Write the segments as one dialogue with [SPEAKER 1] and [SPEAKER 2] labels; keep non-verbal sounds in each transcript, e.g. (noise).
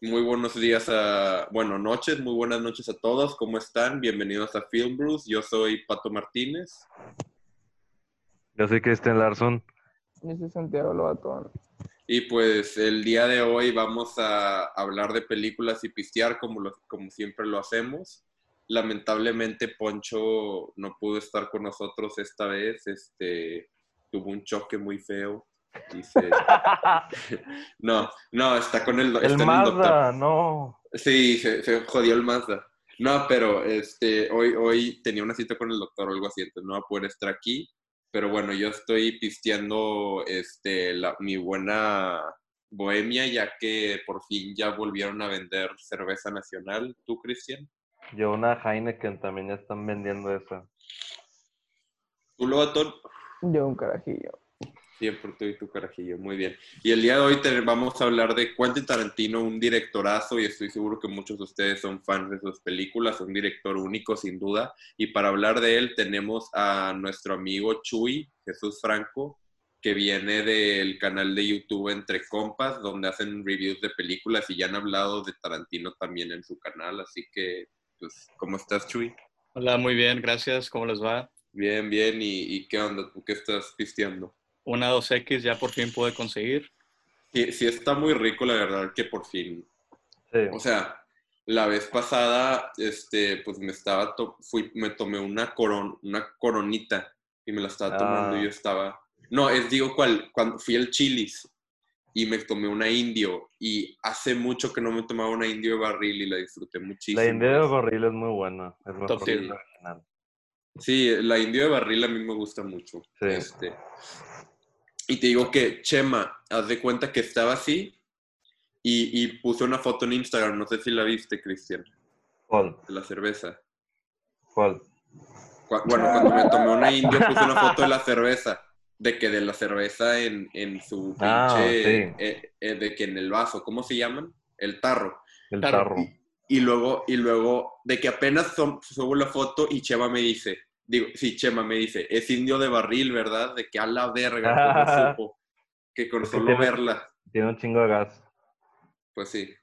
[SPEAKER 1] Muy buenos días a, bueno, noches, muy buenas noches a todos. ¿Cómo están? Bienvenidos a Film Blues. Yo soy Pato Martínez.
[SPEAKER 2] Yo soy Cristian Larson.
[SPEAKER 3] Yo soy Santiago Lobatón.
[SPEAKER 1] Y pues el día de hoy vamos a hablar de películas y pistear como, lo- como siempre lo hacemos. Lamentablemente Poncho no pudo estar con nosotros esta vez. Este, tuvo un choque muy feo. y se- (laughs) no, no, está con el, do- está en
[SPEAKER 2] El Mazda, no.
[SPEAKER 1] Sí, se, se jodió el Mazda. No, pero este, hoy, hoy tenía una cita con el doctor o algo así, entonces no va a poder estar aquí. Pero bueno, yo estoy pisteando este, la- mi buena bohemia, ya que por fin ya volvieron a vender cerveza nacional. ¿Tú, Cristian?
[SPEAKER 2] Yo una Heineken también ya están vendiendo esa.
[SPEAKER 1] ¿Tú, Lobatón?
[SPEAKER 3] Yo un carajillo.
[SPEAKER 1] Siempre tú y tu carajillo, muy bien. Y el día de hoy te- vamos a hablar de Quentin Tarantino, un directorazo, y estoy seguro que muchos de ustedes son fans de sus películas, un director único sin duda. Y para hablar de él tenemos a nuestro amigo Chuy, Jesús Franco, que viene del canal de YouTube Entre Compas, donde hacen reviews de películas y ya han hablado de Tarantino también en su canal. Así que, pues, ¿cómo estás, Chuy?
[SPEAKER 4] Hola, muy bien, gracias. ¿Cómo les va?
[SPEAKER 1] Bien, bien, ¿y, y qué onda? ¿Tú qué estás pisteando?
[SPEAKER 4] Una 2X ya por fin pude conseguir.
[SPEAKER 1] Sí, sí está muy rico, la verdad, que por fin.
[SPEAKER 2] Sí.
[SPEAKER 1] O sea, la vez pasada, este, pues me estaba, to- fui, me tomé una coron, una coronita y me la estaba tomando
[SPEAKER 2] Ah.
[SPEAKER 1] y yo estaba. No, es digo cuál, cuando fui al Chili's y me tomé una indio y hace mucho que no me tomaba una indio de barril y la disfruté muchísimo.
[SPEAKER 2] La India de Gorril es muy buena. Es mejor que
[SPEAKER 1] tier.
[SPEAKER 2] la original.
[SPEAKER 1] Sí, la indio de barril a mí me gusta mucho.
[SPEAKER 2] Sí.
[SPEAKER 1] Este. Y te digo que, Chema, haz de cuenta que estaba así y, y puse una foto en Instagram, no sé si la viste, Cristian,
[SPEAKER 2] ¿Cuál?
[SPEAKER 1] de la cerveza.
[SPEAKER 2] ¿Cuál?
[SPEAKER 1] Cu- Bueno, cuando me tomé una indio puse una foto
[SPEAKER 2] (laughs)
[SPEAKER 1] de la cerveza, de que de la cerveza en, en su pinche,
[SPEAKER 2] Ah, sí.
[SPEAKER 1] eh, eh, de que en el vaso, ¿cómo se llaman? El tarro.
[SPEAKER 2] El
[SPEAKER 4] Claro.
[SPEAKER 2] tarro.
[SPEAKER 1] Y luego, y luego, de que apenas som- subo la foto y Chema me dice, digo, sí, Chema me dice, es indio de barril, ¿verdad? De que a la
[SPEAKER 2] (laughs)
[SPEAKER 1] verga, ¿cómo supo? Que con
[SPEAKER 2] Es que
[SPEAKER 1] solo
[SPEAKER 2] tiene-
[SPEAKER 1] verla,
[SPEAKER 2] Tiene un chingo de gas.
[SPEAKER 1] pues sí.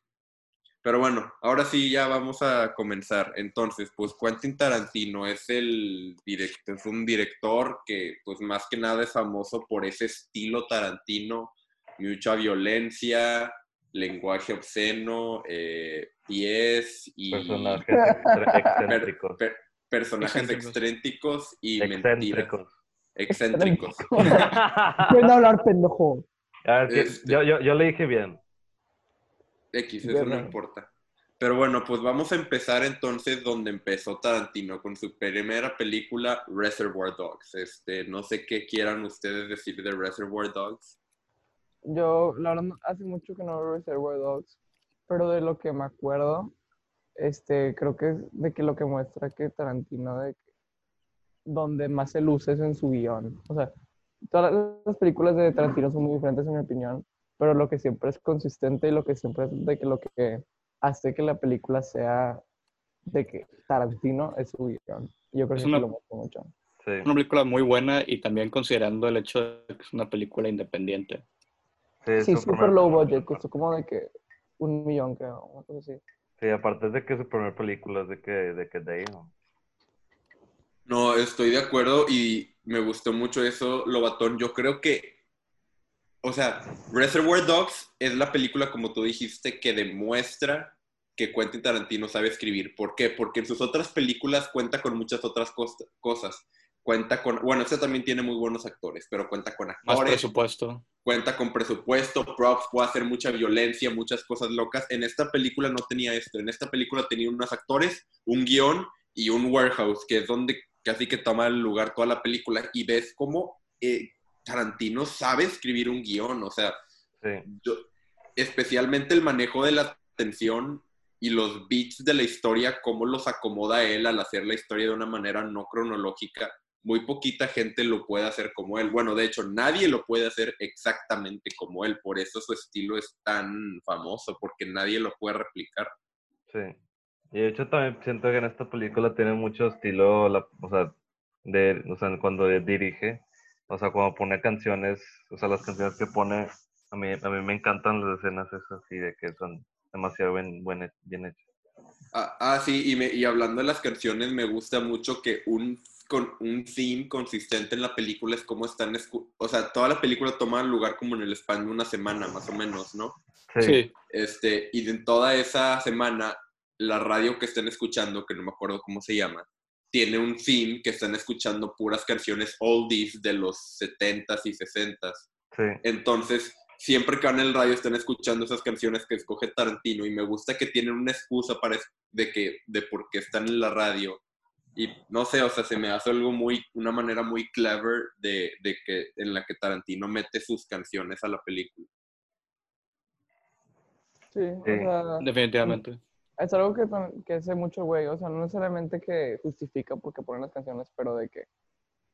[SPEAKER 1] Pero bueno, ahora sí ya vamos a comenzar. Entonces, pues Quentin Tarantino es el director, es un director que pues más que nada es famoso por ese estilo tarantino, mucha violencia, lenguaje obsceno, eh, pies y
[SPEAKER 2] Personajes
[SPEAKER 1] (laughs)
[SPEAKER 2] extra- excéntricos.
[SPEAKER 1] per- personajes excéntricos y mentiras.
[SPEAKER 2] Excéntricos. (laughs)
[SPEAKER 1] Excéntricos.
[SPEAKER 3] Pueden hablar, pendejo.
[SPEAKER 2] A ver, sí,
[SPEAKER 1] Este-
[SPEAKER 2] yo, yo, yo le dije bien.
[SPEAKER 1] X, eso no
[SPEAKER 3] Verdad.
[SPEAKER 1] importa. Pero bueno, pues vamos a empezar entonces donde empezó Tarantino con su primera película, Reservoir Dogs. Este, no sé qué quieran ustedes decir de Reservoir Dogs.
[SPEAKER 3] Yo, la verdad, no- hace mucho que no veo Reservoir Dogs, pero de lo que me acuerdo, este, creo que es de que lo que muestra que Tarantino, de que- donde más se luce es en su guión. O sea, todas las películas de Tarantino son muy diferentes en mi opinión, pero lo que siempre es consistente y lo que siempre es de que lo que hace que la película sea de que Tarantino es su guión. Yo creo
[SPEAKER 4] Es
[SPEAKER 3] que
[SPEAKER 4] una-
[SPEAKER 3] eso lo muestra mucho.
[SPEAKER 2] Sí.
[SPEAKER 4] Una película muy buena y también considerando el hecho de que es una película independiente.
[SPEAKER 2] Sí,
[SPEAKER 3] Sí,
[SPEAKER 2] su primer-
[SPEAKER 3] super low budget, costó como de que un millón, creo, una cosa así.
[SPEAKER 2] Sí, aparte es de que es su primera película, es de que, de que de
[SPEAKER 1] No, estoy de acuerdo y me gustó mucho eso, Lobatón. Yo creo que, o sea, Reservoir Dogs es la película, como tú dijiste, que demuestra que Quentin Tarantino sabe escribir. ¿Por qué? Porque en sus otras películas cuenta con muchas otras cos- cosas. Cuenta con, bueno, esta también tiene muy buenos actores, pero cuenta con
[SPEAKER 4] Más
[SPEAKER 1] actores,
[SPEAKER 4] presupuesto.
[SPEAKER 1] cuenta con presupuesto, props, puede hacer mucha violencia, muchas cosas locas. En esta película no tenía esto. En esta película tenía unos actores, un guión y un warehouse, que es donde casi que toma el lugar toda la película. Y ves cómo eh, Tarantino sabe escribir un guión. O sea,
[SPEAKER 2] Sí.
[SPEAKER 1] yo- especialmente el manejo de la tensión y los beats de la historia, cómo los acomoda él al hacer la historia de una manera no cronológica. Muy poquita gente lo puede hacer como él. Bueno, de hecho, nadie lo puede hacer exactamente como él. Por eso su estilo es tan famoso, porque nadie lo puede replicar.
[SPEAKER 2] Sí. Y de hecho también siento que en esta película tiene mucho estilo, la, o sea, de, o sea, cuando dirige, O sea, cuando pone canciones, o sea, las canciones que pone, a mí, a mí me encantan las escenas esas así de que son demasiado bien, buen- bien hechas.
[SPEAKER 1] Ah, ah, sí, y, me- y hablando de las canciones, me gusta mucho que un, con, un theme consistente en la película es cómo están, escu- o sea, toda la película toma lugar como en el span de una semana, más o menos, ¿no?
[SPEAKER 2] Sí,
[SPEAKER 4] Sí,
[SPEAKER 1] Este, y en toda esa semana, la radio que estén escuchando, que no me acuerdo cómo se llama, tiene un theme que están escuchando puras canciones oldies de los 70s y 60s.
[SPEAKER 2] sí.
[SPEAKER 1] Entonces, siempre que van en el radio están escuchando esas canciones que escoge Tarantino y me gusta que tienen una excusa para es- de que de por qué están en la radio. Y no sé, o sea, se me hace algo muy, una manera muy clever de, de que en la que Tarantino mete sus canciones a la película.
[SPEAKER 3] Sí, o
[SPEAKER 2] Sí.
[SPEAKER 3] sea,
[SPEAKER 4] definitivamente.
[SPEAKER 3] es algo que, tam- que hace mucho el güey, o sea, no necesariamente que justifica porque ponen las canciones, pero de que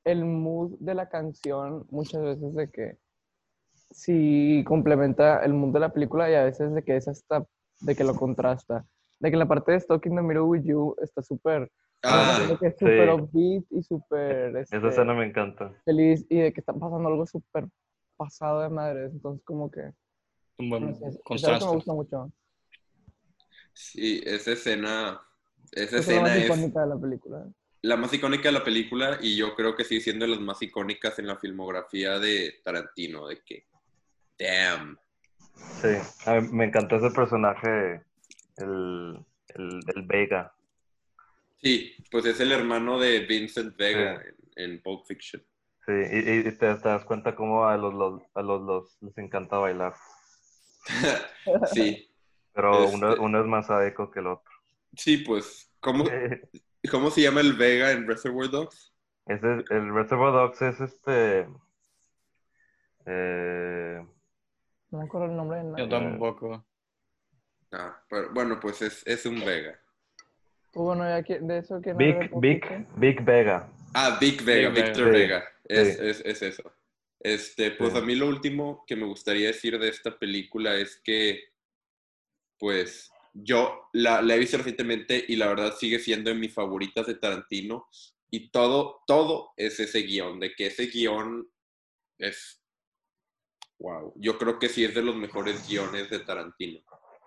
[SPEAKER 3] el mood de la canción muchas veces de que sí complementa el mood de la película y a veces de que es hasta, de que lo contrasta. De que la parte de Stalking the Mirror with You está súper,
[SPEAKER 1] Ah,
[SPEAKER 3] de que es súper
[SPEAKER 2] sí.
[SPEAKER 3] upbeat y súper
[SPEAKER 2] Esa
[SPEAKER 3] este,
[SPEAKER 2] escena me encanta.
[SPEAKER 3] feliz y de que está pasando algo súper pasado de madres, entonces como que
[SPEAKER 4] Un
[SPEAKER 3] no
[SPEAKER 4] buen
[SPEAKER 3] sé, es- es algo que me
[SPEAKER 4] contraste.
[SPEAKER 3] gusta mucho.
[SPEAKER 1] sí, esa escena, esa
[SPEAKER 3] Es la
[SPEAKER 1] escena
[SPEAKER 3] más
[SPEAKER 1] es
[SPEAKER 3] icónica de la película.
[SPEAKER 1] la más icónica de la película y yo creo que sigue siendo de las más icónicas en la filmografía de Tarantino, de que, damn.
[SPEAKER 2] Sí, a mí me encanta ese personaje, el, el, el Vega.
[SPEAKER 1] Sí, pues es el hermano de Vincent Vega en, en Pulp
[SPEAKER 3] (laughs)
[SPEAKER 1] Fiction.
[SPEAKER 2] Sí, y, y- y te, te das cuenta cómo a los, los- a los dos les encanta bailar.
[SPEAKER 1] sí,
[SPEAKER 2] Pero
[SPEAKER 1] Este-
[SPEAKER 2] uno, uno es más sádico que el otro.
[SPEAKER 1] sí, pues, ¿cómo,
[SPEAKER 2] (laughs)
[SPEAKER 1] ¿cómo se llama el Vega en Reservoir Dogs?
[SPEAKER 2] Ese, es- el Reservoir Dogs es este. eh,
[SPEAKER 3] No me acuerdo el nombre de
[SPEAKER 4] Yo
[SPEAKER 3] nadie.
[SPEAKER 4] tampoco.
[SPEAKER 1] Ah, pero, bueno, pues es, es un Vega.
[SPEAKER 3] Pues bueno, ya que- de eso que no
[SPEAKER 2] Big,
[SPEAKER 3] hablé poquito.
[SPEAKER 2] Big, Big Vega.
[SPEAKER 1] Ah, Vic Vega,
[SPEAKER 4] Vega.
[SPEAKER 1] Victor
[SPEAKER 2] Sí,
[SPEAKER 1] Vega. Es,
[SPEAKER 2] sí.
[SPEAKER 1] es- es eso. Este, pues
[SPEAKER 2] Sí.
[SPEAKER 1] a mí lo último que me gustaría decir de esta película es que, pues, yo la, la he visto recientemente y la verdad sigue siendo de mis favoritas de Tarantino. Y todo, todo es ese guión, de que ese guión es. Wow. Yo creo que sí es de los mejores guiones de Tarantino.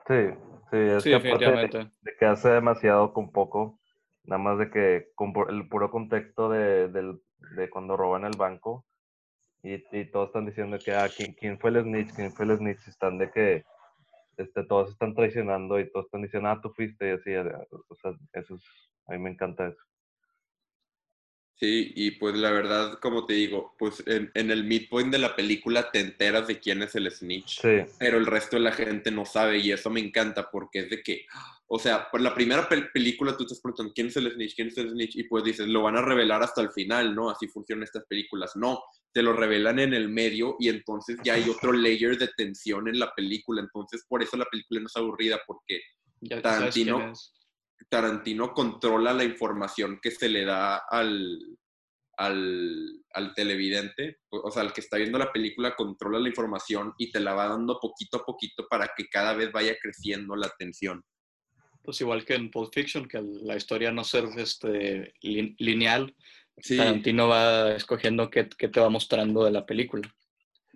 [SPEAKER 2] Sí, sí, es
[SPEAKER 4] Sí,
[SPEAKER 2] que aparte de,
[SPEAKER 4] definitivamente.
[SPEAKER 2] de que hace demasiado con poco, nada más de que con pu- el puro contexto de, del- de cuando roban el banco y, y todos están diciendo que, ah, ¿quién, quién fue el snitch? ¿Quién fue el snitch? Están de que este, todos están traicionando y todos están diciendo, ah, tú fuiste y así, o sea, eso es, a mí me encanta eso.
[SPEAKER 1] Sí, y pues la verdad, como te digo, pues en, en el midpoint de la película te enteras de quién es el snitch.
[SPEAKER 2] Sí,
[SPEAKER 1] pero el resto de la gente no sabe y eso me encanta porque es de que, o sea, por la primera pel- película tú te estás preguntando quién es el snitch, quién es el snitch y pues dices, lo van a revelar hasta el final, ¿no? Así funcionan estas películas. No, te lo revelan en el medio y entonces ya hay otro layer de tensión en la película, entonces por eso la película no es aburrida porque
[SPEAKER 4] Ya sabes
[SPEAKER 1] Tarantino.
[SPEAKER 4] quién es.
[SPEAKER 1] Tarantino controla la información que se le da al, al, al televidente, o sea, al que está viendo la película controla la información y te la va dando poquito a poquito para que cada vez vaya creciendo la tensión.
[SPEAKER 4] Pues igual que en Pulp Fiction, que la historia no ser este, lin- lineal,
[SPEAKER 1] Sí,
[SPEAKER 4] Tarantino va escogiendo qué, qué te va mostrando de la película.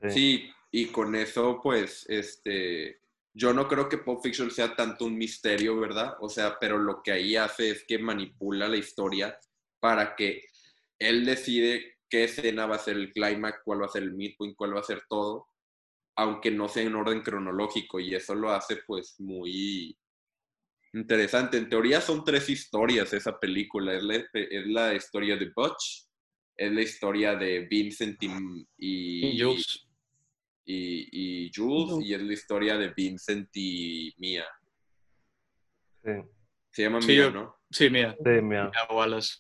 [SPEAKER 2] sí,
[SPEAKER 1] sí, y con eso, pues, este, yo no creo que Pulp Fiction sea tanto un misterio, ¿verdad? O sea, pero lo que ahí hace es que manipula la historia para que él decide qué escena va a ser el clímax, cuál va a ser el midpoint, cuál va a ser todo, aunque no sea en orden cronológico, y eso lo hace pues muy interesante. En teoría son tres historias esa película, es la, es la historia de Butch, es la historia de Vincent y,
[SPEAKER 4] Y
[SPEAKER 1] y,
[SPEAKER 4] Jules,
[SPEAKER 1] y- y Jules,
[SPEAKER 3] Jules.
[SPEAKER 1] y es la historia de Vincent y Mia.
[SPEAKER 2] sí,
[SPEAKER 1] Se llama
[SPEAKER 4] Sí,
[SPEAKER 1] Mia,
[SPEAKER 4] yo-
[SPEAKER 1] ¿no?
[SPEAKER 4] sí, mira,
[SPEAKER 2] sí, mira,
[SPEAKER 4] mira, Wallace.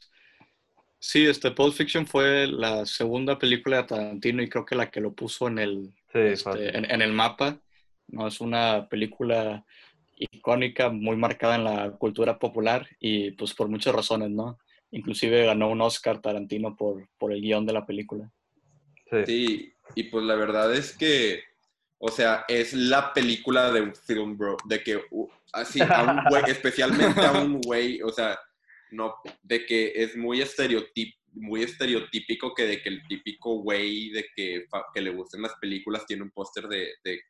[SPEAKER 4] Sí, este Pulp Fiction fue la segunda película de Tarantino y creo que la que lo puso en el,
[SPEAKER 2] sí,
[SPEAKER 4] este,
[SPEAKER 2] fácil.
[SPEAKER 4] en, en el mapa. ¿no? Es una película icónica, muy marcada en la cultura popular y pues por muchas razones, ¿no? Inclusive ganó un Oscar Tarantino por, por el guión de la película.
[SPEAKER 2] Sí,
[SPEAKER 1] Sí, y pues la verdad es que, o sea, es la película de un film, bro, de que, u- así, a un güey, especialmente a un güey, o sea, no, de que es muy estereotipo, muy estereotípico que de que el típico güey de que, que le gusten las películas tiene un póster de, de,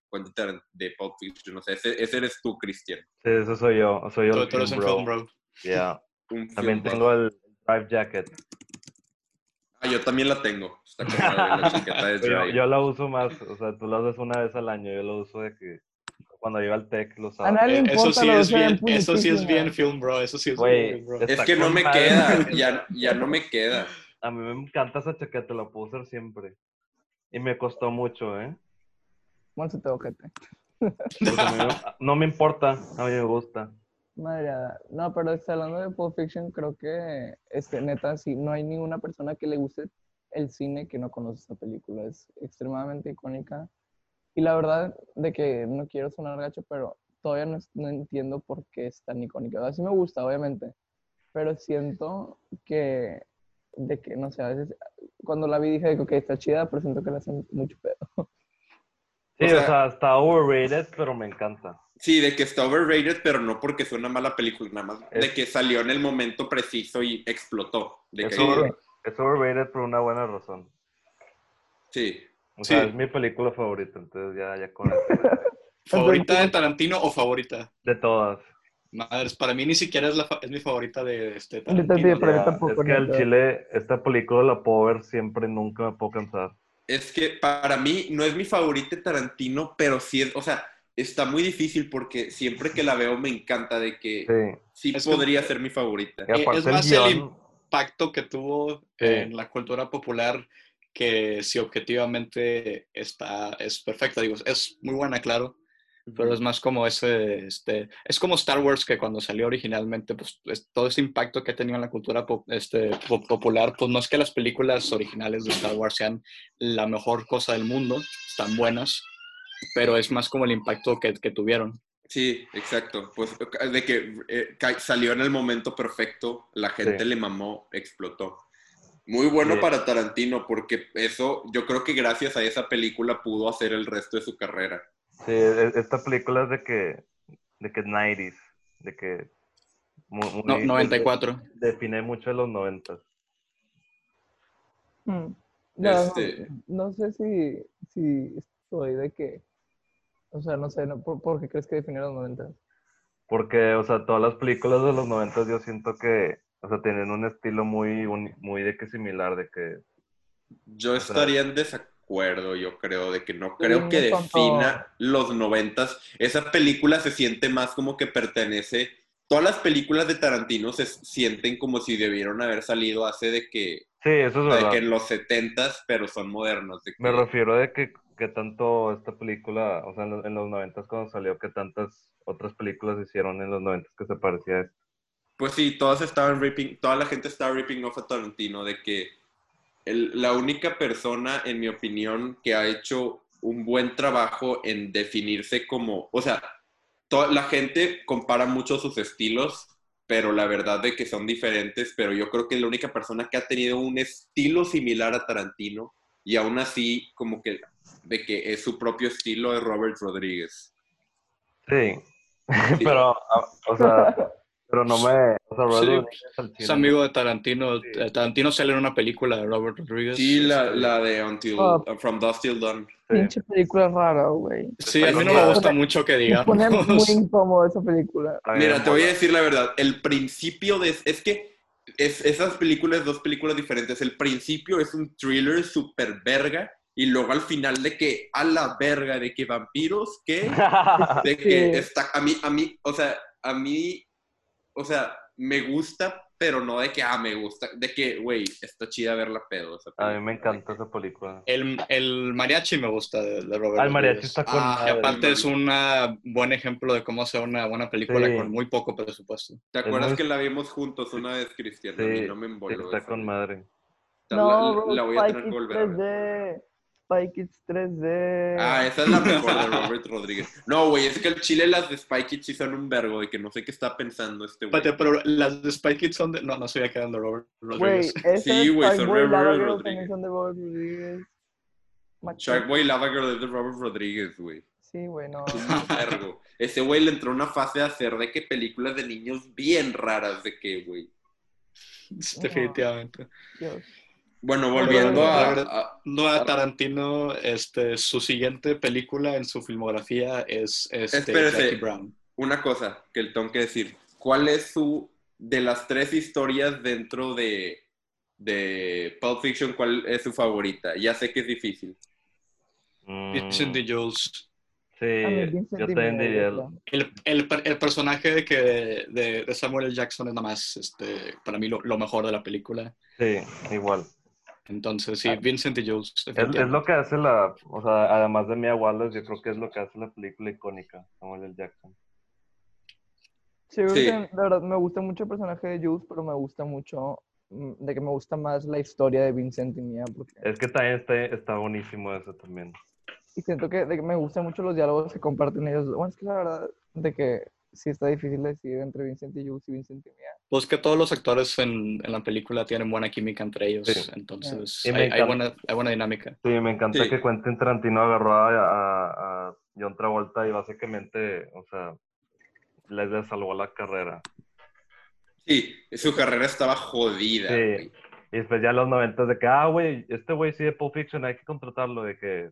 [SPEAKER 1] de, de Pulp Fiction. O sea, ese, ese eres tú, Cristian.
[SPEAKER 2] Sí, eso soy yo. Soy yo.
[SPEAKER 4] Tú, tú eres un film bro. (laughs)
[SPEAKER 2] Yeah. Un también film, tengo bro. el Drive Jacket.
[SPEAKER 1] Ah, yo también la tengo. Está la
[SPEAKER 2] chaqueta de yo, yo, la uso más, o sea, tú la usas una vez al año, yo la uso de que cuando llego al tech los
[SPEAKER 3] sábados. Eh,
[SPEAKER 4] eso sí es bien, eso sí es bien film, bro. Eso sí es
[SPEAKER 1] Wey, bien, bro. Es que no me padre. queda, ya, ya no me queda.
[SPEAKER 2] A mí me encanta esa chaqueta, la puedo usar siempre. Y me costó mucho,
[SPEAKER 4] (laughs)
[SPEAKER 2] ¿eh?
[SPEAKER 3] Muéstrate, ojete.
[SPEAKER 2] no me importa, a mí me gusta.
[SPEAKER 3] Madre, no, pero hablando de Pulp Fiction, creo que, este, neta, sí, no hay ninguna persona que le guste el cine que no conoce esta película. Es extremadamente icónica. Y la verdad, de que no quiero sonar gacho, pero todavía no, no entiendo por qué es tan icónica. O sea, sí me gusta, obviamente, pero siento que, de que, no sé, a veces, cuando la vi dije, que okay, está chida, pero siento que la hacen mucho pedo.
[SPEAKER 2] Sí, o sea, o sea, está overrated, pero me encanta.
[SPEAKER 1] Sí, de que está overrated, pero no porque fue una mala película, nada más. Es, de que salió en el momento preciso y explotó. De
[SPEAKER 2] es,
[SPEAKER 1] que...
[SPEAKER 2] over, es, overrated por una buena razón.
[SPEAKER 1] Sí.
[SPEAKER 2] O
[SPEAKER 1] sí.
[SPEAKER 2] sea, es mi película favorita, entonces ya, ya con
[SPEAKER 4] ¿Favorita de Tarantino o favorita?
[SPEAKER 2] De todas.
[SPEAKER 4] Madres, para mí ni siquiera es, la fa es mi favorita de este Tarantino.
[SPEAKER 3] Sí, pero
[SPEAKER 2] ya, es que al chile, esta película la puedo ver siempre, nunca me puedo cansar.
[SPEAKER 1] Es que para mí no es mi favorita Tarantino, pero sí es, o sea, está muy difícil porque siempre que la veo me encanta de que sí, sí podría que, ser mi favorita.
[SPEAKER 4] Eh, es más el, guión, impacto que tuvo sí. en la cultura popular que si objetivamente está, es perfecta, digo, es muy buena, claro, uh -huh. pero es más como ese, este, es como Star Wars que cuando salió originalmente, pues es, todo ese impacto que ha tenido en la cultura pop, este, pop, popular, pues no es que las películas originales de Star Wars sean la mejor cosa del mundo, están buenas, pero es más como el impacto que, que tuvieron.
[SPEAKER 1] Sí, exacto. Pues de que eh, salió en el momento perfecto, la gente sí. le mamó, explotó. Muy bueno sí. para Tarantino, porque eso, yo creo que gracias a esa película pudo hacer el resto de su carrera.
[SPEAKER 2] Sí, e-, esta película es de que, de que 90s, de que...
[SPEAKER 4] Muy, muy,
[SPEAKER 2] pues,
[SPEAKER 4] no, 94.
[SPEAKER 2] Define mucho de los 90.
[SPEAKER 3] Hmm. No, este... no, no, sé si, si estoy de que o sea, no sé, no, ¿por, ¿por, qué crees que definió los 90?
[SPEAKER 2] Porque, o sea, todas las películas de los 90 yo siento que, o sea, tienen un estilo muy, un, muy de que similar, de que...
[SPEAKER 1] Yo estaría sea, en desacuerdo, yo creo, de que no creo que defina los 90. Esa película se siente más como que pertenece... Todas las películas de Tarantino se sienten como si debieron haber salido hace de que...
[SPEAKER 2] Sí, eso es
[SPEAKER 1] de
[SPEAKER 2] verdad.
[SPEAKER 1] que en los 70 pero son modernos. De que,
[SPEAKER 2] Me refiero de que que tanto esta película, o sea, en los, en los 90 cuando salió, que tantas otras películas hicieron en los 90 que se parecía a esto.
[SPEAKER 1] Pues sí, todas estaban ripping, toda la gente estaba ripping off a Tarantino, de que el, la única persona, en mi opinión, que ha hecho un buen trabajo en definirse como, o sea, toda, la gente compara mucho sus estilos, pero la verdad de que son diferentes, pero yo creo que es la única persona que ha tenido un estilo similar a Tarantino y aún así como que de que es su propio estilo de Robert Rodríguez.
[SPEAKER 2] Sí, sí. (laughs) pero o sea, pero no me, o sea, Robert
[SPEAKER 4] sí. Rodríguez es amigo de Tarantino, sí. Tarantino sale en una película de Robert este, Rodríguez.
[SPEAKER 1] Sí, la, la de Until oh. uh, From Dust Till Dawn.
[SPEAKER 3] Pinche película rara, güey.
[SPEAKER 4] Sí, a mí no me gusta mucho que digamos.
[SPEAKER 3] Pone muy incómodo esa película.
[SPEAKER 1] Mira, te voy a decir la verdad, el principio de es que es, esas películas, dos películas diferentes. El principio es un thriller súper verga. Y luego al final de que a la verga, de que vampiros,
[SPEAKER 2] (laughs)
[SPEAKER 1] que de que sí. está a mí, a mí, o sea, a mí, o sea, me gusta, pero no de que ah, me gusta, de que güey, está chida verla pedo. Esa
[SPEAKER 2] a mí me encanta esa película.
[SPEAKER 4] (laughs) El, el mariachi me gusta de, de Robert.
[SPEAKER 2] Ah, el mariachi está con. Ah,
[SPEAKER 4] y aparte es un buen ejemplo de cómo hacer una buena película sí. con muy poco presupuesto.
[SPEAKER 1] ¿Te acuerdas muy... que la vimos juntos una vez, Cristian? Sí, a mí no me envoló.
[SPEAKER 2] Está con madre.
[SPEAKER 1] No, la, la, la, voy a tener que volver.
[SPEAKER 3] Spy Kids 3D.
[SPEAKER 1] Ah, esa es la mejor de Robert Rodríguez. No, güey, es que el chile las de Spy Kids sí son un vergo de que no sé qué está pensando este güey.
[SPEAKER 4] Pero, pero las de Spy Kids son de. No, no sabía que eran de Robert Rodríguez.
[SPEAKER 3] Wey, sí, güey, son de Robert Rodríguez. Son de Robert Rodríguez.
[SPEAKER 1] Sharkboy Lava Girl es de Robert Rodríguez, güey.
[SPEAKER 3] Sí, güey,
[SPEAKER 1] (laughs)
[SPEAKER 3] no.
[SPEAKER 1] vergo. Ese güey le entró una fase de hacer de que películas de niños bien raras de que, güey.
[SPEAKER 4] (laughs) Definitivamente.
[SPEAKER 3] Dios.
[SPEAKER 1] Bueno, volviendo a,
[SPEAKER 4] Robert-
[SPEAKER 1] a-
[SPEAKER 4] No, a Tarantino, este, su siguiente película en su filmografía es este,
[SPEAKER 1] Espérese.
[SPEAKER 4] Jackie Brown.
[SPEAKER 1] una cosa que el tengo que decir. ¿Cuál es su, de las tres historias dentro de, de Pulp Fiction, cuál es su favorita? Ya sé que es difícil.
[SPEAKER 2] Mm,
[SPEAKER 4] Vincent de Jules.
[SPEAKER 3] A mí
[SPEAKER 2] sí,
[SPEAKER 3] Vincent
[SPEAKER 2] yo
[SPEAKER 3] y
[SPEAKER 2] también
[SPEAKER 3] Miguel,
[SPEAKER 2] diría.
[SPEAKER 3] o sea,
[SPEAKER 4] El, el per- el personaje de, que, de, de Samuel L. Jackson es nada más, este, para mí, lo, lo mejor de la película.
[SPEAKER 2] Sí, igual.
[SPEAKER 4] Entonces, sí, Vincent de Jules.
[SPEAKER 2] Es, es lo que hace la, o sea, además de Mia Wallace, yo creo que es lo que hace la película icónica, Samuel L. Jackson.
[SPEAKER 3] Sí, creo
[SPEAKER 1] Sí.
[SPEAKER 3] que, la verdad me gusta mucho el personaje de Jules, pero me gusta mucho, mm, de que me gusta más la historia de Vincent y Mia, porque
[SPEAKER 2] Es que también está, está buenísimo eso también.
[SPEAKER 3] y siento que, de que me gustan mucho los diálogos que comparten ellos. Bueno, es que la verdad, de que sí está difícil decidir entre Vincent y Jules y Vincent y Mia.
[SPEAKER 4] Pues que todos los actores en, en la película tienen buena química entre ellos.
[SPEAKER 2] Sí.
[SPEAKER 4] Entonces,
[SPEAKER 2] Y me
[SPEAKER 4] hay, hay
[SPEAKER 2] encanta.
[SPEAKER 4] buena, hay buena dinámica.
[SPEAKER 2] Sí, me encanta
[SPEAKER 1] Sí.
[SPEAKER 2] que Quentin Tarantino agarró a, a- a John Travolta y básicamente, o sea, les salvó la carrera.
[SPEAKER 1] Sí, su carrera estaba jodida.
[SPEAKER 2] Sí.
[SPEAKER 1] güey.
[SPEAKER 2] Y después ya en los 90 de que, ah, güey, este güey sí de Pulp Fiction, hay que contratarlo, de que...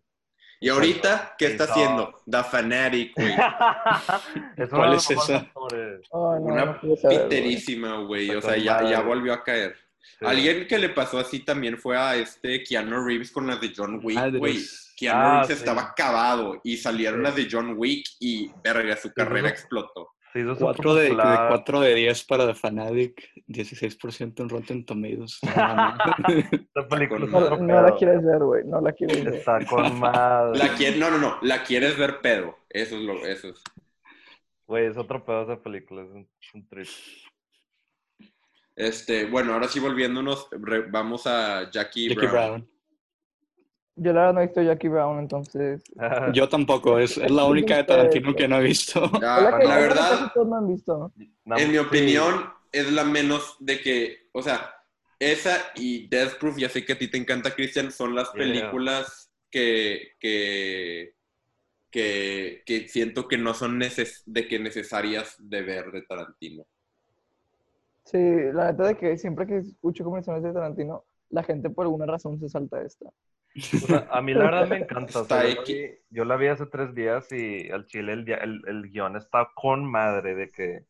[SPEAKER 1] Y ahorita, ¿qué
[SPEAKER 2] Sí,
[SPEAKER 1] está
[SPEAKER 2] no.
[SPEAKER 1] haciendo? The Fanatic, güey.
[SPEAKER 2] (laughs) es
[SPEAKER 4] ¿Cuál
[SPEAKER 2] uno de los mejores
[SPEAKER 4] es esa?
[SPEAKER 2] actores.
[SPEAKER 3] Oh, no,
[SPEAKER 1] Una
[SPEAKER 3] no quiero saber, güey.
[SPEAKER 1] piterísima, güey. O
[SPEAKER 2] Está
[SPEAKER 1] sea,
[SPEAKER 2] con
[SPEAKER 1] ya,
[SPEAKER 2] madre.
[SPEAKER 1] ya volvió a caer.
[SPEAKER 2] Sí.
[SPEAKER 1] Alguien que le pasó así también fue a este Keanu Reeves con las de John Wick,
[SPEAKER 4] Madres.
[SPEAKER 1] güey. Keanu
[SPEAKER 2] Ah,
[SPEAKER 1] Reeves
[SPEAKER 2] sí.
[SPEAKER 1] estaba acabado y salieron
[SPEAKER 2] Sí.
[SPEAKER 1] las de John Wick y, verga, su carrera
[SPEAKER 2] sí.
[SPEAKER 1] explotó.
[SPEAKER 2] Se hizo súper
[SPEAKER 4] Cuatro de, de
[SPEAKER 2] popular.
[SPEAKER 4] cuatro de 10 para The Fanatic, 16% en
[SPEAKER 2] (laughs)
[SPEAKER 4] Rotten Tomatoes. Nada más.
[SPEAKER 2] Esta película
[SPEAKER 1] con
[SPEAKER 2] es
[SPEAKER 3] No,
[SPEAKER 2] otro
[SPEAKER 3] no la
[SPEAKER 2] pedo.
[SPEAKER 3] quieres ver, güey, no la quieres ver.
[SPEAKER 2] Está con madre.
[SPEAKER 1] La quie- No, no, no. La quieres ver pedo. Eso es lo... Eso es.
[SPEAKER 2] Güey, es otro pedo esa película, es un, es un trip.
[SPEAKER 1] Este, bueno, ahora sí volviéndonos, re- vamos a Jackie,
[SPEAKER 4] Jackie
[SPEAKER 1] Brown.
[SPEAKER 4] Brown.
[SPEAKER 3] (laughs) Yo la verdad no he visto Jackie Brown, entonces...
[SPEAKER 2] (laughs)
[SPEAKER 4] Yo tampoco, es, es la única de Tarantino que no he visto.
[SPEAKER 1] Ah,
[SPEAKER 3] Es que-
[SPEAKER 1] la
[SPEAKER 3] es que
[SPEAKER 1] verdad,
[SPEAKER 3] casi todos no han visto.
[SPEAKER 2] Nada
[SPEAKER 1] en mi
[SPEAKER 2] más- sí.
[SPEAKER 1] opinión, es la menos de que, o sea, esa y Death Proof, ya sé que a ti te encanta, Christian, son las
[SPEAKER 2] Yeah.
[SPEAKER 1] películas que, que, que, que siento que no son neces de que necesarias de ver de Tarantino.
[SPEAKER 3] Sí, la neta de que siempre que escucho conversaciones de Tarantino, la gente por alguna razón se salta esta.
[SPEAKER 2] O sea, a mí la verdad me encanta. o
[SPEAKER 1] Está
[SPEAKER 2] sea, yo, la vi, yo la vi hace tres días y al chile el, dia- el, el guión está con madre de que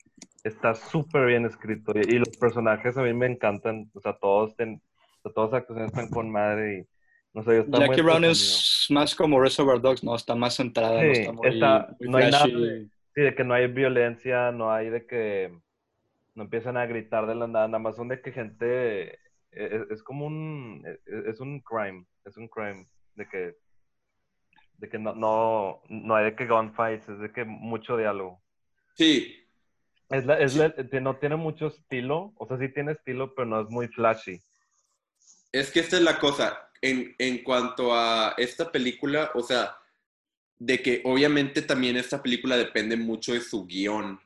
[SPEAKER 2] está súper bien escrito. Y, y los personajes a mí me encantan. O sea, todos, ten, o sea, todas las actuaciones están con madre y no sé, yo estaba muy
[SPEAKER 4] Jackie Brown
[SPEAKER 2] entretenido.
[SPEAKER 4] es más como Reservoir Dogs, ¿no? Está más centrada, no
[SPEAKER 2] Sí,
[SPEAKER 4] está muy,
[SPEAKER 2] está-
[SPEAKER 4] muy
[SPEAKER 2] no hay nada
[SPEAKER 4] flashy.
[SPEAKER 2] de- Sí, de que no hay violencia, no hay de que no empiezan a gritar de la nada, nada más son de que gente e- e- es, como un e- es un crime, es un crime de que de que no no no hay de que gunfights, es de que mucho diálogo.
[SPEAKER 1] Sí,
[SPEAKER 2] Es la, es la- que no tiene mucho estilo, o sea, sí tiene estilo, pero no es muy flashy.
[SPEAKER 1] Es que esta es la cosa. En, en cuanto a esta película, o sea, de que obviamente también esta película depende mucho de su guión,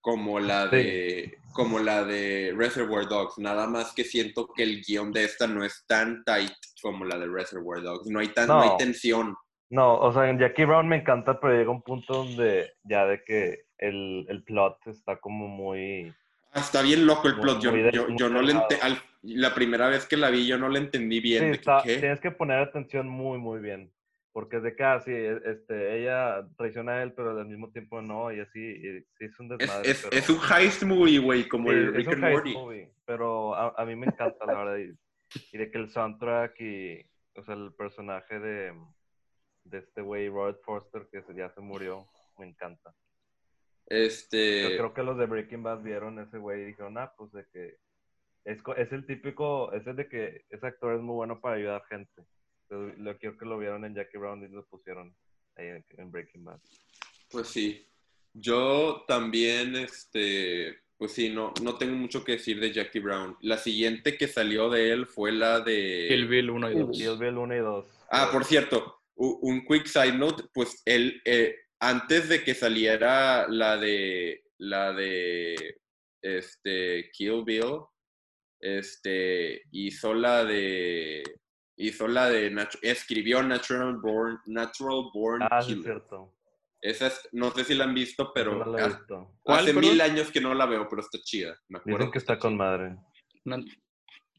[SPEAKER 1] como la
[SPEAKER 2] Sí.
[SPEAKER 1] de, como la de Reservoir Dogs. Nada más que siento que el guión de esta no es tan tight como la de Reservoir Dogs. No hay, tan, no. hay
[SPEAKER 2] No.
[SPEAKER 1] tensión.
[SPEAKER 2] No, o sea, en Jackie Brown me encanta, pero llega un punto donde ya de que el, el plot está como muy
[SPEAKER 1] Ah, Está bien loco el
[SPEAKER 2] Muy-
[SPEAKER 1] plot. Yo,
[SPEAKER 2] muy de-
[SPEAKER 1] yo,
[SPEAKER 2] muy
[SPEAKER 1] yo no le ente-
[SPEAKER 2] delgado.
[SPEAKER 1] al- La primera vez que la vi, yo no la entendí bien.
[SPEAKER 2] Sí,
[SPEAKER 1] de que,
[SPEAKER 2] está-
[SPEAKER 1] ¿qué?
[SPEAKER 2] tienes que poner atención muy, muy bien. Porque es de que, ah, sí, e- este, ella traiciona a él, pero al mismo tiempo no, y así, y sí es un
[SPEAKER 1] Es,
[SPEAKER 2] desmadre.
[SPEAKER 1] es-
[SPEAKER 2] pero-
[SPEAKER 1] es un heist movie, güey, como
[SPEAKER 2] sí,
[SPEAKER 1] el
[SPEAKER 2] es
[SPEAKER 1] Rick
[SPEAKER 2] un
[SPEAKER 1] and
[SPEAKER 2] heist
[SPEAKER 1] Morty.
[SPEAKER 2] movie, pero a, a mí me encanta, la verdad. Y, y de que el soundtrack y, o sea, el personaje de, de este güey, Robert Forster, que se- ya se murió, me encanta. Yo
[SPEAKER 1] Este.
[SPEAKER 2] creo que los de Breaking Bad vieron ese güey y dijeron, ah, pues de que es, co- es el típico, es el de que ese actor es muy bueno para ayudar gente. Entonces, lo creo que lo vieron en Jackie Brown y lo pusieron ahí en, en Breaking Bad.
[SPEAKER 1] Pues sí, yo también, este, pues sí, no, no tengo mucho que decir de Jackie Brown. La siguiente que salió de él fue la de...
[SPEAKER 4] Kill Bill 1 y
[SPEAKER 3] Kill
[SPEAKER 4] 2.
[SPEAKER 2] Y yo vi el 1 y 2.
[SPEAKER 1] Ah, por cierto, u- un quick side note, pues él, eh, antes de que saliera la de, la de, este, Kill Bill, este, hizo la de, hizo la de, natu- escribió Natural Born, Natural Born
[SPEAKER 2] Ah, sí, es
[SPEAKER 1] Killer.
[SPEAKER 2] cierto.
[SPEAKER 1] Esa es- no sé si la han visto, pero ah,
[SPEAKER 2] Pero no lo he
[SPEAKER 1] haz-
[SPEAKER 2] visto.
[SPEAKER 4] ¿Cuál,
[SPEAKER 1] Hace
[SPEAKER 4] perdón?
[SPEAKER 1] mil años que no la veo, pero está chida. Me acuerdo
[SPEAKER 2] Dicen que está con madre.
[SPEAKER 4] No,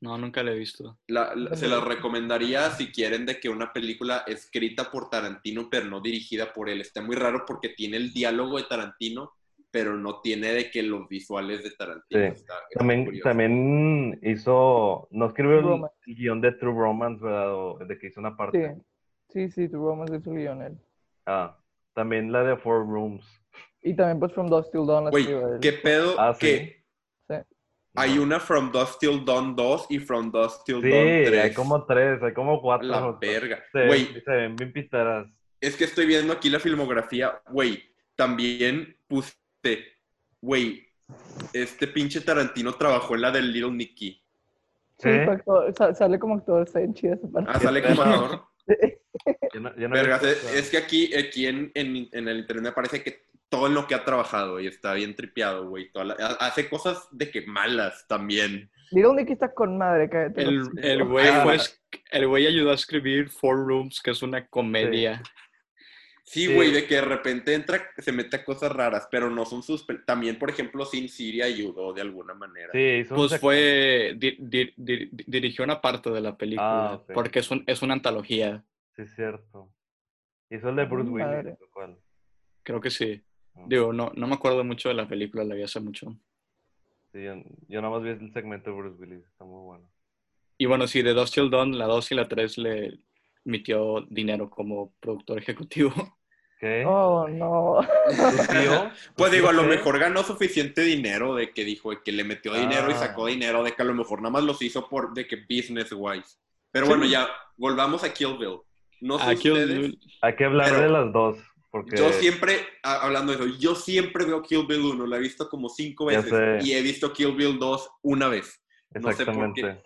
[SPEAKER 4] no, nunca la he visto.
[SPEAKER 1] La- la- se la recomendaría si quieren de que una película escrita por Tarantino pero no dirigida por él. Está muy raro porque tiene el diálogo de Tarantino, pero no tiene de que los visuales de Tarantino.
[SPEAKER 2] Sí.
[SPEAKER 1] Está- está
[SPEAKER 2] También,
[SPEAKER 1] curioso.
[SPEAKER 2] también hizo, no escribió el-
[SPEAKER 3] Romance.
[SPEAKER 2] el guión de True Romance, ¿verdad? O de que hizo una
[SPEAKER 3] Sí,
[SPEAKER 2] parte.
[SPEAKER 3] sí, sí, tu romance es Lionel.
[SPEAKER 2] Ah, también la de Four Rooms.
[SPEAKER 3] Y también, pues, From Dust Till Dawn la
[SPEAKER 1] Güey,
[SPEAKER 3] escribió él.
[SPEAKER 1] ¿qué pedo?
[SPEAKER 2] Ah, sí.
[SPEAKER 1] Que hay
[SPEAKER 2] No.
[SPEAKER 1] una From Dust Till Dawn 2 y From Dust Till
[SPEAKER 2] Sí,
[SPEAKER 1] Dawn
[SPEAKER 2] hay
[SPEAKER 1] 3.
[SPEAKER 2] como tres, hay como cuatro.
[SPEAKER 1] La
[SPEAKER 2] ¿no?
[SPEAKER 1] verga.
[SPEAKER 2] (laughs) Se,
[SPEAKER 1] Güey,
[SPEAKER 2] se ven bien pisteras.
[SPEAKER 1] es que estoy viendo aquí la filmografía, güey, también puse, güey, este pinche Tarantino trabajó en la del Little Nicky.
[SPEAKER 3] Sí,
[SPEAKER 2] ¿Eh?
[SPEAKER 3] fue actor- sa- sale como actor, está bien chida esa parte.
[SPEAKER 1] Ah, sale como
[SPEAKER 2] perro.
[SPEAKER 1] actor.
[SPEAKER 2] Yo no- yo no había
[SPEAKER 1] Vergas, es,
[SPEAKER 2] escuchado.
[SPEAKER 1] es que aquí, aquí en, en- en el internet parece que todo en lo que ha trabajado y está bien tripeado, güey. toda la- ha- hace cosas de que malas también.
[SPEAKER 3] Little Nicky está con madre, cállate.
[SPEAKER 4] El,
[SPEAKER 3] los hocico.
[SPEAKER 4] el güey
[SPEAKER 1] Ah.
[SPEAKER 4] fue es- el güey ayudó a escribir Four Rooms, que es una comedia.
[SPEAKER 1] Sí,
[SPEAKER 2] Sí.
[SPEAKER 1] güey, de que de repente entra, se mete a cosas raras, pero no son sus... También, por ejemplo, Sin City ayudó de alguna manera.
[SPEAKER 2] Sí, hizo un
[SPEAKER 4] Pues
[SPEAKER 2] sec-
[SPEAKER 4] fue. di- di- di- di- dirigió una parte de la película,
[SPEAKER 2] Ah, ok.
[SPEAKER 4] porque es, un- es una antología,
[SPEAKER 2] Sí, es cierto. Hizo el de Bruce Willis,
[SPEAKER 3] Madre.
[SPEAKER 2] lo cual.
[SPEAKER 4] creo que sí.
[SPEAKER 2] mm,
[SPEAKER 4] Digo, no, no me acuerdo mucho de la película, la vi hace mucho.
[SPEAKER 2] sí, yo, yo nada más vi el segmento de Bruce Willis, está muy bueno.
[SPEAKER 4] Y bueno, sí, de Dust Till Dawn, la 2 y la 3 le metió dinero como productor ejecutivo.
[SPEAKER 2] ¿Qué?
[SPEAKER 3] Oh, no. (laughs)
[SPEAKER 1] (laughs)
[SPEAKER 2] ¿Tu tío?
[SPEAKER 1] Pues digo, a lo
[SPEAKER 2] ¿Qué?
[SPEAKER 1] mejor ganó suficiente dinero de que dijo de que le metió dinero y
[SPEAKER 2] Ah.
[SPEAKER 1] sacó dinero, de que a lo mejor nada más los hizo por de que business wise. Pero bueno, ya volvamos a Kill Bill. No sé
[SPEAKER 4] A Kill
[SPEAKER 1] ustedes,
[SPEAKER 4] Bill-
[SPEAKER 2] Hay que hablar
[SPEAKER 1] Pero-
[SPEAKER 2] de las dos, porque
[SPEAKER 1] Yo siempre, a- hablando de eso, yo siempre veo Kill Bill 1, la he visto como cinco
[SPEAKER 2] Ya
[SPEAKER 1] veces
[SPEAKER 2] sé.
[SPEAKER 1] y he visto Kill Bill 2 una vez. no sé por qué.
[SPEAKER 2] exactamente.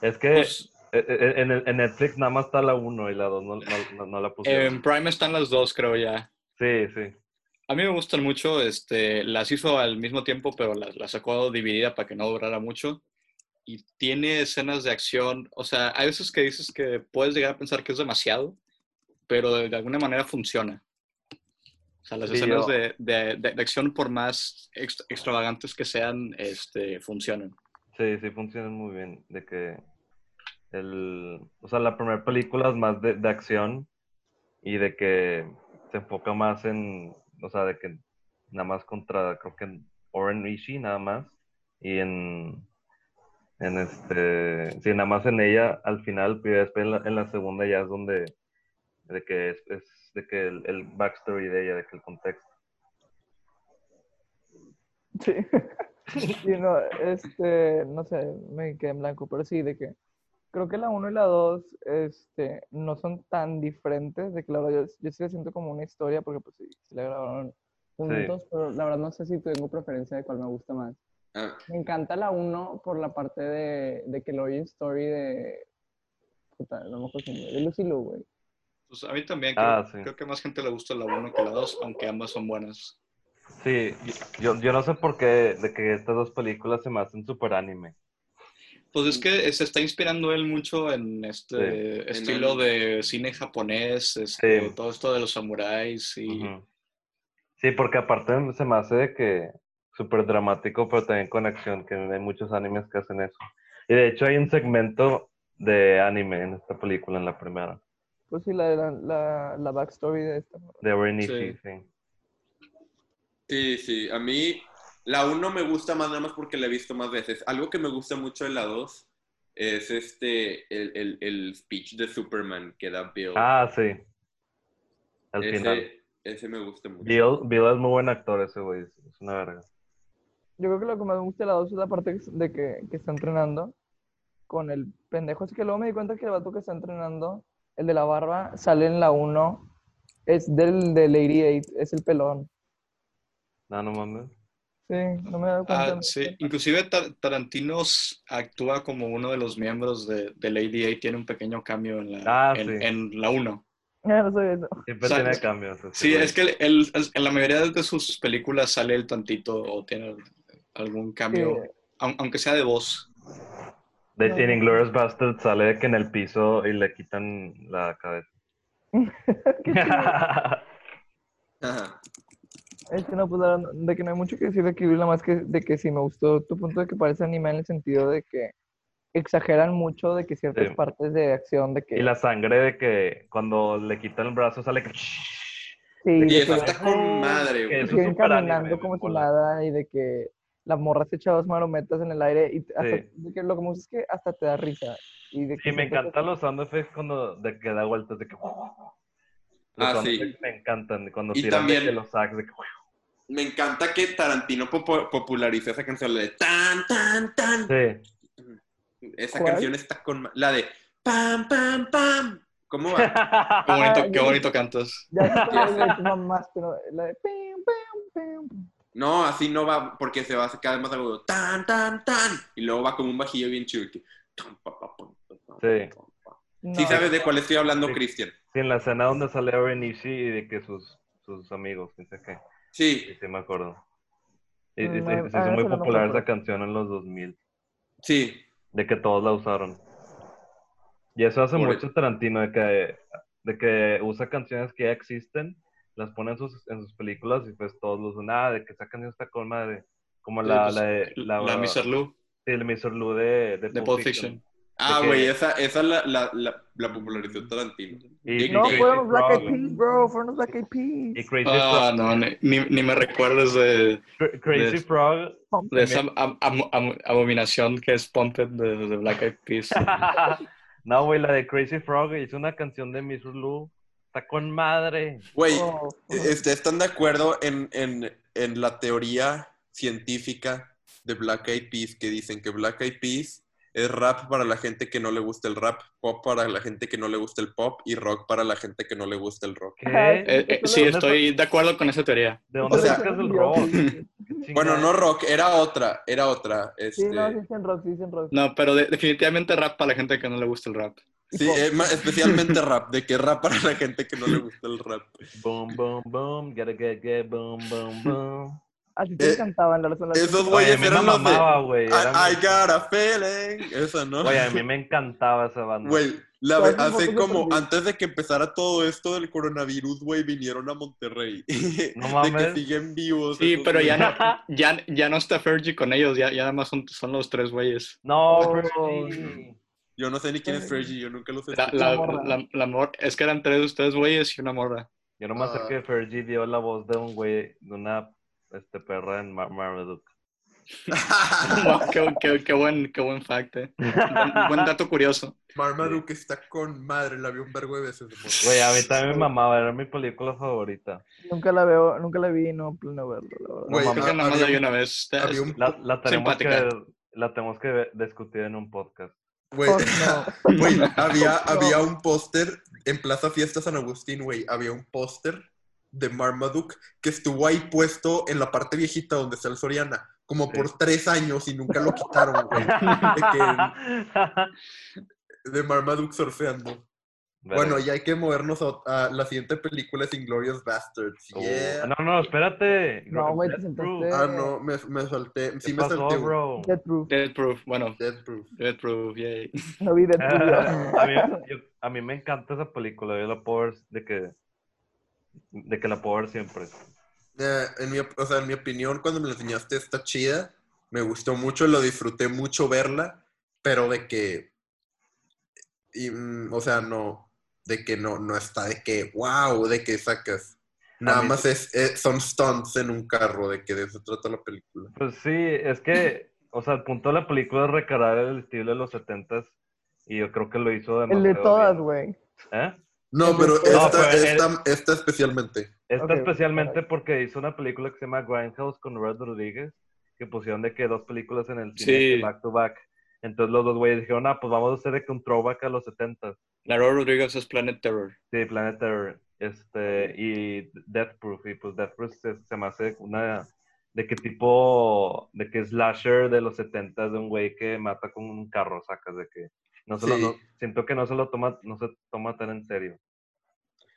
[SPEAKER 2] Es que
[SPEAKER 4] pues,
[SPEAKER 2] eh, eh, en, el- en Netflix nada más está la 1 y la 2 no, no- no- no la pusieron.
[SPEAKER 4] eh,
[SPEAKER 1] Em,
[SPEAKER 4] en Prime están las dos, creo ya.
[SPEAKER 2] sí, sí.
[SPEAKER 4] A mí me gustan mucho, este, las hizo al mismo tiempo, pero las, las sacó dividida para que no durara mucho. Y tiene escenas de acción, o sea, hay veces que dices que puedes llegar a pensar que es demasiado, pero de, de alguna manera funciona. O sea, las
[SPEAKER 2] Sí,
[SPEAKER 4] escenas
[SPEAKER 2] yo-
[SPEAKER 4] de, de- de- de acción, por más ex- extravagantes que sean, este, funcionan.
[SPEAKER 2] Sí, sí, funcionan muy bien. De que el, o sea, la primera película es más de, de acción y de que se enfoca más en, o sea, de que nada más contra, creo que en Oren Ishii nada más y en, en este, sí, nada más en ella al final, pero después en la, en la segunda ya es donde, de que es, es de que el, el backstory de ella, de que el contexto.
[SPEAKER 3] Sí. Sí, no, este, no sé, me quedé en blanco, pero sí, de que creo que la 1 y la 2, este, no son tan diferentes, de que la verdad yo, yo sí la siento como una historia, porque pues sí, sí la grabaron juntos, pero la verdad no sé si tengo preferencia de cuál me gusta más.
[SPEAKER 1] Ah,
[SPEAKER 3] Me encanta la 1 por la parte de, de que el origin story de, puta, no me acuerdo su nombre, de Lucy Liu, güey.
[SPEAKER 4] Pues a mí también creo,
[SPEAKER 2] Ah, sí.
[SPEAKER 4] creo que más gente le gusta la 1 que la 2, aunque ambas son buenas.
[SPEAKER 2] Sí, yo, yo no sé por qué de que estas dos películas se me hacen super anime.
[SPEAKER 4] Pues
[SPEAKER 2] Mm.
[SPEAKER 4] es que se está inspirando él mucho en este estilo de cine japonés, este,
[SPEAKER 2] Sí.
[SPEAKER 4] todo esto de los samuráis y ah,
[SPEAKER 2] Ujú. Sí, porque aparte se me hace de que súper dramático, pero también con acción, que hay muchos animes que hacen eso. Y de hecho hay un segmento de anime en esta película, en la primera,
[SPEAKER 3] Pues sí, la, la, la, la backstory de esta.
[SPEAKER 2] de Renichi,
[SPEAKER 4] Sí.
[SPEAKER 2] sí. sí.
[SPEAKER 1] sí, sí, a mí la 1 me gusta más nada más porque la he visto más veces. Algo que me gusta mucho de la 2 es este, el, el- el speech de Superman que da Bill.
[SPEAKER 2] Ah, sí. Al
[SPEAKER 1] ese,
[SPEAKER 2] final.
[SPEAKER 1] ese me gusta mucho.
[SPEAKER 2] Bill, Bill es muy buen actor ese güey, es es una verga.
[SPEAKER 3] Yo creo que lo que más me gusta de la 2 es la parte que s- de que, que está entrenando con el pendejo. Así que luego me di cuenta que el vato que está entrenando, el de la barba, sale en la 1. Es del del 88, es el pelón.
[SPEAKER 2] No, no mames.
[SPEAKER 3] Sí, no me he dado cuenta.
[SPEAKER 4] Ah, sí, inclusive Tar- Tarantino s- actúa como uno de los miembros de, del ADA, tiene un pequeño cambio en la,
[SPEAKER 2] Ah,
[SPEAKER 4] en,
[SPEAKER 2] sí.
[SPEAKER 4] en la 1.
[SPEAKER 3] (laughs) Ya no sabía eso.
[SPEAKER 2] Siempre
[SPEAKER 4] O sea,
[SPEAKER 2] tiene
[SPEAKER 4] es-
[SPEAKER 2] cambios. ese
[SPEAKER 4] Sí,
[SPEAKER 2] güey.
[SPEAKER 4] es que él- él- en la mayoría de sus películas sale el tantito o tiene algún cambio,
[SPEAKER 3] Sí.
[SPEAKER 4] aun- aunque sea de voz.
[SPEAKER 2] De hecho, en Inglourious Basterds sale de que en el piso y le quitan (laughs) la cabeza.
[SPEAKER 1] Ajá.
[SPEAKER 3] Es que no, pues, la verdad, de que no hay mucho que decir de Kill Bill, nada más que de que sí me gustó tu punto de que parece anime en el sentido de que exageran mucho de que ciertas
[SPEAKER 2] Sí.
[SPEAKER 3] partes de acción, de que...
[SPEAKER 2] Y la sangre de que cuando le quitan el brazo sale que...
[SPEAKER 3] sí, de
[SPEAKER 1] Y
[SPEAKER 3] que
[SPEAKER 1] eso
[SPEAKER 3] la-
[SPEAKER 1] está con madre,
[SPEAKER 2] que
[SPEAKER 1] güey.
[SPEAKER 2] es un
[SPEAKER 3] siguen
[SPEAKER 2] super
[SPEAKER 3] caminando
[SPEAKER 2] anime,
[SPEAKER 3] como
[SPEAKER 2] me
[SPEAKER 3] si
[SPEAKER 2] mola.
[SPEAKER 3] nada y de que la morra se echa dos marometas en el aire y hasta-
[SPEAKER 2] Sí.
[SPEAKER 3] de que lo que me gusta es que hasta te da risa. Y de que
[SPEAKER 2] Sí, me
[SPEAKER 3] siento que-
[SPEAKER 2] encantan los sound effects cuando de que da vueltas de que... Los
[SPEAKER 1] Ah,
[SPEAKER 2] sound
[SPEAKER 1] sí.
[SPEAKER 2] effects Me encantan cuando
[SPEAKER 1] Y
[SPEAKER 2] tiran de
[SPEAKER 1] también-
[SPEAKER 2] que los sacks de que...
[SPEAKER 1] Me encanta que Tarantino popo- popularizó esa canción, la de tan, tan, tan.
[SPEAKER 2] Sí. (laughs)
[SPEAKER 1] Esa
[SPEAKER 3] ¿Cuál?
[SPEAKER 1] canción está con ma- la de pam, pam, pam. ¿Cómo va?
[SPEAKER 2] (laughs)
[SPEAKER 4] Qué bonito, qué
[SPEAKER 3] Ah,
[SPEAKER 4] bonito cantas.
[SPEAKER 3] Ya sé cuál es la que va más, pero la de... pim, pim, pim.
[SPEAKER 1] No, así no va, porque se va a sacar más agudo. Tan, tan, tan. Y luego va con un bajillo bien chido. que tan, pa, pa, pum, pa, pa,
[SPEAKER 2] Sí.
[SPEAKER 1] pa, pa.
[SPEAKER 3] No,
[SPEAKER 1] Sí sabes de cuál estoy hablando,
[SPEAKER 2] Sí.
[SPEAKER 1] Cristian.
[SPEAKER 2] Sí, en la escena donde sale Aaron Ishii y de que sus, sus amigos, que sé qué. Sí,
[SPEAKER 1] Sí,
[SPEAKER 2] sí, me acuerdo. Y, y
[SPEAKER 3] Mm,
[SPEAKER 2] se-
[SPEAKER 3] a-
[SPEAKER 2] se hizo
[SPEAKER 3] a
[SPEAKER 2] muy
[SPEAKER 3] eso no me
[SPEAKER 2] popular esa
[SPEAKER 3] acuerdo.
[SPEAKER 2] canción en los 2000,
[SPEAKER 1] sí.
[SPEAKER 2] de que todos la usaron. Y eso hace
[SPEAKER 1] Por
[SPEAKER 4] e-
[SPEAKER 2] mucho Tarantino, de que, de que usa canciones que ya existen, las pone en sus, en sus películas y pues todos los usan. Ah, de que esa canción está con madre. Como
[SPEAKER 4] Sí,
[SPEAKER 2] la,
[SPEAKER 4] pues,
[SPEAKER 2] la, de-
[SPEAKER 4] La, Mr. Lou
[SPEAKER 2] sí, el Mr. Lou de, de
[SPEAKER 4] de
[SPEAKER 2] Pulp
[SPEAKER 4] Pulp
[SPEAKER 2] Fiction.
[SPEAKER 4] Fiction.
[SPEAKER 1] Ah,
[SPEAKER 2] que-
[SPEAKER 1] güey, esa, esa la, la, la, la popularizó Tarantino.
[SPEAKER 2] Y,
[SPEAKER 3] No,
[SPEAKER 2] y Crazy
[SPEAKER 3] fueron los Black Eyed
[SPEAKER 2] Frog,
[SPEAKER 3] Peas, bro. Fueron los Black Eyed
[SPEAKER 2] Y
[SPEAKER 3] Peas.
[SPEAKER 2] Crazy,
[SPEAKER 4] Ah,
[SPEAKER 2] Frog,
[SPEAKER 4] no, ni, ni- ni me recuerdas de,
[SPEAKER 2] Cra- Crazy
[SPEAKER 4] de- (laughs)
[SPEAKER 2] Frog (laughs)
[SPEAKER 4] de esa am- am- am- abominación que es Pumped de, de Black Eyed Peas. Eh,
[SPEAKER 2] no, güey, la de Crazy Frog hizo una canción de Miss Lou. Está con madre.
[SPEAKER 1] Güey,
[SPEAKER 3] Oh,
[SPEAKER 1] ¿ustedes están de acuerdo en, en, en la teoría científica de Black Eyed Peas que dicen que Black Eyed Peas es rap para la gente que no le gusta el rap, pop para la gente que no le gusta el pop y rock para la gente que no le gusta el rock?
[SPEAKER 2] ¿Qué?
[SPEAKER 4] Eh, eh, sí, estoy de acuerdo con esa teoría.
[SPEAKER 2] ¿De dónde
[SPEAKER 1] o sea-
[SPEAKER 2] sacas el
[SPEAKER 1] (laughs)
[SPEAKER 2] rock?
[SPEAKER 1] Bueno, no rock, era otra, era otra.
[SPEAKER 3] Sí, no, sí
[SPEAKER 1] Este,
[SPEAKER 3] dicen rock, sí dicen rock.
[SPEAKER 4] No, pero de- definitivamente rap para la gente que no le gusta el rap.
[SPEAKER 1] sí, eh, ma- especialmente rap, de que rap para la gente que no le gusta el rap.
[SPEAKER 2] Boom, boom, boom. Gotta get, get, boom,
[SPEAKER 1] (laughs)
[SPEAKER 2] boom, boom.
[SPEAKER 3] Así se
[SPEAKER 1] Eh,
[SPEAKER 3] cantaban las las-
[SPEAKER 1] Esos
[SPEAKER 2] Oye, a
[SPEAKER 1] güeyes
[SPEAKER 2] mí me
[SPEAKER 1] eran los de
[SPEAKER 2] mamaba, güey.
[SPEAKER 1] I,
[SPEAKER 2] era
[SPEAKER 1] I
[SPEAKER 2] mi-
[SPEAKER 1] got a feeling. Esa, ¿no?
[SPEAKER 2] Güey, a mí me encantaba esa banda.
[SPEAKER 1] Güey, la ve-
[SPEAKER 3] Todas esas
[SPEAKER 1] hace
[SPEAKER 3] fotos de
[SPEAKER 1] como
[SPEAKER 3] perfil.
[SPEAKER 1] antes de que empezara todo esto del coronavirus, güey, vinieron a Monterrey. (laughs)
[SPEAKER 2] No
[SPEAKER 1] De que
[SPEAKER 2] mames.
[SPEAKER 1] siguen vivos.
[SPEAKER 4] Sí,
[SPEAKER 1] esos
[SPEAKER 4] pero ya
[SPEAKER 1] güeyes.
[SPEAKER 4] no, ya, ya no está Fergie con ellos, ya, ya nada más son, son los tres güeyes.
[SPEAKER 2] No,
[SPEAKER 3] Oh.
[SPEAKER 2] Fergie.
[SPEAKER 1] Yo no sé ni quién es Fergie, yo nunca lo sé.
[SPEAKER 4] La, la,
[SPEAKER 3] La morra.
[SPEAKER 4] la- la mor- es que eran tres de ustedes güeyes y una morra. (laughs)
[SPEAKER 2] Yo nomás sé
[SPEAKER 1] Ah.
[SPEAKER 2] que Fergie dio la voz de un güey, de una este, perra en Mar Marmaduke.
[SPEAKER 4] Wow, qué, qué- qué buen, qué buen fact, eh. Buen, buen dato curioso.
[SPEAKER 1] (laughs) Marmaduke está con madre, la vi un vergo de veces.
[SPEAKER 2] Güey, a mí también me mamaba. Era mi película favorita.
[SPEAKER 3] Nunca la veo, nunca la vi y no planeo verlo, la verdad.
[SPEAKER 1] Güey,
[SPEAKER 2] No
[SPEAKER 4] Creo que
[SPEAKER 1] ha-
[SPEAKER 4] nada
[SPEAKER 1] había
[SPEAKER 4] más la vi
[SPEAKER 1] un-
[SPEAKER 4] una vez.
[SPEAKER 1] había un-
[SPEAKER 2] La, la tenemos
[SPEAKER 4] Simpática.
[SPEAKER 2] que la tenemos que ve- discutir en
[SPEAKER 1] (laughs)
[SPEAKER 2] un podcast.
[SPEAKER 1] güey,
[SPEAKER 3] Oh,
[SPEAKER 2] (laughs)
[SPEAKER 3] no.
[SPEAKER 1] güey, había, había un póster en Plaza Fiesta San Agustín, güey, había un póster de Marmaduke que estuvo ahí puesto en la parte viejita donde está el Soriana, como por tres años y nunca lo quitaron, güey.
[SPEAKER 2] (laughs)
[SPEAKER 1] De Marmaduke surfeando. Bueno, ya hay que movernos a, a la siguiente película, es Inglorious Bastards.
[SPEAKER 2] Oh,
[SPEAKER 1] Yeah.
[SPEAKER 2] No, no, espérate.
[SPEAKER 3] No, güey, te
[SPEAKER 2] Death Proof.
[SPEAKER 3] sentaste.
[SPEAKER 1] Ah, no, me, me salté.
[SPEAKER 2] ¿Qué
[SPEAKER 1] Sí, me
[SPEAKER 2] pasó,
[SPEAKER 1] salté. un-
[SPEAKER 2] bro?
[SPEAKER 3] Death Proof.
[SPEAKER 4] Dead Proof, bueno,
[SPEAKER 1] Death Proof.
[SPEAKER 4] Dead Proof, yay.
[SPEAKER 3] No vi Death
[SPEAKER 2] (laughs)
[SPEAKER 3] Proof.
[SPEAKER 2] a, mí, yo- a mí me encanta esa película. Yo la puedo ver de que, de que la puedo ver siempre.
[SPEAKER 1] Eh, en mi, op- o sea, en mi opinión, cuando me la enseñaste, está chida. Me gustó mucho, lo disfruté mucho verla, pero de que. y, mm, o sea, no. De que no, no está, de que, wow, de que sacas. Nada
[SPEAKER 2] mí-
[SPEAKER 1] más es, es- son stunts en un carro, de que de eso trata la película.
[SPEAKER 2] Pues sí, es que, o sea, el punto de la película es recargar el estilo de los 70s y yo creo que lo hizo
[SPEAKER 3] El de
[SPEAKER 2] demasiado
[SPEAKER 3] todas,
[SPEAKER 2] bien.
[SPEAKER 3] güey.
[SPEAKER 2] ¿Eh?
[SPEAKER 1] No, pero
[SPEAKER 3] pero
[SPEAKER 1] esta,
[SPEAKER 2] el-
[SPEAKER 1] esta, esta especialmente.
[SPEAKER 2] Esta
[SPEAKER 3] Ok, ok,
[SPEAKER 2] especialmente
[SPEAKER 3] caray.
[SPEAKER 2] porque hizo una película que se llama Grindhouse con Robert Rodríguez, que pusieron de que dos películas en el cine
[SPEAKER 4] Sí.
[SPEAKER 2] de back to back. Entonces los dos güeyes dijeron, ah, pues vamos a hacer de que un throwback a los 70s.
[SPEAKER 4] La Roy Rodríguez es Planet Terror.
[SPEAKER 2] Sí, Planet Terror, este, y Death Proof. Y pues Death Proof se, se me hace una, de qué tipo, de que slasher de los 70s, de un güey que mata con un carro, sacas, de que no se lo,
[SPEAKER 1] Sí.
[SPEAKER 2] no- siento que no se lo toma, no se toma tan en serio.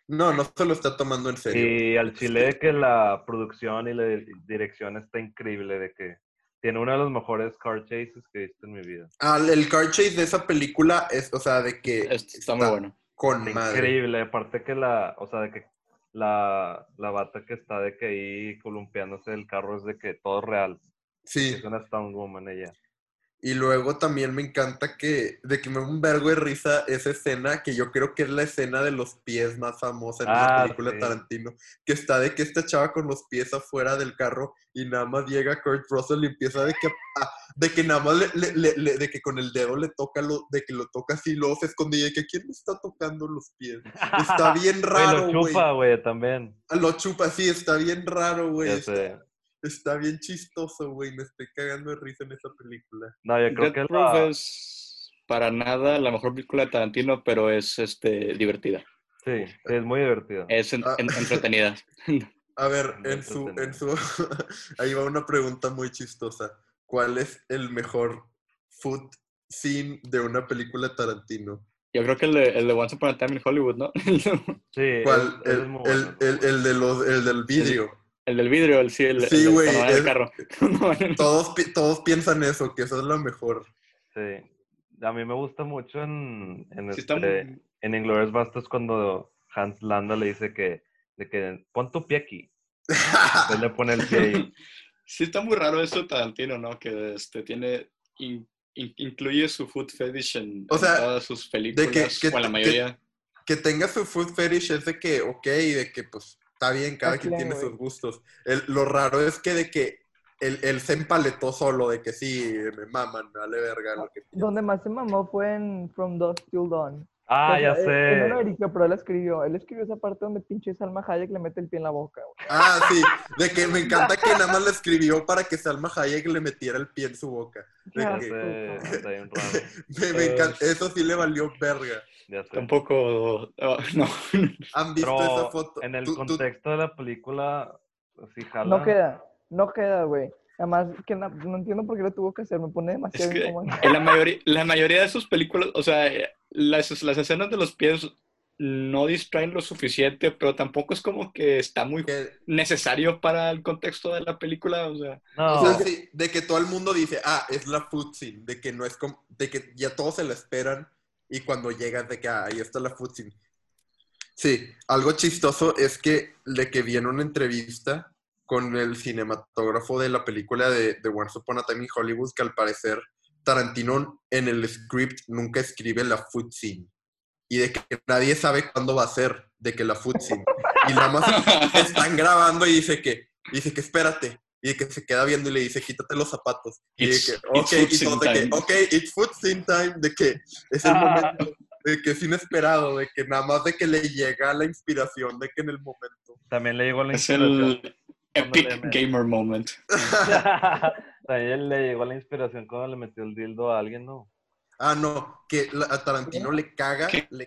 [SPEAKER 1] No, no se lo está tomando en serio.
[SPEAKER 2] Y al chile de que la producción y la di- dirección está increíble, de que tiene uno de los mejores car chases que he visto en mi vida.
[SPEAKER 1] Al- Ah, el car chase de esa película es, o sea, de que
[SPEAKER 4] Este Está muy bueno.
[SPEAKER 1] con
[SPEAKER 2] Está
[SPEAKER 1] madre.
[SPEAKER 2] increíble, aparte que la, o sea, de que la, la bata que está de que ahí columpiándose del carro es de que todo es real.
[SPEAKER 1] Sí.
[SPEAKER 2] Es una Stone Woman ella.
[SPEAKER 1] Y luego también me encanta que, de que me da un vergo de risa esa escena, que yo creo que es la escena de los pies más famosa en la
[SPEAKER 2] Ah,
[SPEAKER 1] película
[SPEAKER 2] sí.
[SPEAKER 1] de Tarantino, que está de que esta chava con los pies afuera del carro y nada más llega Kurt Russell y empieza de que, a- de que nada más le- le- le- le- de que con el dedo le toca, lo, de que lo toca así y luego se esconde y de que ¿quién me está tocando los pies?
[SPEAKER 2] (laughs)
[SPEAKER 1] Está bien raro,
[SPEAKER 2] Güey, lo
[SPEAKER 1] güey.
[SPEAKER 2] chupa, güey, también. Este,
[SPEAKER 1] Ah, Lo chupa, sí, está bien raro, güey.
[SPEAKER 2] Ya
[SPEAKER 1] Está,
[SPEAKER 2] sé.
[SPEAKER 1] está bien chistoso, güey. Me estoy cagando de risa en esa película.
[SPEAKER 2] No, yo creo
[SPEAKER 4] Death
[SPEAKER 2] que la-
[SPEAKER 4] Proof es para nada la mejor película de Tarantino, pero es este, divertida.
[SPEAKER 2] Sí, sí, es muy divertido.
[SPEAKER 4] Es en-
[SPEAKER 1] Ah.
[SPEAKER 4] en- entretenida.
[SPEAKER 1] A ver,
[SPEAKER 2] Muy
[SPEAKER 1] en su, en
[SPEAKER 2] entretenido.
[SPEAKER 1] su, (laughs) ahí va una pregunta muy chistosa. ¿Cuál es el mejor food scene de una película Tarantino?
[SPEAKER 4] Yo creo que el de, el de Once Upon a Time in Hollywood, ¿no? (laughs)
[SPEAKER 2] Sí,
[SPEAKER 1] ¿Cuál?
[SPEAKER 2] es-
[SPEAKER 1] El,
[SPEAKER 2] es muy
[SPEAKER 1] el-
[SPEAKER 2] bueno,
[SPEAKER 1] el-
[SPEAKER 2] muy bueno.
[SPEAKER 1] el de los, el del vidrio.
[SPEAKER 4] El del vidrio, el sí, el, el
[SPEAKER 1] Sí,
[SPEAKER 4] del
[SPEAKER 1] güey,
[SPEAKER 4] panorama del
[SPEAKER 1] es-
[SPEAKER 4] carro. (laughs) No, no, no.
[SPEAKER 1] Todos, pi- todos piensan eso, que esa es la mejor.
[SPEAKER 2] Sí. A mí me gusta mucho en, en,
[SPEAKER 4] Sí, está
[SPEAKER 2] este-
[SPEAKER 4] muy-
[SPEAKER 2] en Inglourious Bastards cuando Hans Landa le dice que, de que pon tu pie aquí. Él le pone el pie
[SPEAKER 4] (laughs)
[SPEAKER 2] ahí.
[SPEAKER 4] Sí, está muy raro eso de Tarantino, ¿no? Que este, tiene, in- in- incluye su food fetish en,
[SPEAKER 1] O
[SPEAKER 4] en
[SPEAKER 1] sea,
[SPEAKER 4] todas sus películas,
[SPEAKER 1] que-
[SPEAKER 4] o en la
[SPEAKER 1] que-
[SPEAKER 4] mayoría.
[SPEAKER 1] (laughs) que tenga su food fetish es de que, ok, de que pues está bien, cada
[SPEAKER 2] Ah,
[SPEAKER 3] Está
[SPEAKER 1] quien
[SPEAKER 3] bien,
[SPEAKER 1] tiene
[SPEAKER 3] güey.
[SPEAKER 1] sus gustos. El- lo raro es que de que él, él se empaletó solo, de que sí, me maman, me vale verga lo que
[SPEAKER 3] Donde más se mamó fue en From Dusk Till Dawn.
[SPEAKER 2] Ah,
[SPEAKER 3] O sea, eh,
[SPEAKER 2] ya
[SPEAKER 3] él- Él, no lo
[SPEAKER 2] sé.
[SPEAKER 3] dirigió, pero él escribió. Él escribió esa parte donde pinche Salma Hayek le mete el pie en la boca, güey.
[SPEAKER 1] Ah, sí, de que me encanta que nada más le escribió para que Salma Hayek le metiera el pie en su boca. De
[SPEAKER 2] Ya
[SPEAKER 3] Ya
[SPEAKER 1] que-
[SPEAKER 2] sé.
[SPEAKER 3] sé.
[SPEAKER 2] Está bien raro.
[SPEAKER 1] me- me encanta- eso sí le valió verga.
[SPEAKER 2] Ya sé.
[SPEAKER 4] Tampoco, oh, (laughs) no.
[SPEAKER 1] ¿Han visto esa
[SPEAKER 2] Pero
[SPEAKER 1] foto?
[SPEAKER 2] en el
[SPEAKER 1] Tú- tú-
[SPEAKER 2] contexto de la película, sí, jala.
[SPEAKER 3] No queda, no queda, güey. Además, que na- no, entiendo por qué lo tuvo que hacer. Me pone demasiado
[SPEAKER 4] Es que
[SPEAKER 3] incómodo.
[SPEAKER 4] (laughs) en la mayoría, la mayoría de sus películas, o sea, las, las escenas de los pies no distraen lo suficiente, pero tampoco es como que está muy
[SPEAKER 1] que-
[SPEAKER 4] necesario para el contexto de la película, o sea.
[SPEAKER 2] No,
[SPEAKER 1] o sea, sí, de que todo el mundo dice, ah, es la food scene, de que no es como, de que ya todos se la esperan y cuando llegas de que ah, ahí está la food scene. Sí, algo chistoso es que de que viene una entrevista con el cinematógrafo de la película de, de Once Upon a Time in Hollywood, que al parecer Tarantino en el script nunca escribe la food scene. Y de que nadie sabe cuándo va a ser de que la food scene. Y nada más (laughs) están grabando y dice que, dice que espérate. Y de que se queda viendo y le dice, quítate los zapatos. Y de
[SPEAKER 4] It's-
[SPEAKER 1] que,
[SPEAKER 4] it's
[SPEAKER 1] ok,
[SPEAKER 4] food
[SPEAKER 1] y todos de
[SPEAKER 4] scene
[SPEAKER 1] que,
[SPEAKER 4] time".
[SPEAKER 1] "Ok, it's food scene time. De que es el momento de que es inesperado, de que nada más de que le llega la inspiración, de que en el momento.
[SPEAKER 2] también le llegó la
[SPEAKER 4] Es (laughs)
[SPEAKER 2] inspiración. (laughs)
[SPEAKER 4] el
[SPEAKER 2] Cuando
[SPEAKER 4] epic
[SPEAKER 2] le met-
[SPEAKER 4] gamer moment.
[SPEAKER 2] también le llegó la inspiración cuando le metió el dildo a alguien, ¿no?
[SPEAKER 1] Ah, no, que la- a Tarantino le caga.
[SPEAKER 4] ¿Qué?
[SPEAKER 1] le-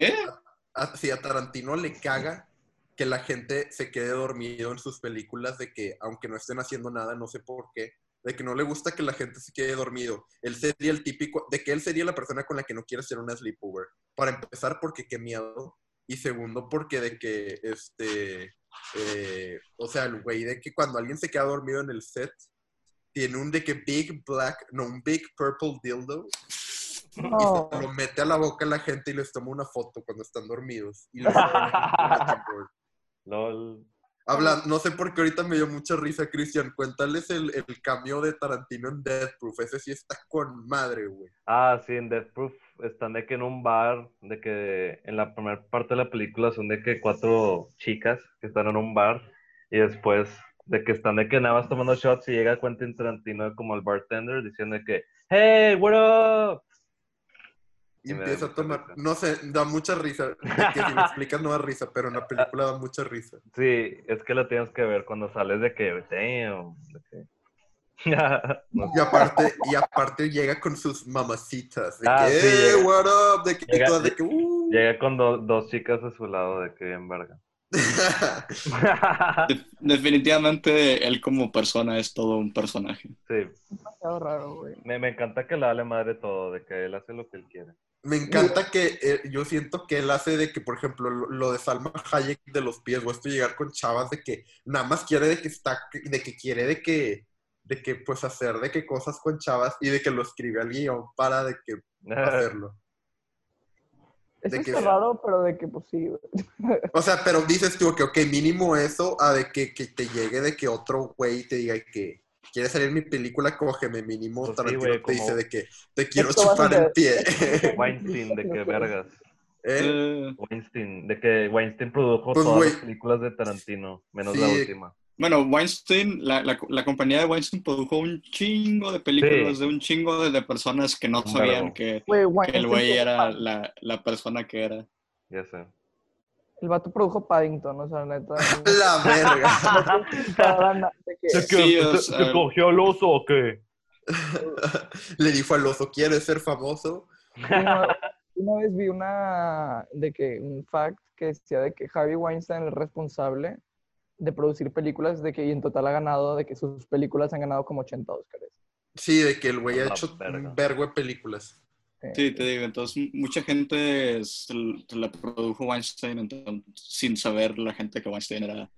[SPEAKER 1] a- sí, a Tarantino le caga que la gente se quede dormido en sus películas, de que aunque no estén haciendo nada, no sé por qué, de que no le gusta que la gente se quede dormido. Él sería el típico, de que él sería la persona con la que no quiere ser una sleepover. Para empezar, porque qué miedo. Y segundo, porque de que, este, eh, o sea, el güey de que cuando alguien se queda dormido en el set, tiene un de que big black, no, un big purple dildo y
[SPEAKER 3] No.
[SPEAKER 1] se lo mete a la boca a la gente y les toma una foto cuando están dormidos. Y los Habla,
[SPEAKER 2] LOL.
[SPEAKER 1] no sé por qué ahorita me dio mucha risa, Cristian. Cuéntales el, el cambio de Tarantino en Death Proof. Ese sí está con madre, güey.
[SPEAKER 2] Ah, sí, en Death Proof están de que en un bar, de que en la primera parte de la película son de que cuatro chicas que están en un bar y después de que están de que nada más tomando shots y llega Quentin Tarantino como el bartender diciendo de que, hey, what up?
[SPEAKER 1] Y
[SPEAKER 2] Sí, me da
[SPEAKER 1] empieza a
[SPEAKER 2] mucha
[SPEAKER 1] tomar,
[SPEAKER 2] risa.
[SPEAKER 1] no sé, da mucha risa. De que si me explicas no da risa, pero en la película da mucha risa.
[SPEAKER 2] Sí, es que lo tienes que ver cuando sales de que, damn. de que- (laughs)
[SPEAKER 1] Y aparte, y aparte llega con sus mamacitas. De
[SPEAKER 2] Ah,
[SPEAKER 1] que,
[SPEAKER 2] sí,
[SPEAKER 1] "Eh,
[SPEAKER 2] llega.
[SPEAKER 1] what up? De que, y
[SPEAKER 2] Llega-
[SPEAKER 1] todas de que, "Uh".
[SPEAKER 2] Llega con do- dos chicas a su lado de que bien verga.
[SPEAKER 1] "Uh".
[SPEAKER 2] (laughs)
[SPEAKER 1] (laughs)
[SPEAKER 2] Ah.
[SPEAKER 4] De- definitivamente él como persona es todo un personaje.
[SPEAKER 2] Sí,
[SPEAKER 3] demasiado raro, güey.
[SPEAKER 2] me, me encanta que le vale madre todo, de que él hace lo que él quiere.
[SPEAKER 1] Me encanta que eh, yo siento que él hace de que, por ejemplo, lo, lo de Salma Hayek de los pies, o esto llegar con chavas de que nada más quiere de que está, de que quiere de que, de que pues hacer de que cosas
[SPEAKER 2] (laughs)
[SPEAKER 1] con chavas y de que lo escribe al guión para de que hacerlo.
[SPEAKER 3] Eso
[SPEAKER 1] De que-
[SPEAKER 3] está raro, pero de que pues sí, güey.
[SPEAKER 1] O sea, pero dices tú que, ok, mínimo eso, a de que, que te llegue de que otro güey te diga que quieres salir en mi película, cógeme, mínimo
[SPEAKER 2] Pues sí,
[SPEAKER 1] Tarantino
[SPEAKER 2] güey,
[SPEAKER 1] te dice
[SPEAKER 2] como-
[SPEAKER 1] de que te quiero
[SPEAKER 3] Esto vas a
[SPEAKER 1] chupar el
[SPEAKER 3] ver.
[SPEAKER 1] pie.
[SPEAKER 2] (laughs)
[SPEAKER 3] (laughs)
[SPEAKER 2] Weinstein, de que vergas. (laughs)
[SPEAKER 1] ¿Eh?
[SPEAKER 4] Eh,
[SPEAKER 2] Weinstein, de que Weinstein produjo
[SPEAKER 1] Pues,
[SPEAKER 2] todas
[SPEAKER 1] güey.
[SPEAKER 2] las películas de Tarantino, menos
[SPEAKER 1] Sí.
[SPEAKER 2] la última.
[SPEAKER 4] bueno, Weinstein, la, la- la compañía de Weinstein produjo un chingo de películas
[SPEAKER 2] Sí.
[SPEAKER 4] de un chingo de, de personas que no
[SPEAKER 2] Un
[SPEAKER 4] sabían
[SPEAKER 2] vergo.
[SPEAKER 4] que,
[SPEAKER 3] Güey,
[SPEAKER 4] que
[SPEAKER 3] Weinstein
[SPEAKER 4] el güey
[SPEAKER 3] produjo
[SPEAKER 4] era
[SPEAKER 3] Pad-
[SPEAKER 4] la, la persona que era.
[SPEAKER 2] Ya
[SPEAKER 4] (laughs)
[SPEAKER 2] sé.
[SPEAKER 3] El vato produjo Paddington, o sea, neta.
[SPEAKER 1] (laughs) La
[SPEAKER 2] (laughs)
[SPEAKER 1] verga.
[SPEAKER 3] cabrón, de que-
[SPEAKER 4] Sí, que- o se- sea- se
[SPEAKER 2] cogió el oso o qué?
[SPEAKER 1] (laughs) Le dijo al oso, ¿quieres ser famoso?
[SPEAKER 3] una, una vez vi una de que un fact que decía de que Harvey Weinstein es responsable de producir películas de que y en total ha ganado de que sus películas han ganado como 80 Óscares.
[SPEAKER 1] Sí, de que el güey ha
[SPEAKER 2] La
[SPEAKER 1] hecho
[SPEAKER 2] verga.
[SPEAKER 1] un vergo de películas.
[SPEAKER 3] Eh,
[SPEAKER 4] Sí, te digo, entonces m- mucha gente se l- se la produjo Weinstein entonces, sin saber la gente que Weinstein era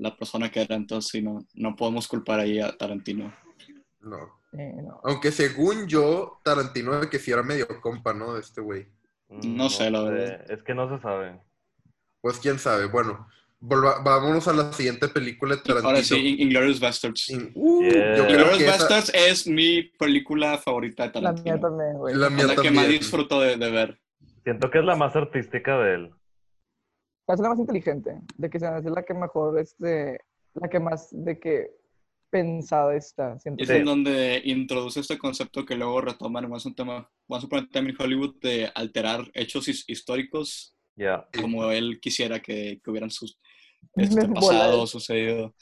[SPEAKER 4] la persona que era, entonces sí, no, no podemos culpar ahí a Tarantino.
[SPEAKER 1] No.
[SPEAKER 3] eh, no.
[SPEAKER 1] Aunque según yo, Tarantino de que sí era medio compa, ¿no? De este güey.
[SPEAKER 2] Mm,
[SPEAKER 4] No sé, la verdad.
[SPEAKER 2] Es que no se sabe.
[SPEAKER 1] Pues quién sabe. Bueno, volva- vámonos a la siguiente película de Tarantino.
[SPEAKER 4] Ahora sí, In- Inglorious Bastards.
[SPEAKER 3] Eh,
[SPEAKER 1] In- Uh,
[SPEAKER 2] Yeah.
[SPEAKER 1] Yo creo
[SPEAKER 4] Inglorious
[SPEAKER 1] que esa-
[SPEAKER 4] Bastards es mi película favorita de
[SPEAKER 3] La mía
[SPEAKER 4] Tarantino.
[SPEAKER 3] también, güey.
[SPEAKER 1] La
[SPEAKER 4] Es
[SPEAKER 1] mía
[SPEAKER 4] La, que más
[SPEAKER 1] también.
[SPEAKER 4] disfruto de, de ver.
[SPEAKER 2] Siento que es la más artística de él.
[SPEAKER 3] Es la más inteligente, de que se me hace la que mejor, este, la que más de que pensada está. Siento
[SPEAKER 4] Es
[SPEAKER 2] Sí.
[SPEAKER 3] que
[SPEAKER 4] en donde introduce este concepto que luego retoman en Once Upon a- Once Upon a Time in Hollywood de alterar hechos his- históricos
[SPEAKER 2] Ya.
[SPEAKER 1] Sí.
[SPEAKER 4] como él quisiera que, que hubieran sus,
[SPEAKER 3] Les (laughs)
[SPEAKER 4] este,
[SPEAKER 3] vola
[SPEAKER 4] pasado,
[SPEAKER 3] el-
[SPEAKER 4] sucedido.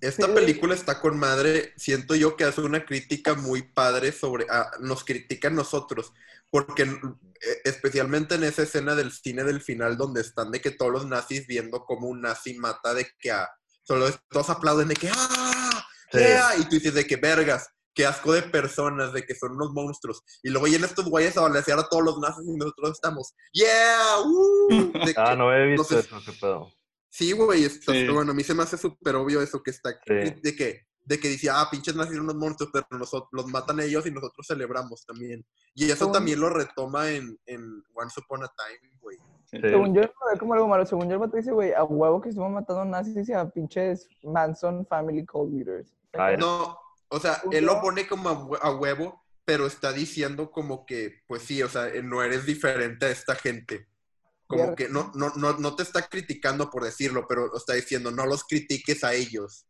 [SPEAKER 1] Esta
[SPEAKER 3] Sí.
[SPEAKER 1] película está con madre. Siento yo que hace una crítica muy padre sobre. a- nos critica a nosotros. Porque eh, especialmente en esa escena del cine del final, donde están de que todos los nazis viendo cómo un nazi mata de que a. Solo todos aplauden de que ¡Ah!
[SPEAKER 2] Sí.
[SPEAKER 1] ¡Yeah! Y tú dices de que vergas. Qué asco de personas, de que son unos monstruos. Y luego llegan estos güeyes a balancear a todos los nazis y nosotros estamos. ¡Yeah! ¡Uh!
[SPEAKER 2] (laughs)
[SPEAKER 1] De
[SPEAKER 2] Ah,
[SPEAKER 1] que-
[SPEAKER 2] no he visto
[SPEAKER 1] Entonces-
[SPEAKER 2] eso, qué pedo.
[SPEAKER 1] Sí, güey, está,
[SPEAKER 4] Sí.
[SPEAKER 1] bueno, a mí se me hace súper obvio eso que está,
[SPEAKER 2] Sí.
[SPEAKER 1] de que, de que dice, ah, pinches nacieron unos monstruos, pero nosotros, los matan ellos y nosotros celebramos también. Y eso
[SPEAKER 3] Según-
[SPEAKER 1] también lo retoma en, en Once Upon a Time, güey.
[SPEAKER 2] Sí.
[SPEAKER 3] Según yo, lo veo como algo malo. Según yo, el vato dice, güey, a huevo que estamos matando nazis y a pinches Manson Family Cold Leaders.
[SPEAKER 2] Ah, ya.
[SPEAKER 1] No, o sea, él lo pone como a, hue- a huevo, pero está diciendo como que, pues sí, o sea, no eres diferente a esta gente. Como
[SPEAKER 3] Ya.
[SPEAKER 1] que no, no, no, no te está criticando por decirlo, pero está diciendo, no los critiques a ellos.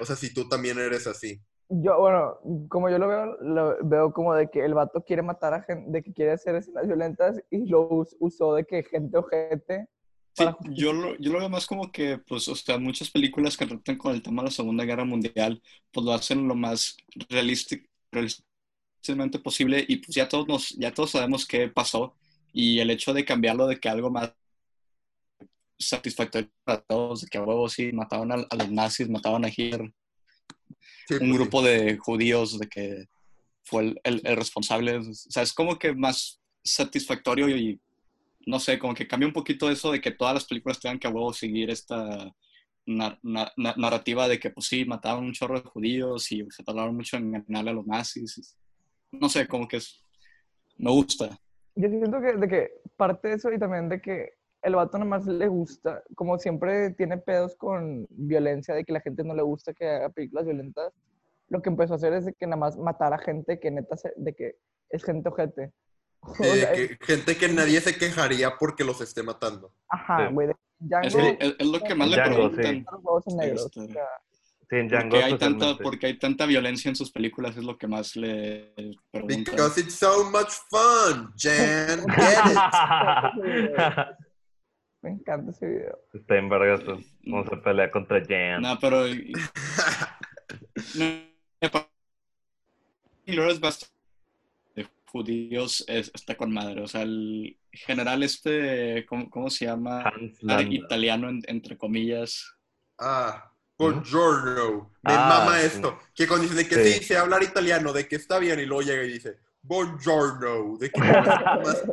[SPEAKER 1] O sea, si tú también eres así.
[SPEAKER 3] Yo, bueno, como yo lo veo, lo veo como de que el vato quiere matar a gente, de que quiere hacer escenas violentas y lo us- usó de que gente ojete.
[SPEAKER 4] Sí,
[SPEAKER 3] para
[SPEAKER 4] yo lo, yo lo veo más como que, pues, o sea, muchas películas que tratan con el tema de la Segunda Guerra Mundial, pues lo hacen lo más realista- realistamente posible y pues ya todos, nos, ya todos sabemos qué pasó y el hecho de cambiarlo de que algo más satisfactorio para todos, de que a huevo sí, mataron a, a los nazis, mataron a Hitler,
[SPEAKER 1] Sí, pues,
[SPEAKER 4] un
[SPEAKER 1] sí.
[SPEAKER 4] grupo de judíos de que fue el, el- el responsable. O sea, es como que más satisfactorio y no sé, como que cambia un poquito eso de que todas las películas tengan que a huevo seguir esta nar- nar- nar- narrativa de que, pues sí, mataron un chorro de judíos y se tardaron mucho en ganarle a los nazis. No sé, como que es, me gusta.
[SPEAKER 3] Yo siento que, de que parte de eso y también de que el vato nomás le gusta, como siempre tiene pedos con violencia, de que la gente no le gusta que haga películas violentas, lo que empezó a hacer es de que nada más matar a gente que neta, se- de que es gente ojete. (laughs) O
[SPEAKER 1] Sí, de
[SPEAKER 3] sea, es-
[SPEAKER 1] Eh, que- gente que nadie se quejaría porque los esté matando.
[SPEAKER 3] Ajá,
[SPEAKER 2] Sí.
[SPEAKER 3] güey. de
[SPEAKER 4] Es,
[SPEAKER 3] Django,
[SPEAKER 4] lo- es- es lo que más le
[SPEAKER 2] Django, sí.
[SPEAKER 4] preguntan.
[SPEAKER 3] los huevos en
[SPEAKER 4] Sí,
[SPEAKER 3] negros.
[SPEAKER 4] está
[SPEAKER 3] o sea,
[SPEAKER 4] bien.
[SPEAKER 2] Sí, en Django
[SPEAKER 4] Porque hay, tanta,
[SPEAKER 2] especialmente.
[SPEAKER 4] porque hay tanta violencia en sus películas, es lo que más le preguntan.
[SPEAKER 1] Because it's so much fun, Jan.
[SPEAKER 3] (laughs)
[SPEAKER 1] Get it.
[SPEAKER 3] me encanta ese video.
[SPEAKER 2] (laughs) Está en vergas. No se pelea contra Jan.
[SPEAKER 4] No, pero. y- no, pa- y Glorious Bastards de judíos es- está con madre. O sea, el general este, ¿cómo, cómo se llama?
[SPEAKER 2] Hans
[SPEAKER 4] Ah,
[SPEAKER 2] Landa.
[SPEAKER 4] Italiano, en- entre comillas.
[SPEAKER 1] Ah, buongiorno. Me
[SPEAKER 2] Ah,
[SPEAKER 1] mama
[SPEAKER 2] sí.
[SPEAKER 1] esto. Que cuando dicen de que
[SPEAKER 2] Sí.
[SPEAKER 1] sí. sé hablar italiano, de que está bien, y luego llega y dice, buongiorno. De que no es lo más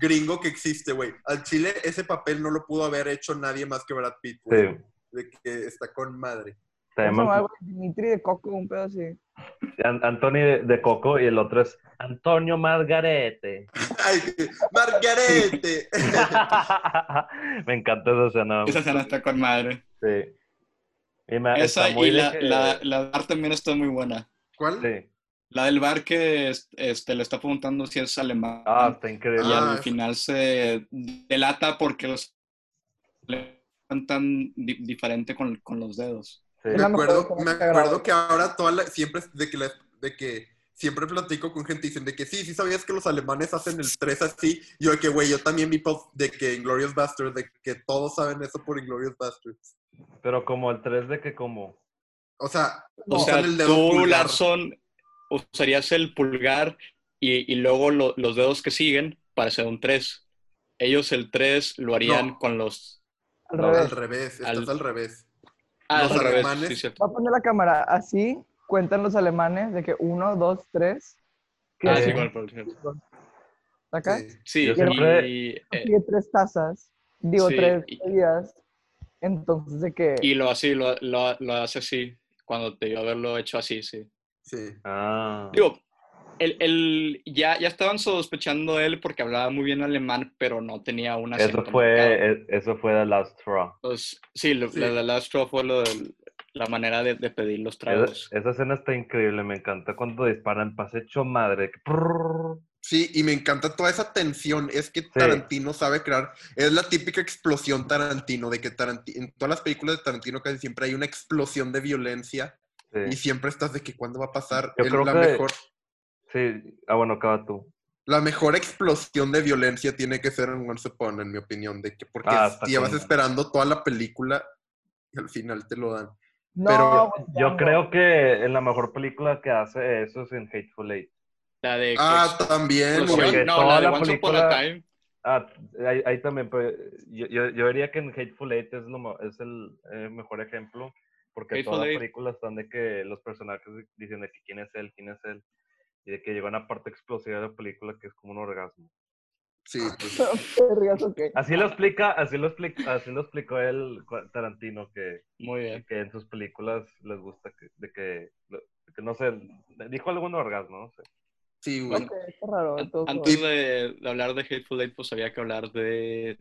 [SPEAKER 1] gringo que existe, güey. Al Chile ese papel no lo pudo haber hecho nadie más que Brad Pitt, güey.
[SPEAKER 2] Sí,
[SPEAKER 1] De que está con madre. (laughs)
[SPEAKER 2] Se
[SPEAKER 3] ¿Cómo se
[SPEAKER 2] llama
[SPEAKER 3] llama, güey? Dimitri de Coco, un pedo así.
[SPEAKER 2] An- Anthony de, de Coco y el otro es Antonio Margarete. (laughs)
[SPEAKER 1] Ay, Margarete.
[SPEAKER 2] me encanta esa escena.
[SPEAKER 4] Esa escena está con madre.
[SPEAKER 2] Sí. Y me-
[SPEAKER 4] Esa
[SPEAKER 2] está muy
[SPEAKER 4] y
[SPEAKER 2] de
[SPEAKER 4] la,
[SPEAKER 2] que-
[SPEAKER 4] la, la del bar también está muy buena.
[SPEAKER 1] ¿Cuál?
[SPEAKER 2] Sí.
[SPEAKER 4] La del bar que es- este, le está preguntando si es alemán.
[SPEAKER 2] Ah, está
[SPEAKER 4] y
[SPEAKER 2] increíble.
[SPEAKER 1] Ah,
[SPEAKER 4] al
[SPEAKER 1] es-
[SPEAKER 4] final se delata porque los le tan di- diferente con, con los dedos.
[SPEAKER 2] Sí.
[SPEAKER 1] Me
[SPEAKER 3] la mejor
[SPEAKER 1] acuerdo,
[SPEAKER 3] escena
[SPEAKER 1] me
[SPEAKER 3] que grabó.
[SPEAKER 1] acuerdo que ahora toda la- siempre de que la- de que siempre platico con gente y dicen de que sí, sí sabías que los alemanes hacen el 3 así. Yo de que güey, yo también vi post de que Inglorious Bastards, de que todos saben eso por Inglorious Bastards.
[SPEAKER 2] Pero como el 3 de que como...
[SPEAKER 1] O sea,
[SPEAKER 4] o
[SPEAKER 1] usan
[SPEAKER 4] sea,
[SPEAKER 1] el dedo
[SPEAKER 4] tú,
[SPEAKER 1] pulgar.
[SPEAKER 4] Larson, usarías el pulgar y, y luego lo- los dedos que siguen para hacer un 3. Ellos el 3 lo harían
[SPEAKER 1] No.
[SPEAKER 4] con los...
[SPEAKER 3] Al
[SPEAKER 4] No,
[SPEAKER 1] al
[SPEAKER 3] revés.
[SPEAKER 1] revés, estás
[SPEAKER 4] Al-
[SPEAKER 1] al, revés.
[SPEAKER 4] Ah,
[SPEAKER 1] Los
[SPEAKER 4] al revés,
[SPEAKER 1] alemanes-
[SPEAKER 4] sí, cierto.
[SPEAKER 3] Va a poner la cámara así, cuentan los alemanes de que uno, dos, tres.
[SPEAKER 2] que-
[SPEAKER 4] Ah, sí, con el pulgar.
[SPEAKER 3] ¿Acá?
[SPEAKER 1] Sí.
[SPEAKER 4] Sí,
[SPEAKER 2] Yo
[SPEAKER 4] y-
[SPEAKER 2] siempre-
[SPEAKER 4] y, eh,
[SPEAKER 3] Sigue tres tazas, digo
[SPEAKER 4] Sí,
[SPEAKER 3] tres
[SPEAKER 4] y-
[SPEAKER 3] bebidas. Entonces, de que.
[SPEAKER 4] y lo así, lo, lo- lo hace así, cuando te dio haberlo hecho así, sí.
[SPEAKER 1] Sí.
[SPEAKER 2] Ah.
[SPEAKER 4] Digo, el, el- ya, ya estaban sospechando de él porque hablaba muy bien alemán, pero no tenía una...
[SPEAKER 2] Eso fue, e- eso fue The Last Straw.
[SPEAKER 4] Entonces, Pues, sí, lo-
[SPEAKER 1] Sí.
[SPEAKER 4] la de Last Straw fue lo del- la manera de, de pedir los tragos.
[SPEAKER 2] Esa, esa escena está increíble, me encanta cuando disparan, pase hecho madre. que prrrr.
[SPEAKER 1] Sí, y me encanta toda esa tensión. Es que Tarantino sabe crear. Es la típica explosión Tarantino, de que Taranti- en todas las películas de Tarantino casi siempre hay una explosión de violencia
[SPEAKER 2] Sí.
[SPEAKER 1] y siempre estás de que cuándo va a pasar.
[SPEAKER 2] Yo
[SPEAKER 1] Es
[SPEAKER 2] creo
[SPEAKER 1] la,
[SPEAKER 2] que-
[SPEAKER 1] mejor,
[SPEAKER 2] sí, ah, bueno, acaba tú.
[SPEAKER 1] la mejor explosión de violencia tiene que ser en Once Upon, en mi opinión, de que porque
[SPEAKER 2] Ah, está
[SPEAKER 1] llevas
[SPEAKER 2] con-
[SPEAKER 1] esperando toda la película y al final te lo dan.
[SPEAKER 3] no,
[SPEAKER 1] pero-
[SPEAKER 3] güey,
[SPEAKER 2] Yo
[SPEAKER 3] no. (laughs)
[SPEAKER 2] creo que en la mejor película que hace eso es en Hateful Eight.
[SPEAKER 4] La de
[SPEAKER 1] Ah,
[SPEAKER 4] ex-
[SPEAKER 1] también,
[SPEAKER 4] explosión,
[SPEAKER 1] güey.
[SPEAKER 2] porque
[SPEAKER 4] no,
[SPEAKER 2] toda
[SPEAKER 4] la de
[SPEAKER 2] la
[SPEAKER 4] Once Upon
[SPEAKER 2] película-
[SPEAKER 4] a Time.
[SPEAKER 2] Ah, ahí, ahí también, pero yo, yo, yo diría que en Hateful Eight es, lo, mo- es el eh, mejor ejemplo, porque
[SPEAKER 4] Hateful
[SPEAKER 2] todas las
[SPEAKER 4] Eight.
[SPEAKER 2] películas están de que los personajes di- dicen de que quién es él, quién es él, y de que llega una parte explosiva de la película que es como un orgasmo.
[SPEAKER 1] Sí, pues,
[SPEAKER 3] Vergas, ok.
[SPEAKER 4] Ah,
[SPEAKER 2] Así lo explica, así lo explica, así lo explicó el Tarantino que,
[SPEAKER 4] Muy bien.
[SPEAKER 2] que en sus películas les gusta que, de que, lo- que no sé, dijo algún orgasmo, no sé.
[SPEAKER 1] sí, güey.
[SPEAKER 4] Bueno,
[SPEAKER 3] Ok, está raro. de todos modos.
[SPEAKER 4] Antes de, de hablar de Hateful Eight, pues había que hablar de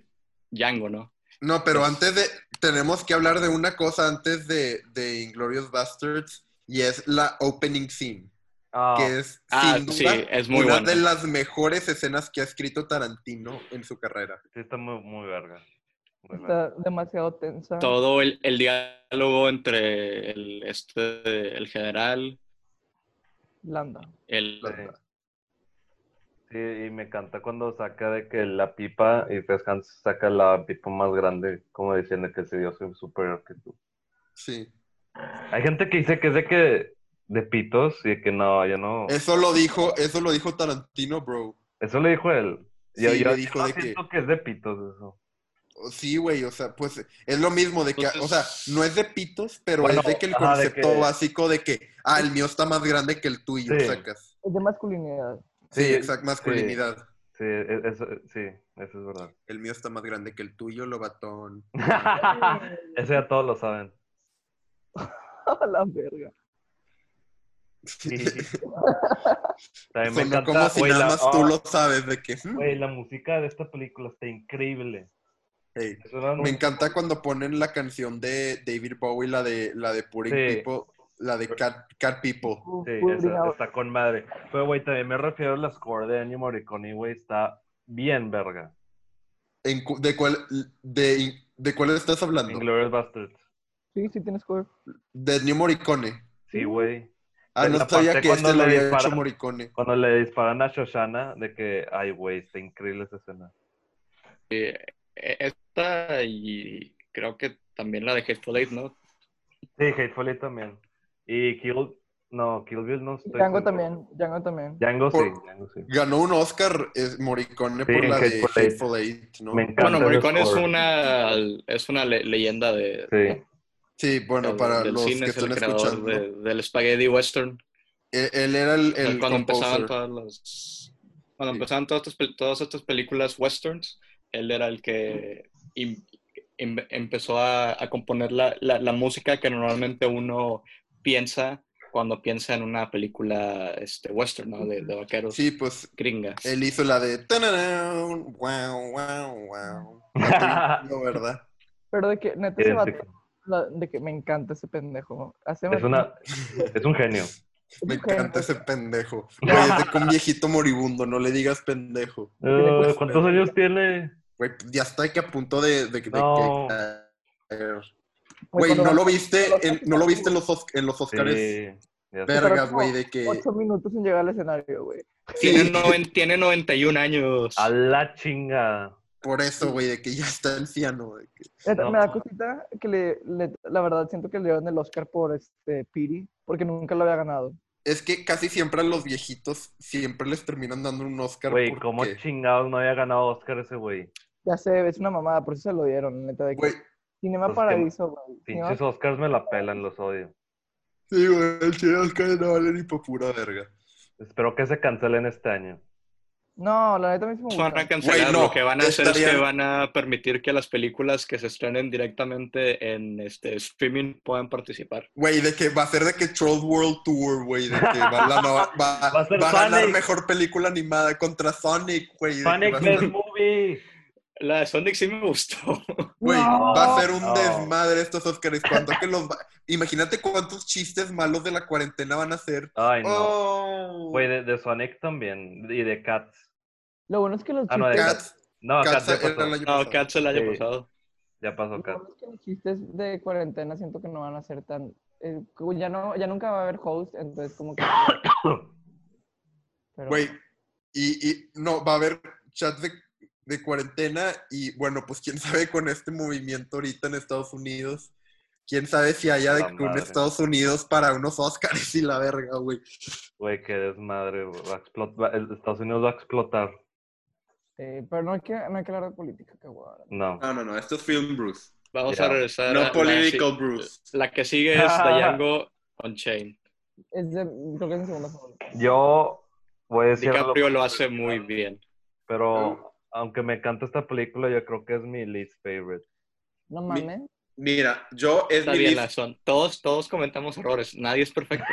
[SPEAKER 4] Django, ¿no?
[SPEAKER 1] No, pero antes de. Tenemos que hablar de una cosa antes de, de Inglorious Bastards y es la opening scene,
[SPEAKER 2] Ah,
[SPEAKER 1] que es
[SPEAKER 4] Ah,
[SPEAKER 1] sin
[SPEAKER 4] sí,
[SPEAKER 1] duda
[SPEAKER 4] es muy
[SPEAKER 1] una
[SPEAKER 4] buena.
[SPEAKER 1] de las mejores escenas que ha escrito Tarantino en su carrera.
[SPEAKER 2] sí está muy, muy verga. muy verga.
[SPEAKER 3] Está demasiado tensa.
[SPEAKER 4] Todo el, el diálogo entre el, este, el general,
[SPEAKER 3] Blanda.
[SPEAKER 4] el...
[SPEAKER 1] La-
[SPEAKER 2] Sí. Sí, y me encanta cuando saca de que la pipa y Fes Hans saca la pipa más grande, como diciendo que si yo soy superior que tú.
[SPEAKER 1] Sí.
[SPEAKER 2] Hay gente que dice que es de que de pitos y de que no, yo no.
[SPEAKER 1] Eso lo dijo, eso lo dijo Tarantino, bro.
[SPEAKER 2] Eso le dijo él. Yo,
[SPEAKER 1] Sí,
[SPEAKER 2] yo,
[SPEAKER 1] le dijo
[SPEAKER 2] yo
[SPEAKER 1] de que-
[SPEAKER 2] siento que... es de pitos eso.
[SPEAKER 1] O- Sí, güey, o sea, pues es lo mismo de que, o sea,
[SPEAKER 4] Entonces-
[SPEAKER 1] no es de pitos, pero
[SPEAKER 2] Bueno,
[SPEAKER 1] es de que el
[SPEAKER 2] ajá, de
[SPEAKER 1] concepto
[SPEAKER 2] que-
[SPEAKER 1] básico de que, ah, el mío está más grande que el tuyo,
[SPEAKER 2] Sí.
[SPEAKER 1] sacas.
[SPEAKER 3] Es de masculinidad. (laughs)
[SPEAKER 1] Sí,
[SPEAKER 2] Sí,
[SPEAKER 1] exacto, masculinidad.
[SPEAKER 2] Sí, e- eso, sí, eso
[SPEAKER 1] (laughs)
[SPEAKER 2] es verdad. (laughs)
[SPEAKER 1] El mío está más grande que el tuyo, lo batón.
[SPEAKER 2] eso ya todos lo saben.
[SPEAKER 3] A la verga.
[SPEAKER 2] Sí.
[SPEAKER 1] (laughs)
[SPEAKER 2] También me
[SPEAKER 1] Sonó
[SPEAKER 2] encanta.
[SPEAKER 1] como si
[SPEAKER 2] güey,
[SPEAKER 1] nada
[SPEAKER 2] la-
[SPEAKER 1] más
[SPEAKER 2] ah,
[SPEAKER 1] tú lo sabes de que. "Mm,
[SPEAKER 2] güey, la música de esta película está increíble.
[SPEAKER 1] hey".
[SPEAKER 2] Es una
[SPEAKER 1] Me
[SPEAKER 2] música-
[SPEAKER 1] encanta cuando ponen la canción de David Bowie, la de la de Puring
[SPEAKER 2] Sí.
[SPEAKER 1] People, la de Cat, Cat People.
[SPEAKER 2] Sí,
[SPEAKER 3] Full
[SPEAKER 2] esa-
[SPEAKER 3] brigado.
[SPEAKER 2] está con madre. Pero, güey, también me refiero al score de Ennio Morricone, güey, está bien verga.
[SPEAKER 1] En cu- de, cuál, de, ¿De cuál estás hablando?
[SPEAKER 2] Inglourious Bastards.
[SPEAKER 3] Sí, sí tienes cover.
[SPEAKER 1] De New Morricone.
[SPEAKER 2] Sí, güey.
[SPEAKER 1] Ah,
[SPEAKER 2] De
[SPEAKER 1] no
[SPEAKER 2] la
[SPEAKER 1] sabía
[SPEAKER 2] parte
[SPEAKER 1] que este
[SPEAKER 2] cuando
[SPEAKER 1] lo
[SPEAKER 2] le
[SPEAKER 1] había
[SPEAKER 2] disparan.
[SPEAKER 1] hecho Morricone.
[SPEAKER 2] Cuando le disparan a Shoshana, de que, ay, güey, está increíble esa escena.
[SPEAKER 4] eh, Esta y creo que también la de Hateful Eight, ¿no?
[SPEAKER 2] Sí, Hateful Eight también. Y Kill, no, Kill Bill no estoy.
[SPEAKER 3] Django
[SPEAKER 2] seguro.
[SPEAKER 3] también. Django también.
[SPEAKER 2] Django
[SPEAKER 1] Por-
[SPEAKER 2] sí, Django sí.
[SPEAKER 1] Ganó un Oscar es Morricone
[SPEAKER 2] Sí,
[SPEAKER 1] por la de
[SPEAKER 2] Hateful Eight.
[SPEAKER 1] Hateful Eight, ¿no?
[SPEAKER 2] Me encanta.
[SPEAKER 4] Bueno,
[SPEAKER 2] ese
[SPEAKER 4] Morricone es
[SPEAKER 2] score.
[SPEAKER 4] una, es una le- leyenda de,
[SPEAKER 2] Sí,
[SPEAKER 1] Sí, bueno,
[SPEAKER 4] del-
[SPEAKER 1] para
[SPEAKER 4] del
[SPEAKER 1] los
[SPEAKER 4] cine,
[SPEAKER 1] que
[SPEAKER 4] es el
[SPEAKER 1] están
[SPEAKER 4] creador
[SPEAKER 1] escuchando.
[SPEAKER 4] de- del spaghetti western.
[SPEAKER 1] Él,
[SPEAKER 5] e-,
[SPEAKER 1] él era el,
[SPEAKER 4] O sea,
[SPEAKER 1] el
[SPEAKER 4] cuando
[SPEAKER 1] composer.
[SPEAKER 4] empezaban todas las cuando
[SPEAKER 1] Sí.
[SPEAKER 4] empezaban todas estas, pel- todas estas películas westerns, él era el que im- em- empezó a, a componer la, la- la música que normalmente uno piensa cuando piensa en una película este, western, ¿no? De, de vaqueros
[SPEAKER 5] Sí, pues
[SPEAKER 4] gringa.
[SPEAKER 5] él hizo la de... "Tanarán, guau, guau, guau". La tuya,
[SPEAKER 2] (laughs)
[SPEAKER 5] No, ¿verdad?
[SPEAKER 3] Pero de que, neta, ese vato,
[SPEAKER 2] Es
[SPEAKER 3] la- de que me encanta ese pendejo. Hace
[SPEAKER 2] una, es un genio.
[SPEAKER 5] Me
[SPEAKER 3] un genio.
[SPEAKER 5] encanta ese pendejo. Güey, es de
[SPEAKER 2] (laughs)
[SPEAKER 5] que un viejito moribundo, no le digas pendejo.
[SPEAKER 2] Eh, ¿Cuántos años tiene?
[SPEAKER 5] Güey, ya está que apuntó de... de, de-
[SPEAKER 2] No.
[SPEAKER 5] de-
[SPEAKER 3] Güey,
[SPEAKER 5] Güey,
[SPEAKER 3] cuando
[SPEAKER 5] ¿no lo
[SPEAKER 3] va
[SPEAKER 5] viste
[SPEAKER 3] los
[SPEAKER 5] en, no lo viste en los, Osc- en los
[SPEAKER 2] Sí,
[SPEAKER 5] Oscars?
[SPEAKER 2] ya sé.
[SPEAKER 5] Vergas,
[SPEAKER 3] Pero
[SPEAKER 5] güey, de que...
[SPEAKER 3] Ocho minutos en llegar al escenario, güey.
[SPEAKER 4] Tiene,
[SPEAKER 5] Sí.
[SPEAKER 4] noven- tiene 91 años.
[SPEAKER 2] A la chinga.
[SPEAKER 5] Por eso, güey, de que ya está anciano. de que-
[SPEAKER 3] Neta,
[SPEAKER 2] No.
[SPEAKER 3] Me da cosita que le, le- la verdad, siento que le dieron el Oscar por este Piri, porque nunca lo había ganado.
[SPEAKER 5] Es que casi siempre a los viejitos siempre les terminan dando un Oscar.
[SPEAKER 2] Güey,
[SPEAKER 5] porque-
[SPEAKER 2] ¿cómo chingados no había ganado Oscar ese güey?
[SPEAKER 3] Ya sé, es una mamada, por eso se lo dieron, neta, de que
[SPEAKER 5] Güey,
[SPEAKER 3] Cinema
[SPEAKER 2] Pues que-
[SPEAKER 3] Paradiso, güey. Cinema-
[SPEAKER 2] Pinches Oscars me la pelan, los odio.
[SPEAKER 5] sí, güey, el chile Oscar no vale ni pa' pura verga.
[SPEAKER 2] Espero que se cancelen este año.
[SPEAKER 3] No, la neta me hizo
[SPEAKER 4] Los van a cancelar.
[SPEAKER 5] Güey, no,
[SPEAKER 4] Lo que van a hacer es que
[SPEAKER 5] estarían-
[SPEAKER 4] van a permitir que las películas que se estrenen directamente en este streaming puedan participar.
[SPEAKER 5] Güey, de que va a ser de que Troll World Tour, güey, de que va, la
[SPEAKER 2] (laughs)
[SPEAKER 5] nova- va-
[SPEAKER 2] Va a ser
[SPEAKER 5] va a ganar
[SPEAKER 2] Sonic.
[SPEAKER 5] mejor película animada contra Sonic, güey. de que va
[SPEAKER 2] Panic
[SPEAKER 5] a ser-
[SPEAKER 2] Best Movie.
[SPEAKER 4] La de Sonic sí me gustó.
[SPEAKER 5] Güey, va a ser un
[SPEAKER 2] No.
[SPEAKER 5] desmadre estos Oscars.
[SPEAKER 2] (laughs)
[SPEAKER 5] ¿Cuánto que los va- Imagínate cuántos chistes malos de la cuarentena van a hacer.
[SPEAKER 2] Ay, no.
[SPEAKER 5] Oh,
[SPEAKER 2] Güey, de, de Sonic también. Y de Cats.
[SPEAKER 3] Lo bueno es que los
[SPEAKER 2] Ah,
[SPEAKER 3] chistes,
[SPEAKER 2] no, de
[SPEAKER 5] Cats,
[SPEAKER 2] No, Cats,
[SPEAKER 5] Cats
[SPEAKER 2] ya pasó.
[SPEAKER 5] era el año
[SPEAKER 4] No,
[SPEAKER 5] pasado.
[SPEAKER 4] Cats el año
[SPEAKER 2] Sí.
[SPEAKER 4] pasado.
[SPEAKER 2] Ya pasó
[SPEAKER 3] lo
[SPEAKER 2] Cats. (coughs)
[SPEAKER 3] bueno es que los chistes de cuarentena siento que no van a ser tan... eh, como ya, no, ya nunca va a haber host, entonces como que... pero-
[SPEAKER 5] Güey, y, y no, va a haber chats de, de cuarentena y bueno, pues quién sabe con este movimiento ahorita en Estados Unidos. Quién sabe si haya de
[SPEAKER 2] La
[SPEAKER 5] que un
[SPEAKER 2] madre.
[SPEAKER 5] Estados Unidos para unos Oscars y la verga, güey.
[SPEAKER 2] Güey, qué desmadre. güey. Va a explotar. va- el- Estados Unidos va a explotar.
[SPEAKER 3] eh, pero no hay, que, no hay que hablar de política, que guau.
[SPEAKER 5] Ah.
[SPEAKER 2] No.
[SPEAKER 1] No, no, no, esto es Film Bruce.
[SPEAKER 4] Vamos
[SPEAKER 2] Ya.
[SPEAKER 4] a regresar. a
[SPEAKER 1] No
[SPEAKER 4] la-
[SPEAKER 1] Political Bruce.
[SPEAKER 4] La que
[SPEAKER 2] (laughs)
[SPEAKER 4] sigue es Dayango Unchained.
[SPEAKER 3] Es de, creo que es mi segunda favorita.
[SPEAKER 2] Yo voy a decir algo,
[SPEAKER 4] DiCaprio lo hace muy bien.
[SPEAKER 2] pero aunque me encanta esta película, yo creo que es mi least favorite.
[SPEAKER 3] No
[SPEAKER 1] Mi-
[SPEAKER 3] mames.
[SPEAKER 1] Mira, yo es
[SPEAKER 4] Está
[SPEAKER 1] mi
[SPEAKER 4] bien,
[SPEAKER 1] lista-
[SPEAKER 4] la son. Todos, todos comentamos errores. Nadie es perfecto.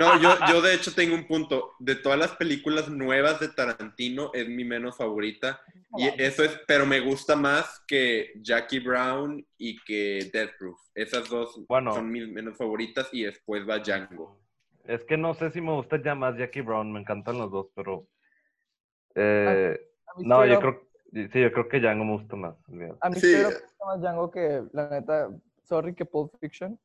[SPEAKER 1] No, yo, yo de hecho tengo un punto. De todas las películas nuevas de Tarantino, es mi menos favorita. Y eso es, pero me gusta más que Jackie Brown y que Death Proof. Esas dos
[SPEAKER 2] Bueno.
[SPEAKER 1] son mis menos favoritas y después va Django.
[SPEAKER 2] Es que no sé si me gusta ya más Jackie Brown, me encantan los dos, pero...
[SPEAKER 3] Ah,
[SPEAKER 2] eh,
[SPEAKER 3] A mí
[SPEAKER 2] no,
[SPEAKER 3] Straight
[SPEAKER 2] yo
[SPEAKER 3] Up-
[SPEAKER 2] creo, sí, yo creo que Django me gusta más. olvídalo.
[SPEAKER 3] A mí
[SPEAKER 5] Sí.
[SPEAKER 3] Straight Up me gusta más Django que, la neta, sorry, que Pulp Fiction.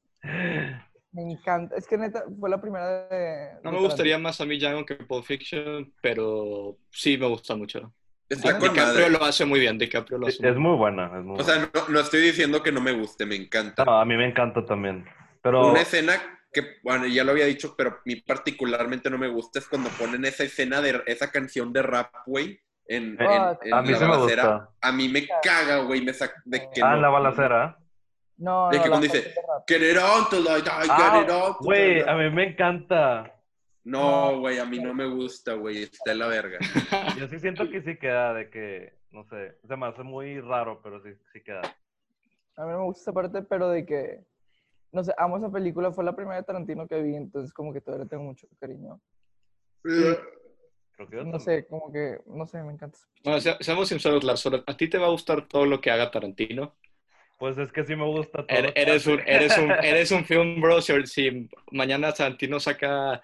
[SPEAKER 3] Me encanta. Es que neta, fue la primera de...
[SPEAKER 4] No
[SPEAKER 3] de
[SPEAKER 4] me gustaría más a mí Django que Pulp Fiction, pero sí me gusta mucho.
[SPEAKER 2] Ah,
[SPEAKER 1] Está con
[SPEAKER 4] DiCaprio
[SPEAKER 1] madre.
[SPEAKER 4] lo hace muy bien. DiCaprio lo hace muy
[SPEAKER 2] Es muy buena, es muy
[SPEAKER 1] O sea, no, no estoy diciendo que no me guste, me encanta.
[SPEAKER 2] buena. No, a mí me encanta también, pero...
[SPEAKER 1] Una escena que, bueno, ya lo había dicho, pero a mí particularmente no me gusta es cuando ponen esa escena de esa canción de Rapway en, en-
[SPEAKER 3] Ah,
[SPEAKER 1] en
[SPEAKER 2] Eh, A mí
[SPEAKER 1] la
[SPEAKER 2] se me
[SPEAKER 1] balacera.
[SPEAKER 2] gusta.
[SPEAKER 1] A mí me caga, güey, me saca de que
[SPEAKER 2] Ah,
[SPEAKER 1] no.
[SPEAKER 2] la balacera.
[SPEAKER 3] No,
[SPEAKER 1] De
[SPEAKER 3] no,
[SPEAKER 1] que
[SPEAKER 3] la
[SPEAKER 1] cuando dice,
[SPEAKER 3] parte de rap.
[SPEAKER 1] Get it on to die, die,
[SPEAKER 2] Ah,
[SPEAKER 1] get it on to
[SPEAKER 2] Güey,
[SPEAKER 1] die.
[SPEAKER 2] a mí me encanta.
[SPEAKER 1] No, güey, a mí no me gusta, güey, está en la verga.
[SPEAKER 2] Yo sí siento que sí queda de que, no sé, se me hace muy raro, pero sí, sí queda.
[SPEAKER 3] A mí no me gusta esa parte, pero de que, no sé, amo esa película, fue la primera de Tarantino que vi, entonces como que todavía le tengo mucho cariño.
[SPEAKER 2] Creo que yo
[SPEAKER 3] No
[SPEAKER 2] también.
[SPEAKER 3] sé, como que, no sé, me encanta. esa-
[SPEAKER 4] Bueno, se- seamos sinceros, Lars, ¿a ti te va a gustar todo lo que haga Tarantino?
[SPEAKER 2] Pues es que sí me gusta todo.
[SPEAKER 4] Er-
[SPEAKER 2] lo que
[SPEAKER 4] Eres
[SPEAKER 3] (laughs)
[SPEAKER 4] un,
[SPEAKER 2] hace.
[SPEAKER 4] eres un, eres un film bro, si- si mañana Tarantino saca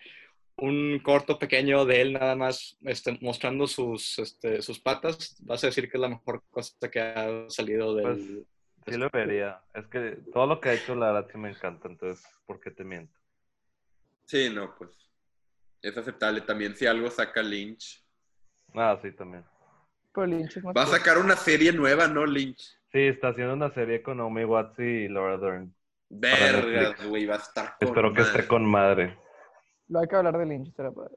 [SPEAKER 4] un corto pequeño de él nada más este, mostrando sus, este, sus patas, vas a decir que es la mejor cosa que ha salido del...
[SPEAKER 2] Pues- Sí lo vería. Es que todo lo que ha hecho, la verdad, sí me encanta. Entonces, ¿por qué te miento?
[SPEAKER 1] Sí, no, pues. Es aceptable también si algo saca Lynch.
[SPEAKER 2] Ah, sí, también.
[SPEAKER 3] Pero Lynch es más...
[SPEAKER 1] Va a
[SPEAKER 3] cool.
[SPEAKER 1] sacar una serie nueva, ¿no, Lynch?
[SPEAKER 2] Sí, está haciendo una serie con Naomi Watts y Laura Dern.
[SPEAKER 1] Verga,
[SPEAKER 2] Netflix.
[SPEAKER 1] güey, va a estar con
[SPEAKER 2] Espero que
[SPEAKER 1] madre.
[SPEAKER 2] esté con madre.
[SPEAKER 3] Lo hay que hablar de Lynch, será padre.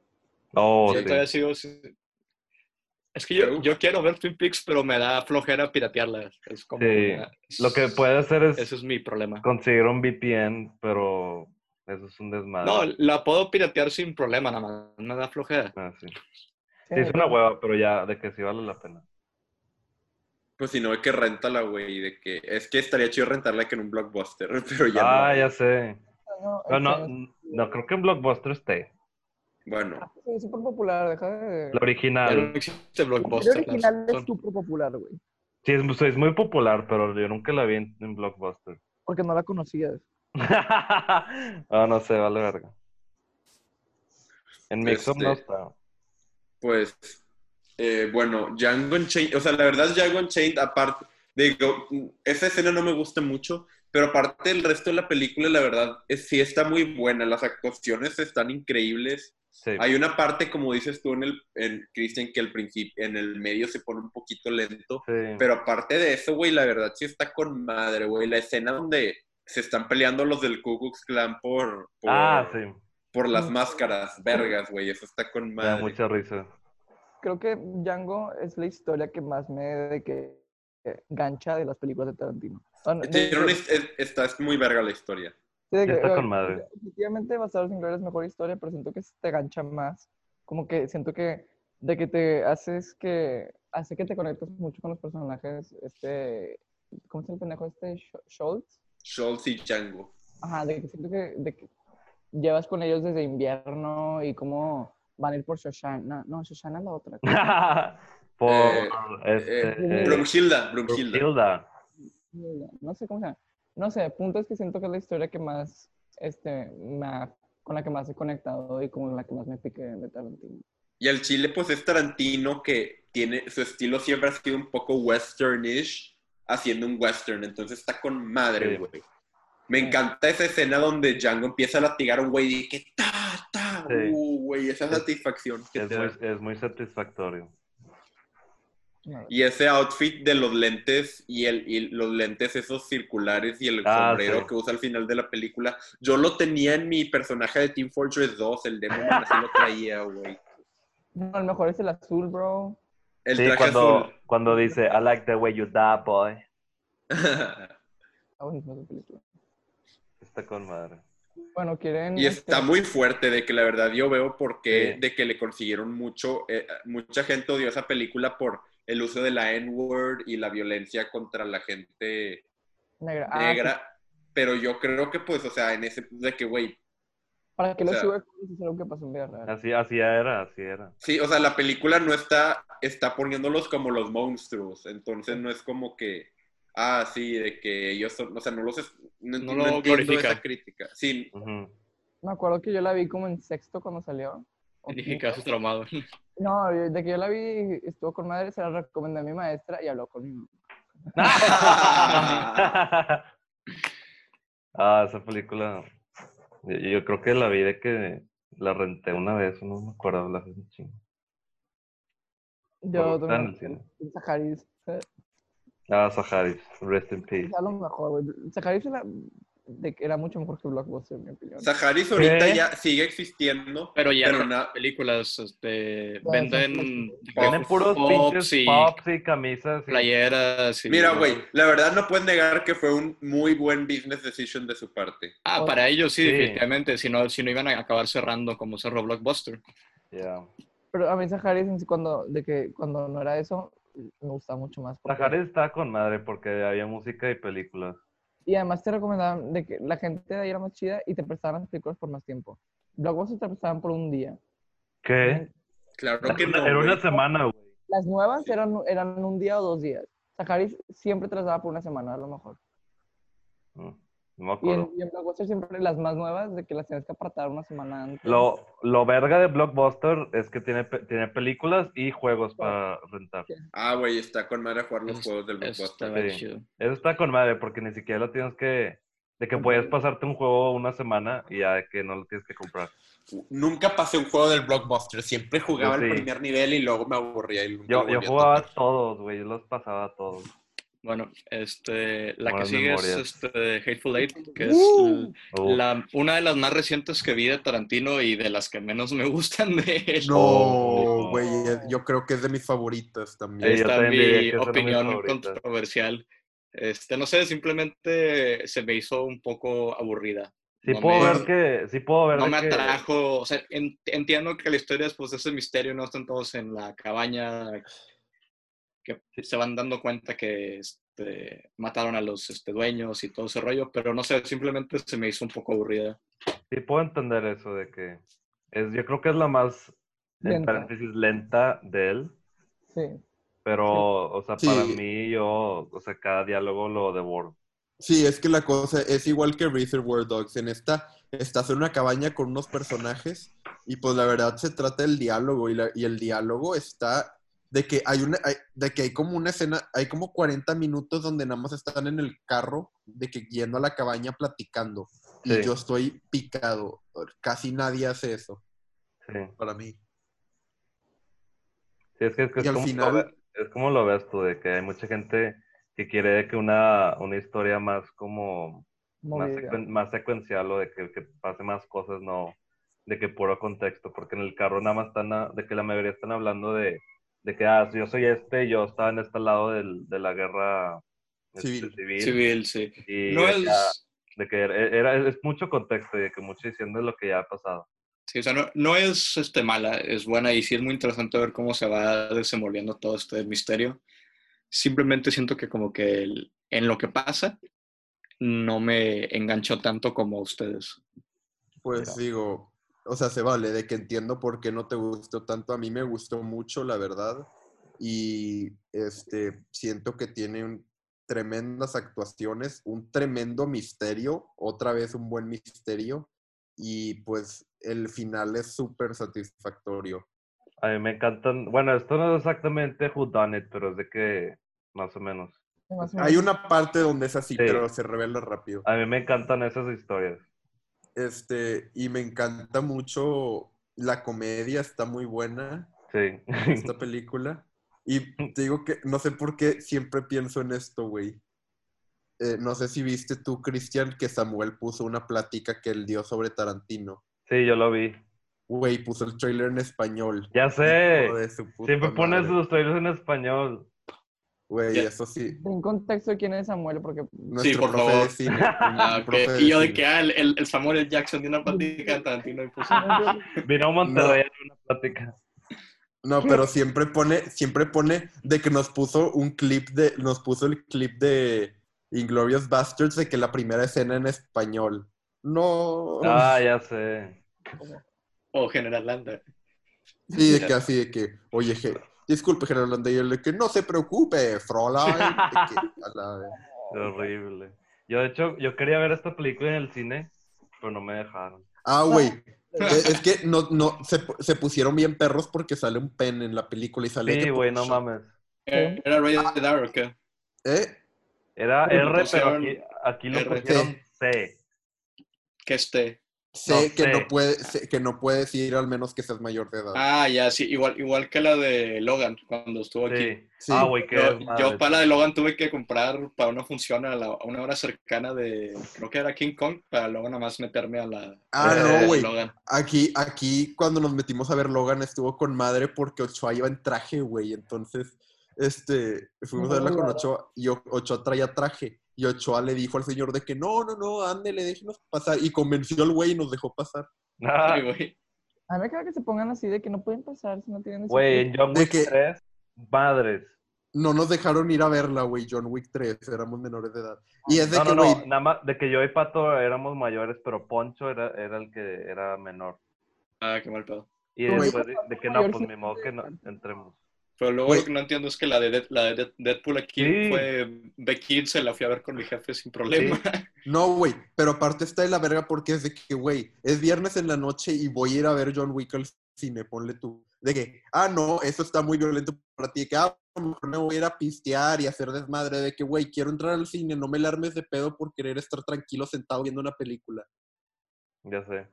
[SPEAKER 2] Oh,
[SPEAKER 4] Yo
[SPEAKER 2] sí.
[SPEAKER 4] todavía sigo sin- Es que
[SPEAKER 1] Pero-
[SPEAKER 4] yo, yo quiero ver Twin Peaks, pero me da flojera piratearla. Es como
[SPEAKER 2] Sí.
[SPEAKER 4] una-
[SPEAKER 2] Lo que puede hacer
[SPEAKER 4] Ese
[SPEAKER 2] es
[SPEAKER 4] es mi problema.
[SPEAKER 2] conseguir un VPN, pero eso es un desmadre.
[SPEAKER 4] No, la puedo piratear sin problema, nada más. Me da flojera.
[SPEAKER 2] Ah, sí.
[SPEAKER 3] Sí,
[SPEAKER 2] Sí, es
[SPEAKER 3] neta.
[SPEAKER 2] una hueva, pero ya, de que sí vale la pena.
[SPEAKER 1] Pues si no, hay que rentala, güey, de que es que estaría chido rentarla que en un blockbuster, (laughs) pero ya
[SPEAKER 2] Ah,
[SPEAKER 1] no.
[SPEAKER 2] ya sé.
[SPEAKER 3] No,
[SPEAKER 2] No,
[SPEAKER 3] esta es-
[SPEAKER 2] no, no, creo que en Blockbuster esté.
[SPEAKER 1] Bueno,
[SPEAKER 3] es súper popular, deja
[SPEAKER 2] La
[SPEAKER 3] de...
[SPEAKER 4] Ya no
[SPEAKER 2] original.
[SPEAKER 4] existe
[SPEAKER 3] El
[SPEAKER 4] Blockbuster.
[SPEAKER 3] original
[SPEAKER 4] Larson.
[SPEAKER 3] es súper popular, güey.
[SPEAKER 2] Sí, es, mu- es muy popular, pero yo nunca la vi en, en Blockbuster.
[SPEAKER 3] Porque no la conocías.
[SPEAKER 2] (laughs) Ah, no sé, vale verga. En Mixup no
[SPEAKER 1] Este-
[SPEAKER 2] está.
[SPEAKER 1] pues eh, bueno, Django Unchained, o sea, la verdad Django Unchained aparte digo, esa escena no me gusta mucho, pero aparte el resto de la película la verdad es, sí está muy buena, las actuaciones están increíbles.
[SPEAKER 2] Sí.
[SPEAKER 1] Hay una parte, como dices tú en el, en Christian, que al principio, en el medio se pone un poquito lento.
[SPEAKER 2] sí.
[SPEAKER 1] Pero aparte de eso, güey, la verdad sí está con madre, güey. La escena donde se están peleando los del Ku Klux Klan por, por,
[SPEAKER 2] ah, sí. Me
[SPEAKER 1] por las máscaras, vergas, güey. Eso está con
[SPEAKER 2] da
[SPEAKER 1] madre. (laughs)
[SPEAKER 2] mucha risa.
[SPEAKER 3] Creo que Django es la historia que más me de que eh, gancha de las películas de Tarantino. Ah, no, de-
[SPEAKER 1] Tiene una
[SPEAKER 3] de-
[SPEAKER 1] his- es- está es muy verga la historia.
[SPEAKER 3] Sí,
[SPEAKER 2] Ya
[SPEAKER 3] de que,
[SPEAKER 2] está
[SPEAKER 3] eh,
[SPEAKER 2] con madre.
[SPEAKER 3] efe- Efectivamente, Bastardos sin Gloria es mejor historia, pero siento que s- te gancha más. Como que siento que de que te haces que hace que te conectes mucho con los personajes. Este, ¿cómo se llama el pendejo este? Scho- Schultz.
[SPEAKER 1] Schultz y Django.
[SPEAKER 3] Ajá, de que siento que, de que llevas con ellos desde invierno y cómo van a ir por Shoshana. No, Shoshana es la
[SPEAKER 2] (laughs)
[SPEAKER 3] otra.
[SPEAKER 2] Por
[SPEAKER 1] Eh,
[SPEAKER 2] este.
[SPEAKER 3] eh,
[SPEAKER 1] Brumhilda, Brumhilda.
[SPEAKER 2] Brunhilda.
[SPEAKER 3] No sé cómo se llama. No sé, punto es que siento que es la historia que más, este, me ha- con la que más he conectado y con la que más me piqué de Tarantino.
[SPEAKER 1] Y al Chile, pues es Tarantino que tiene su estilo siempre ha sido un poco westernish, haciendo un western. Entonces está con madre,
[SPEAKER 2] Sí.
[SPEAKER 1] güey. Me encanta esa escena donde Django empieza a latigar a un güey y que ta, ta,
[SPEAKER 2] Sí.
[SPEAKER 1] uh, güey, esa satisfacción que
[SPEAKER 2] Es
[SPEAKER 1] te da.
[SPEAKER 2] muy, es muy satisfactorio.
[SPEAKER 3] No,
[SPEAKER 1] Y ese outfit de los lentes y, el, y los lentes esos circulares y el
[SPEAKER 2] Ah,
[SPEAKER 1] sombrero
[SPEAKER 2] sí.
[SPEAKER 1] que usa al final de la película. Yo lo tenía en mi personaje de Team Fortress 2, el Demon así lo traía, güey.
[SPEAKER 3] No, el mejor es el azul, bro.
[SPEAKER 1] El
[SPEAKER 2] Sí,
[SPEAKER 1] traje
[SPEAKER 2] cuando, cuando dice, I like the way you die, boy.
[SPEAKER 1] azul. (laughs)
[SPEAKER 3] Está buenísima esa película.
[SPEAKER 2] Está con madre.
[SPEAKER 3] Bueno, quieren.
[SPEAKER 1] Y está
[SPEAKER 3] este,
[SPEAKER 1] muy fuerte de que la verdad yo veo por qué,
[SPEAKER 2] Sí.
[SPEAKER 1] de que le consiguieron mucho, eh, mucha gente odió esa película por el uso de la N-word y la violencia contra la gente
[SPEAKER 3] negra. Ah, sí,
[SPEAKER 1] negra,
[SPEAKER 4] pues
[SPEAKER 1] pero yo creo que pues, o sea, en ese, de que, güey,
[SPEAKER 3] para que
[SPEAKER 1] o
[SPEAKER 3] lo
[SPEAKER 1] sea-
[SPEAKER 3] sube, es algo que pasó en vida real.
[SPEAKER 2] Así, así era, así era.
[SPEAKER 1] sí, o sea, la película no está, está poniéndolos como los monstruos, entonces no es como que, ah, sí, de que ellos son, o sea, no los, es- no,
[SPEAKER 4] No
[SPEAKER 1] no
[SPEAKER 4] lo
[SPEAKER 1] entiendo
[SPEAKER 4] glorifica.
[SPEAKER 1] esa crítica,
[SPEAKER 4] (laughs)
[SPEAKER 1] sí,
[SPEAKER 2] Ujú.
[SPEAKER 3] Me acuerdo que yo la vi como en sexto cuando salió. o
[SPEAKER 4] Dije que
[SPEAKER 3] quinto.
[SPEAKER 4] vas traumado.
[SPEAKER 3] No, yo- de que yo la vi, estuvo con madre, se la recomendé a mi maestra y habló conmigo.
[SPEAKER 2] ah, (laughs) esa película. Yo, yo creo que la vi de que la renté una vez, no me acuerdo la vez chingo.
[SPEAKER 3] Yo
[SPEAKER 2] Está en el
[SPEAKER 3] también. Sajaris. Es
[SPEAKER 2] Ah, Saharis, rest in peace.
[SPEAKER 3] a lo mejor, güey. Sajaris era, de que era mucho mejor que Blockbuster, en mi opinión.
[SPEAKER 1] Saharis ahorita
[SPEAKER 2] ¿Qué?
[SPEAKER 1] ya sigue existiendo,
[SPEAKER 4] Pero ya
[SPEAKER 1] Pero
[SPEAKER 4] no,
[SPEAKER 1] na-
[SPEAKER 4] películas este,
[SPEAKER 3] son
[SPEAKER 4] venden
[SPEAKER 2] Tienen puros pinches
[SPEAKER 4] y
[SPEAKER 2] pops y camisas. y-
[SPEAKER 4] playeras. y-
[SPEAKER 1] Mira, güey, la verdad no puedes negar que fue un muy buen business decision de su parte.
[SPEAKER 4] Ah, para ellos sí,
[SPEAKER 2] Sí.
[SPEAKER 4] definitivamente. Si no, si no iban a acabar cerrando como cerró Blockbuster.
[SPEAKER 2] Yeah.
[SPEAKER 3] Pero a mí Sajaris, en sí, cuando, de que, cuando no era eso, me gustaba mucho más. porque-
[SPEAKER 2] Saharis estaba con madre porque había música y películas.
[SPEAKER 3] Y además te recomendaban de que la gente de ahí era más chida y te prestaban las películas por más tiempo. Blockbuster te prestaban por un día.
[SPEAKER 2] ¿Qué?
[SPEAKER 1] Claro que no.
[SPEAKER 2] Era
[SPEAKER 1] güey.
[SPEAKER 2] una semana, güey.
[SPEAKER 3] Las nuevas eran, eran un día o dos días. Sajaris siempre te las daba por una semana, a lo mejor.
[SPEAKER 2] Mm, No me
[SPEAKER 3] Y
[SPEAKER 2] acuerdo.
[SPEAKER 3] en, y en Blockbuster siempre las más nuevas, de que las tienes que apartar una semana antes.
[SPEAKER 2] Lo, lo verga de Blockbuster es que tiene, pe- tiene películas y juegos para rentar.
[SPEAKER 1] Ah, güey, está con madre jugar los
[SPEAKER 4] Es-
[SPEAKER 1] juegos del
[SPEAKER 4] Eso
[SPEAKER 1] blockbuster.
[SPEAKER 4] estaba
[SPEAKER 2] Sí.
[SPEAKER 4] chido.
[SPEAKER 2] Eso está con madre porque ni siquiera lo tienes que... De que puedes pasarte un juego una semana y ya de que no lo tienes que comprar.
[SPEAKER 1] Nunca pasé un juego del blockbuster. Siempre jugaba
[SPEAKER 2] Yo
[SPEAKER 1] el
[SPEAKER 2] sí.
[SPEAKER 1] primer nivel y luego me aburría. Y nunca lo
[SPEAKER 2] Yo,
[SPEAKER 1] volví
[SPEAKER 2] yo
[SPEAKER 1] a
[SPEAKER 2] jugaba
[SPEAKER 1] tocar.
[SPEAKER 2] todos, güey. Yo los pasaba a todos.
[SPEAKER 4] Bueno, este, la que
[SPEAKER 2] Buenas
[SPEAKER 4] sigue
[SPEAKER 2] memorias.
[SPEAKER 4] es este, Hateful Eight, que es
[SPEAKER 3] ¡Uh!
[SPEAKER 2] Uh,
[SPEAKER 4] la, una de las más recientes que vi de Tarantino y de las que menos me gustan de él.
[SPEAKER 5] No,
[SPEAKER 2] Oh,
[SPEAKER 5] güey, es- yo creo que es de mis favoritas también.
[SPEAKER 2] Sí, yo
[SPEAKER 4] Esta es
[SPEAKER 2] también diría que
[SPEAKER 4] mi
[SPEAKER 2] esa era mi
[SPEAKER 4] opinión
[SPEAKER 2] favorita.
[SPEAKER 4] controversial. Este, no sé, simplemente se me hizo un poco aburrida.
[SPEAKER 2] sí,
[SPEAKER 4] no
[SPEAKER 2] puedo
[SPEAKER 4] me-
[SPEAKER 2] ver que, sí puedo ver
[SPEAKER 4] No
[SPEAKER 2] de
[SPEAKER 4] me
[SPEAKER 2] que-
[SPEAKER 4] atrajo, o sea, en- entiendo que la historia es pues ese misterio, no están todos en la cabaña que se van dando cuenta que este, mataron a los este, dueños y todo ese rollo, pero no sé, simplemente se me hizo un poco aburrida.
[SPEAKER 2] Sí, puedo entender eso de que es, yo creo que es la más, en
[SPEAKER 3] Lenta.
[SPEAKER 2] paréntesis, lenta de él,
[SPEAKER 3] Sí.
[SPEAKER 2] pero, o sea,
[SPEAKER 1] Sí.
[SPEAKER 2] para mí yo, o sea, cada diálogo lo devoro.
[SPEAKER 1] Sí, es que la cosa es igual que Reservoir Dogs. En esta estás en una cabaña con unos personajes y pues la verdad se trata del diálogo y, la- y el diálogo está de que hay una hay- de que hay como una escena, hay como 40 minutos donde nada más están en el carro de que yendo a la cabaña platicando
[SPEAKER 2] Sí.
[SPEAKER 1] y yo estoy picado. Casi nadie hace eso
[SPEAKER 2] Sí,
[SPEAKER 1] para mí.
[SPEAKER 2] Sí, es que, es, que
[SPEAKER 1] Y
[SPEAKER 2] es
[SPEAKER 1] al
[SPEAKER 2] como
[SPEAKER 1] final-
[SPEAKER 2] lo ve- es como lo ves tú, de que hay mucha gente que quiere que una, una historia más como, más,
[SPEAKER 3] movida.
[SPEAKER 2] secuen- más secuencial o de que, que pase más cosas, no de que puro contexto, porque en el carro nada más están, a- de que la mayoría están hablando de, de que, ah, yo soy este, yo estaba en este lado del- de la guerra este,
[SPEAKER 1] Civil.
[SPEAKER 4] Civil, sí.
[SPEAKER 2] y
[SPEAKER 4] No
[SPEAKER 2] de,
[SPEAKER 4] es...
[SPEAKER 2] que, ah, de que era, era- es mucho contexto y de que mucho diciendo es lo que ya ha pasado.
[SPEAKER 4] Sí, o sea, no, no es este, mala, es buena y sí es muy interesante ver cómo se va desenvolviendo todo este misterio. Simplemente siento que como que el- en lo que pasa no me enganchó tanto como a ustedes.
[SPEAKER 1] Pues
[SPEAKER 2] Ya.
[SPEAKER 1] digo, o sea, se vale de que entiendo por qué no te gustó tanto. A mí me gustó mucho, la verdad. Y este, siento que tiene un- tremendas actuaciones, un tremendo misterio, otra vez un buen misterio. Y pues el final es súper satisfactorio.
[SPEAKER 2] A mí me encantan, bueno, esto no es exactamente Who Done It, pero es de que más o menos.
[SPEAKER 3] Más o
[SPEAKER 1] Hay
[SPEAKER 3] menos.
[SPEAKER 1] una parte donde es así,
[SPEAKER 2] Sí.
[SPEAKER 1] pero se revela rápido.
[SPEAKER 2] A mí me encantan esas historias.
[SPEAKER 1] Este, y me encanta mucho la comedia, está muy buena.
[SPEAKER 2] Sí. (laughs)
[SPEAKER 1] esta película. Y te digo que no sé por qué siempre pienso en esto, güey. Eh, no sé si viste tú, Cristian, que Samuel puso una plática que él dio sobre Tarantino.
[SPEAKER 2] Sí, yo lo vi.
[SPEAKER 1] Güey, puso el trailer en español.
[SPEAKER 2] Ya sé.
[SPEAKER 1] Hijo de su puta
[SPEAKER 2] Siempre pones
[SPEAKER 1] madre.
[SPEAKER 2] sus trailers en español.
[SPEAKER 1] Güey,
[SPEAKER 4] Ya.
[SPEAKER 1] eso sí.
[SPEAKER 3] En contexto de quién es Samuel, porque
[SPEAKER 1] Nuestro
[SPEAKER 4] por
[SPEAKER 1] profe
[SPEAKER 4] favor.
[SPEAKER 1] de cine. un
[SPEAKER 4] (laughs) Ah, ok.
[SPEAKER 1] profe
[SPEAKER 4] Y yo de
[SPEAKER 1] cine.
[SPEAKER 4] que ah, el, el- el Samuel L. Jackson de una plática de Tarantino y puso...
[SPEAKER 2] (laughs) Vino a Monterrey a hacer una plática.
[SPEAKER 1] No, pero siempre pone, siempre pone de que nos puso un clip de, nos puso el clip de Inglorious Bastards de que la primera escena en español. No.
[SPEAKER 2] Ah, ya sé.
[SPEAKER 4] O General Landa.
[SPEAKER 1] Sí, de que así de que, oye, je- disculpe, General Landa, y él de que no se preocupe, Fräulein. de que, a la-
[SPEAKER 2] Qué horrible. Yo, de hecho, yo quería ver esta película en el cine, pero no me dejaron.
[SPEAKER 1] Ah, güey. Es es que no, no, se, pu- se pusieron bien perros porque sale un pen en la película y sale. de
[SPEAKER 2] Sí,
[SPEAKER 1] que-
[SPEAKER 2] güey, no mames.
[SPEAKER 4] Eh, ¿Era Rated R o qué?
[SPEAKER 1] ¿Eh?
[SPEAKER 2] Era
[SPEAKER 4] Pero
[SPEAKER 2] R, pero
[SPEAKER 4] pusieron
[SPEAKER 2] aquí, aquí lo
[SPEAKER 4] R.
[SPEAKER 2] pusieron C.
[SPEAKER 4] Que este...
[SPEAKER 1] Sé
[SPEAKER 2] No
[SPEAKER 1] que
[SPEAKER 2] sé.
[SPEAKER 1] no puede, sé que no puedes ir al menos que seas mayor de edad.
[SPEAKER 4] Ah, ya, sí, igual, igual que la de Logan cuando estuvo aquí.
[SPEAKER 2] Sí.
[SPEAKER 1] Sí.
[SPEAKER 2] Ah, güey, qué
[SPEAKER 4] Yo,
[SPEAKER 2] madre.
[SPEAKER 4] yo para la de Logan tuve que comprar para una función a, la- a una hora cercana de, creo que era King Kong, para luego nada más meterme a la...
[SPEAKER 1] Ah,
[SPEAKER 4] a la
[SPEAKER 2] no,
[SPEAKER 4] de
[SPEAKER 1] güey.
[SPEAKER 4] Logan.
[SPEAKER 1] Aquí, aquí cuando nos metimos a ver Logan estuvo con madre porque Ochoa iba en traje, güey. Entonces, este, fuimos a verla con Ochoa y O- Ochoa traía traje. Y Ochoa le dijo al señor de que no, no, no, ándele, déjenos pasar. Y convenció al güey y nos dejó pasar.
[SPEAKER 2] (laughs) Ah,
[SPEAKER 4] Ay, güey.
[SPEAKER 3] A mí me caga que se pongan así de que no pueden pasar si no tienen ese
[SPEAKER 2] Güey,
[SPEAKER 3] chip.
[SPEAKER 2] en John
[SPEAKER 1] De
[SPEAKER 2] Wick
[SPEAKER 1] que-
[SPEAKER 2] 3, madres.
[SPEAKER 1] No nos dejaron ir a verla, güey. John Wick 3, éramos menores de edad. Y es de
[SPEAKER 2] Ah, No,
[SPEAKER 1] que,
[SPEAKER 2] no,
[SPEAKER 1] güey,
[SPEAKER 2] no, nada más de que yo y Pato éramos mayores, pero Poncho era, era el que era menor.
[SPEAKER 4] Ah, qué mal pedo.
[SPEAKER 2] Y
[SPEAKER 1] Güey.
[SPEAKER 2] después de, de que no,
[SPEAKER 3] Mayor
[SPEAKER 2] pues ni
[SPEAKER 3] sí.
[SPEAKER 2] modo que no entremos.
[SPEAKER 4] Pero luego
[SPEAKER 1] Güey.
[SPEAKER 4] lo que no entiendo es que la de, Dead- la de Dead- Deadpool aquí
[SPEAKER 2] Sí.
[SPEAKER 4] fue de 15, la fui a ver con mi jefe sin problema.
[SPEAKER 1] no, güey. Pero aparte está de la verga porque es de que, güey, es viernes en la noche y voy a ir a ver John Wick al cine, ponle tú. De que, ah, no, eso está muy violento para ti. Que, ah, a lo mejor me voy a ir a pistear y a hacer desmadre. De que, güey, quiero entrar al cine, no me larmes de pedo por querer estar tranquilo sentado viendo una película.
[SPEAKER 2] Ya sé.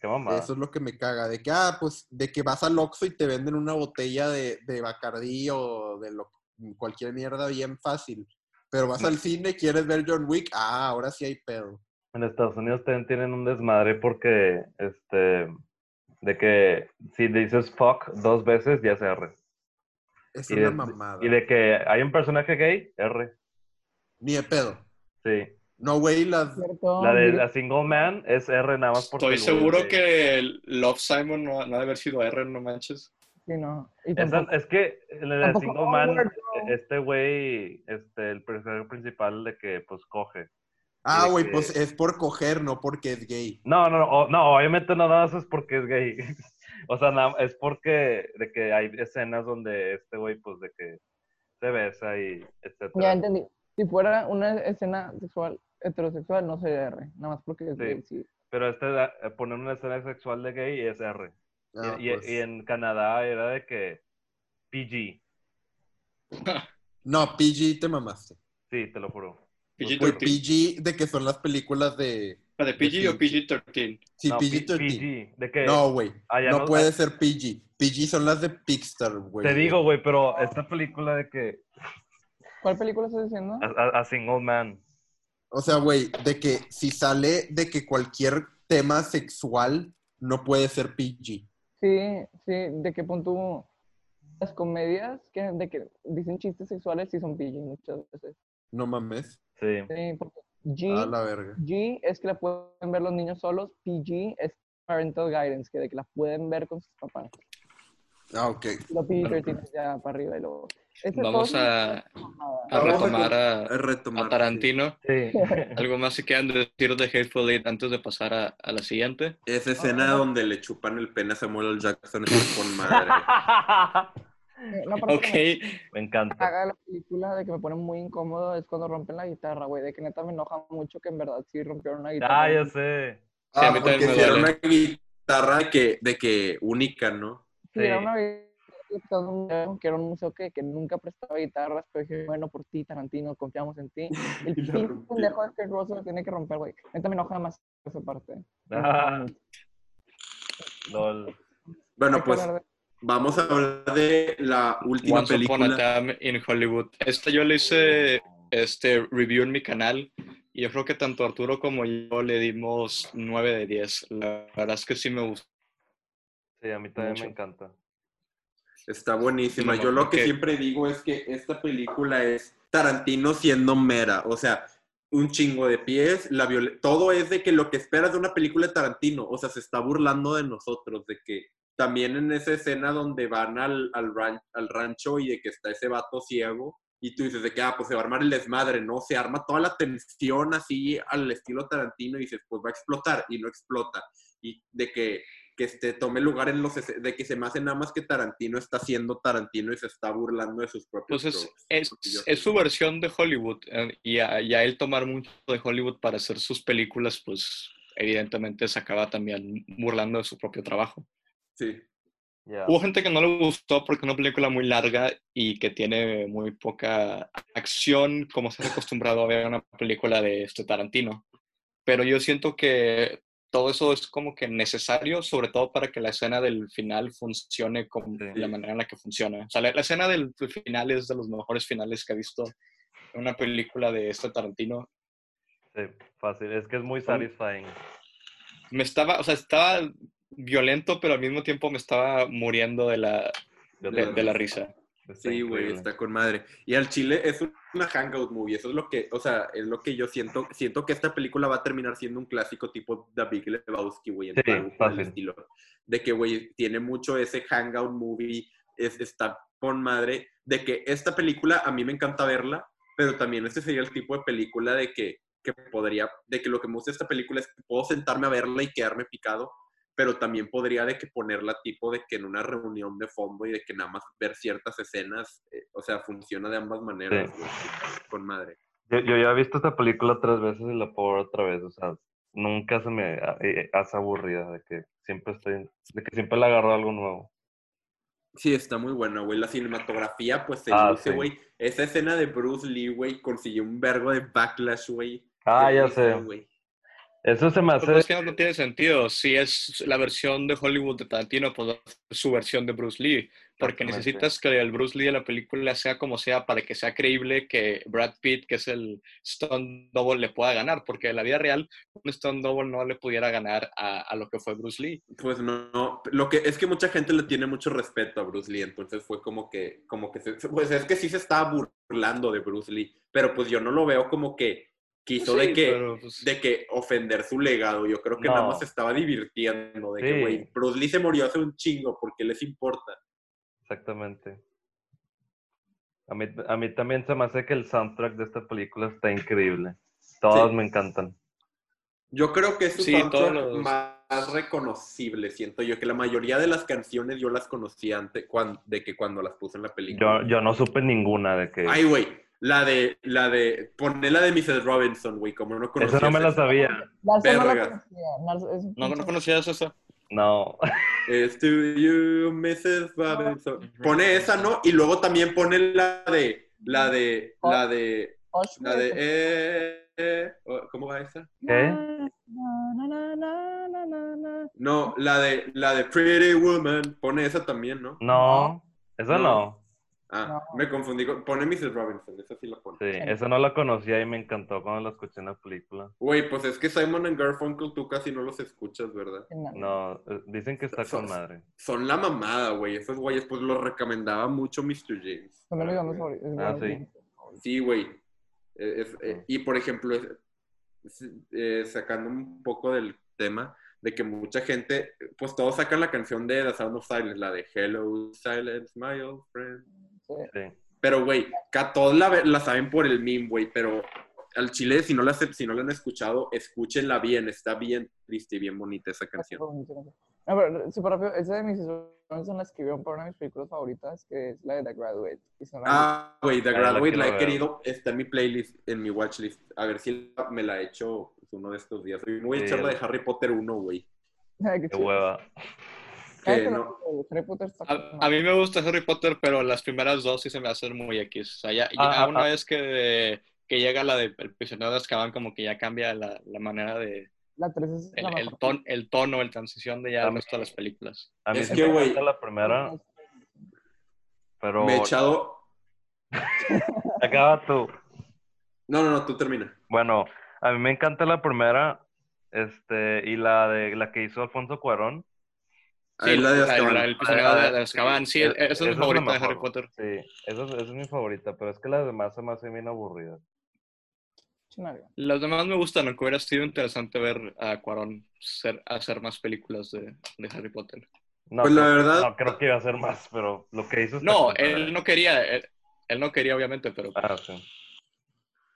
[SPEAKER 2] Qué mamada.
[SPEAKER 1] Eso es lo que me caga. De que, ah, pues, de que vas al Oxxo y te venden una botella de, de Bacardí o de lo, cualquier mierda bien fácil. Pero vas al cine, quieres ver John Wick, ah, ahora sí hay pedo.
[SPEAKER 2] En Estados Unidos también tienen un desmadre porque, este, de que si dices fuck dos veces, ya es R.
[SPEAKER 1] Es
[SPEAKER 2] Y
[SPEAKER 1] una
[SPEAKER 2] de-
[SPEAKER 1] mamada.
[SPEAKER 2] Y de que hay un personaje gay, R.
[SPEAKER 1] Ni de pedo.
[SPEAKER 2] Sí.
[SPEAKER 1] No, güey, las...
[SPEAKER 3] Cierto,
[SPEAKER 2] La de
[SPEAKER 3] Ah, mira,
[SPEAKER 2] la single man es R nada más porque...
[SPEAKER 4] Estoy
[SPEAKER 2] el güey
[SPEAKER 4] seguro
[SPEAKER 2] es gay.
[SPEAKER 4] que el Love Simon no, no ha de haber sido R, no manches. (laughs)
[SPEAKER 3] sí, no. Y
[SPEAKER 2] Esa-
[SPEAKER 3] tampoco-
[SPEAKER 2] es que la de
[SPEAKER 3] tampoco
[SPEAKER 2] single
[SPEAKER 3] Onward,
[SPEAKER 2] man...
[SPEAKER 3] no,
[SPEAKER 2] este güey, este, el personaje principal de que, pues, coge.
[SPEAKER 5] Ah,
[SPEAKER 2] de
[SPEAKER 5] güey,
[SPEAKER 2] que-
[SPEAKER 5] pues es por coger, no porque es gay.
[SPEAKER 2] No, no, no, o- no, obviamente no nada más es porque es gay. (laughs) O sea, na- es porque de que hay escenas donde este güey, pues, de que se besa y
[SPEAKER 3] Ya
[SPEAKER 2] etcétera.
[SPEAKER 3] entendí. Si fuera una escena sexual heterosexual, no sería R. Nada más porque es
[SPEAKER 2] Sí.
[SPEAKER 3] gay, sí.
[SPEAKER 2] Pero este da- eh, poner una escena sexual de gay y es R. Y-
[SPEAKER 5] Ah,
[SPEAKER 2] y,
[SPEAKER 5] pues.
[SPEAKER 2] y en Canadá era de que PG.
[SPEAKER 5] No, PG te mamaste.
[SPEAKER 2] Sí, te lo juro.
[SPEAKER 5] Güey,
[SPEAKER 2] Pero-
[SPEAKER 4] PG-13.
[SPEAKER 5] PG de que son las películas de...
[SPEAKER 4] ¿La de PG o PG-13?
[SPEAKER 5] Sí,
[SPEAKER 2] No, P-
[SPEAKER 5] PG-13.
[SPEAKER 2] PG. De que
[SPEAKER 5] No, güey.
[SPEAKER 2] allá
[SPEAKER 5] No
[SPEAKER 2] nos-
[SPEAKER 5] puede ser PG. PG son las de Pixar, güey.
[SPEAKER 2] Te digo, güey, pero esta película de que
[SPEAKER 3] ¿Cuál película estás diciendo?
[SPEAKER 2] a, a- a Single Man.
[SPEAKER 5] O sea, güey, de que si sale de que cualquier tema sexual no puede ser PG.
[SPEAKER 3] Sí, sí. ¿De qué punto? Las comedias que, de que dicen chistes sexuales sí son PG muchas veces.
[SPEAKER 5] No mames.
[SPEAKER 2] Sí.
[SPEAKER 3] Sí, porque
[SPEAKER 5] A
[SPEAKER 1] Ah,
[SPEAKER 3] G,
[SPEAKER 5] la verga.
[SPEAKER 3] G es que la pueden ver los niños solos. PG es parental guidance, que de que la pueden ver con sus papás.
[SPEAKER 5] Ah, ok.
[SPEAKER 3] Lo PG-13 es ya para arriba y luego... Ese
[SPEAKER 4] Vamos
[SPEAKER 3] todo es
[SPEAKER 4] a,
[SPEAKER 3] una mamada.
[SPEAKER 4] a
[SPEAKER 1] Vamos a
[SPEAKER 4] retomar a,
[SPEAKER 1] Es retomar.
[SPEAKER 4] a Tarantino.
[SPEAKER 2] Sí.
[SPEAKER 4] ¿Algo más que quieran decir de Hateful Eight antes de pasar a, a la siguiente?
[SPEAKER 1] sí. Esa escena donde le chupan el pene a Samuel L. Jackson es con madre.
[SPEAKER 3] Eh, no, pero
[SPEAKER 4] Ok,
[SPEAKER 3] es que
[SPEAKER 2] (laughs) Me
[SPEAKER 3] me (laughs)
[SPEAKER 2] encanta.
[SPEAKER 3] caga la película de que me pone muy incómodo es cuando rompen la guitarra, güey. De que neta me enoja mucho que en verdad sí rompieron la guitarra.
[SPEAKER 2] Ah, ya sé.
[SPEAKER 4] Sí, a
[SPEAKER 1] Ah,
[SPEAKER 4] mí
[SPEAKER 1] porque
[SPEAKER 4] también me
[SPEAKER 1] si era
[SPEAKER 4] duele.
[SPEAKER 1] una guitarra que, de que única, ¿no?
[SPEAKER 3] Sí, era
[SPEAKER 2] Sí.
[SPEAKER 3] una vez que era un museo que, que nunca prestaba guitarras, pero dije, bueno, por ti, Tarantino, confiamos en ti. El
[SPEAKER 1] Y la
[SPEAKER 3] pinche
[SPEAKER 1] rompió.
[SPEAKER 3] pendejo de Kurt Russell tiene que romper, güey. Neta me enoja más esa parte.
[SPEAKER 2] Ah, LOL.
[SPEAKER 1] Bueno,
[SPEAKER 3] Hay que
[SPEAKER 1] pues
[SPEAKER 3] hablar de-
[SPEAKER 1] vamos a hablar de la última
[SPEAKER 4] Once Upon a
[SPEAKER 1] película.
[SPEAKER 4] Time in Hollywood. Esta yo le hice este review en mi canal y yo creo que tanto Arturo como yo le dimos 9 de 10. La verdad es que sí me gustó.
[SPEAKER 2] Sí, a mí también
[SPEAKER 4] Mucho.
[SPEAKER 2] me encanta.
[SPEAKER 1] Está buenísima.
[SPEAKER 4] No,
[SPEAKER 1] Yo lo que
[SPEAKER 4] porque-
[SPEAKER 1] siempre digo es que esta película es Tarantino siendo mera. O sea, un chingo de pies, la viol- todo es de que lo que esperas de una película de Tarantino. O sea, se está burlando de nosotros, de que también en esa escena donde van al, al, ran- al rancho y de que está ese vato ciego. Y tú dices de que, ah, pues se va a armar el desmadre, ¿no? Se arma toda la tensión así al estilo Tarantino y dices, pues va a explotar y no explota. Y de que que este, tome lugar en los... ese- de que se me hace nada más que Tarantino está siendo Tarantino y se está burlando de sus propios...
[SPEAKER 4] Entonces,
[SPEAKER 1] tropes.
[SPEAKER 4] Pues, es,
[SPEAKER 1] Porque yo-
[SPEAKER 4] es su versión de Hollywood eh, y a, y a él tomar mucho de Hollywood para hacer sus películas, pues evidentemente se acaba también burlando de su propio trabajo.
[SPEAKER 1] Sí.
[SPEAKER 2] Ya.
[SPEAKER 4] Hubo gente que no le gustó porque es una película muy larga y que tiene muy poca acción, como se ha acostumbrado a ver en una película de este Tarantino. Pero yo siento que todo eso es como que necesario, sobre todo para que la escena del final funcione como
[SPEAKER 2] Sí.
[SPEAKER 4] la manera en la que funciona. O sea, la, la escena del final es de los mejores finales que he visto en una película de este Tarantino.
[SPEAKER 2] Sí, fácil. Es que es muy satisfying.
[SPEAKER 4] Me estaba, o sea, estaba violento, pero al mismo tiempo me estaba muriendo de la,
[SPEAKER 2] Yo
[SPEAKER 4] de- de
[SPEAKER 2] también.
[SPEAKER 4] la risa.
[SPEAKER 2] Está
[SPEAKER 1] Sí, güey,
[SPEAKER 2] increíble.
[SPEAKER 1] está con madre. Y al Chile es una hangout movie, eso es lo que, o sea, es lo que yo siento. Siento que esta película va a terminar siendo un clásico tipo The Big Lebowski, güey, en
[SPEAKER 2] Sí,
[SPEAKER 1] algo por el
[SPEAKER 2] fácil.
[SPEAKER 1] estilo. De que, güey, tiene mucho ese hangout movie, es, está con madre. De que esta película a mí me encanta verla, pero también este sería el tipo de película de que, que podría, de que lo que me gusta de esta película es que puedo sentarme a verla y quedarme picado pero también podría de que ponerla tipo de que en una reunión de fondo y de que nada más ver ciertas escenas, eh, o sea, funciona de ambas maneras,
[SPEAKER 2] Sí.
[SPEAKER 1] güey, con madre.
[SPEAKER 2] Yo, yo ya he visto esta película tres veces y la puedo ver otra vez. O sea, nunca se me ha- eh, hace aburrida de que siempre estoy, de que siempre le agarro algo nuevo.
[SPEAKER 1] Sí, está muy buena, güey. La cinematografía, pues se
[SPEAKER 2] Ah,
[SPEAKER 1] luce,
[SPEAKER 2] sí.
[SPEAKER 1] güey. Esa escena de Bruce Lee, güey, consiguió un vergo de backlash, güey.
[SPEAKER 2] Ah,
[SPEAKER 1] Qué
[SPEAKER 2] ya
[SPEAKER 1] risa,
[SPEAKER 2] sé.
[SPEAKER 1] güey.
[SPEAKER 2] Eso se me
[SPEAKER 4] Pues, pues,
[SPEAKER 2] hace.
[SPEAKER 4] que no- no tiene sentido. Si es la versión de Hollywood de Tarantino, pues va a ser su versión de Bruce Lee. Porque
[SPEAKER 2] Exactamente.
[SPEAKER 4] necesitas que el Bruce Lee de la película sea como sea para que sea creíble que Brad Pitt, que es el Stone Double, le pueda ganar. Porque en la vida real, un Stone Double no le pudiera ganar a, a lo que fue Bruce Lee.
[SPEAKER 1] Pues no, no. Lo que es que mucha gente le tiene mucho respeto a Bruce Lee, entonces fue como que, como que, se- pues es que sí se estaba burlando de Bruce Lee, pero pues yo no lo veo como que quiso de
[SPEAKER 4] Sí,
[SPEAKER 1] que
[SPEAKER 4] pero, pues,
[SPEAKER 1] de que ofender su legado. Yo creo que
[SPEAKER 2] No.
[SPEAKER 1] nada más se estaba divirtiendo. De que,
[SPEAKER 2] Sí.
[SPEAKER 1] güey, Bruce Lee se murió hace un chingo porque les importa.
[SPEAKER 2] Exactamente. A mí, a mí también se me hace que el soundtrack de esta película está increíble. Todas
[SPEAKER 1] Sí.
[SPEAKER 2] me encantan.
[SPEAKER 1] Yo creo que es su
[SPEAKER 4] Sí,
[SPEAKER 1] soundtrack
[SPEAKER 4] todos los-
[SPEAKER 1] más reconocible, siento yo, que la mayoría de las canciones yo las conocí antes cuan- de que cuando las puse en la película.
[SPEAKER 2] Yo, yo no supe ninguna de que...
[SPEAKER 1] Ay, güey, la de, la de, poné la de Mrs. Robinson, güey, como no conocía.
[SPEAKER 2] Esa no me la
[SPEAKER 1] esa.
[SPEAKER 2] sabía.
[SPEAKER 3] Narso no la
[SPEAKER 1] Verga.
[SPEAKER 3] conocía. Narso es un
[SPEAKER 4] No,
[SPEAKER 3] pinche-
[SPEAKER 4] no conocías esa.
[SPEAKER 2] No.
[SPEAKER 1] It's to you, Mrs. Robinson. Pone esa, ¿no? Y luego también pone la de, la de, la de,
[SPEAKER 3] Osh,
[SPEAKER 1] la de,
[SPEAKER 3] güey.
[SPEAKER 1] eh, eh, oh, ¿cómo va esa?
[SPEAKER 2] ¿Qué?
[SPEAKER 3] Na, na, na, na, na, na, na.
[SPEAKER 1] No, la de, la de Pretty Woman, pone esa también, ¿no?
[SPEAKER 2] No. Esa no.
[SPEAKER 1] Ah,
[SPEAKER 3] No.
[SPEAKER 1] me confundí con, pone Mrs. Robinson, esa sí la pone.
[SPEAKER 2] Sí, esa no la conocía y me encantó cuando la escuché en la película.
[SPEAKER 1] Güey, pues es que Simon and Garfunkel tú casi no los escuchas, ¿verdad?
[SPEAKER 2] No, eh, dicen que está con madre.
[SPEAKER 1] Son la mamada, güey. Esos güeyes, pues los recomendaba mucho Mr. James.
[SPEAKER 3] Son amigos más favoritos.
[SPEAKER 2] Ah,
[SPEAKER 3] Bueno,
[SPEAKER 2] sí.
[SPEAKER 1] Sí, güey. Eh, es- eh, y por ejemplo, es- es- eh, sacando un poco del tema de que mucha gente, pues todos sacan la canción de The Sound of Silence, la de Hello Silence, my old friend.
[SPEAKER 2] Sí.
[SPEAKER 1] Pero, güey, ca- todos la, ve- la saben por el meme, güey, pero al chile, si no, la, se- si no la han escuchado, escúchenla bien, está bien triste y bien bonita esa canción.
[SPEAKER 3] No, pero súper rápido, esa de mis Robinson la escribieron para una de mis películas favoritas, que es la de The Graduate. Y son las-
[SPEAKER 1] Ah, güey, The
[SPEAKER 2] la
[SPEAKER 1] Graduate
[SPEAKER 2] quiero
[SPEAKER 1] la he
[SPEAKER 2] ver.
[SPEAKER 1] querido, está en mi playlist, en mi watchlist. A ver si la- me la echo uno de estos días. Hoy me voy a
[SPEAKER 2] Sí,
[SPEAKER 1] echar la de
[SPEAKER 2] el-
[SPEAKER 1] Harry Potter 1, güey.
[SPEAKER 3] (laughs) Ay, qué
[SPEAKER 2] Qué
[SPEAKER 3] chido.
[SPEAKER 2] hueva.
[SPEAKER 3] Ay,
[SPEAKER 1] Que
[SPEAKER 3] pero
[SPEAKER 1] no. Ah,
[SPEAKER 3] el Harry Potter está con
[SPEAKER 4] A, a mí me gusta Harry Potter, pero las primeras dos sí se me hacen muy X. O sea, ya, ya
[SPEAKER 2] Ah, ah,
[SPEAKER 4] una
[SPEAKER 2] ah.
[SPEAKER 4] vez que, que llega la de El prisionero de Azkaban, como que ya cambia la, la manera de.
[SPEAKER 3] La 3 es
[SPEAKER 4] El,
[SPEAKER 3] la
[SPEAKER 4] el
[SPEAKER 3] mejor.
[SPEAKER 4] ton- el tono, la transición de ya
[SPEAKER 2] A
[SPEAKER 4] el
[SPEAKER 2] mí-
[SPEAKER 4] resto de las películas.
[SPEAKER 2] A mí
[SPEAKER 1] Es
[SPEAKER 2] sí
[SPEAKER 1] que,
[SPEAKER 2] me
[SPEAKER 1] güey,
[SPEAKER 2] encanta la primera, pero...
[SPEAKER 1] Me he echado.
[SPEAKER 2] Acaba tú.
[SPEAKER 1] No, no, no, tú termina.
[SPEAKER 2] Bueno, a mí me encanta la primera, este, y la de la que hizo Alfonso Cuarón.
[SPEAKER 1] Ahí la de
[SPEAKER 4] la-
[SPEAKER 1] Azkaban.
[SPEAKER 4] la- el prisionero
[SPEAKER 2] Ah,
[SPEAKER 4] de, de Azkaban. Sí, e,
[SPEAKER 2] eh,
[SPEAKER 4] esa es mi
[SPEAKER 2] la
[SPEAKER 4] favorita de
[SPEAKER 2] mejor.
[SPEAKER 4] Harry Potter.
[SPEAKER 2] Sí, esa es, esa es mi favorita, pero es que las demás se me hacen bien aburridas.
[SPEAKER 3] Chinaga.
[SPEAKER 4] Las demás me gustan, aunque hubiera sido interesante ver a Cuarón ser- hacer más películas de, de Harry Potter.
[SPEAKER 2] No,
[SPEAKER 1] Pues la
[SPEAKER 2] creo-
[SPEAKER 1] verdad-
[SPEAKER 2] No, creo que iba a ser más, pero lo que hizo... está
[SPEAKER 4] No,
[SPEAKER 2] con madre.
[SPEAKER 4] él no quería, él, él no quería obviamente, pero
[SPEAKER 2] Ah, sí.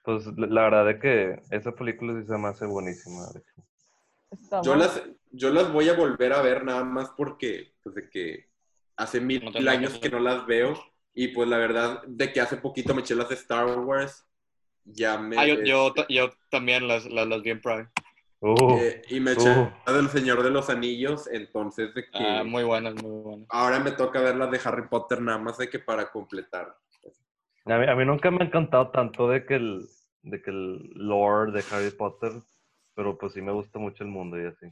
[SPEAKER 2] Pues la la verdad es que esa película sí se me hace buenísima. de hecho.
[SPEAKER 3] Está
[SPEAKER 1] Yo
[SPEAKER 3] mal.
[SPEAKER 1] las, yo las voy a volver a ver nada más porque, pues, de que hace mil
[SPEAKER 4] No te la-
[SPEAKER 1] años que no las veo. Y pues la verdad, de que hace poquito me eché las de Star Wars. Ya me. este,
[SPEAKER 4] Ah, yo, yo, ta- yo también las, las, las vi en Prime.
[SPEAKER 2] Uh,
[SPEAKER 1] eh, y me eché
[SPEAKER 2] Uh.
[SPEAKER 1] la del Señor de los Anillos. Entonces, de que.
[SPEAKER 4] Ah, muy buenas, muy buenas.
[SPEAKER 1] Ahora me toca ver las de Harry Potter nada más de que para completar.
[SPEAKER 2] a, mí, a mí nunca me ha encantado tanto de que el, de que el lore de Harry Potter, pero pues sí me gusta mucho el mundo y así.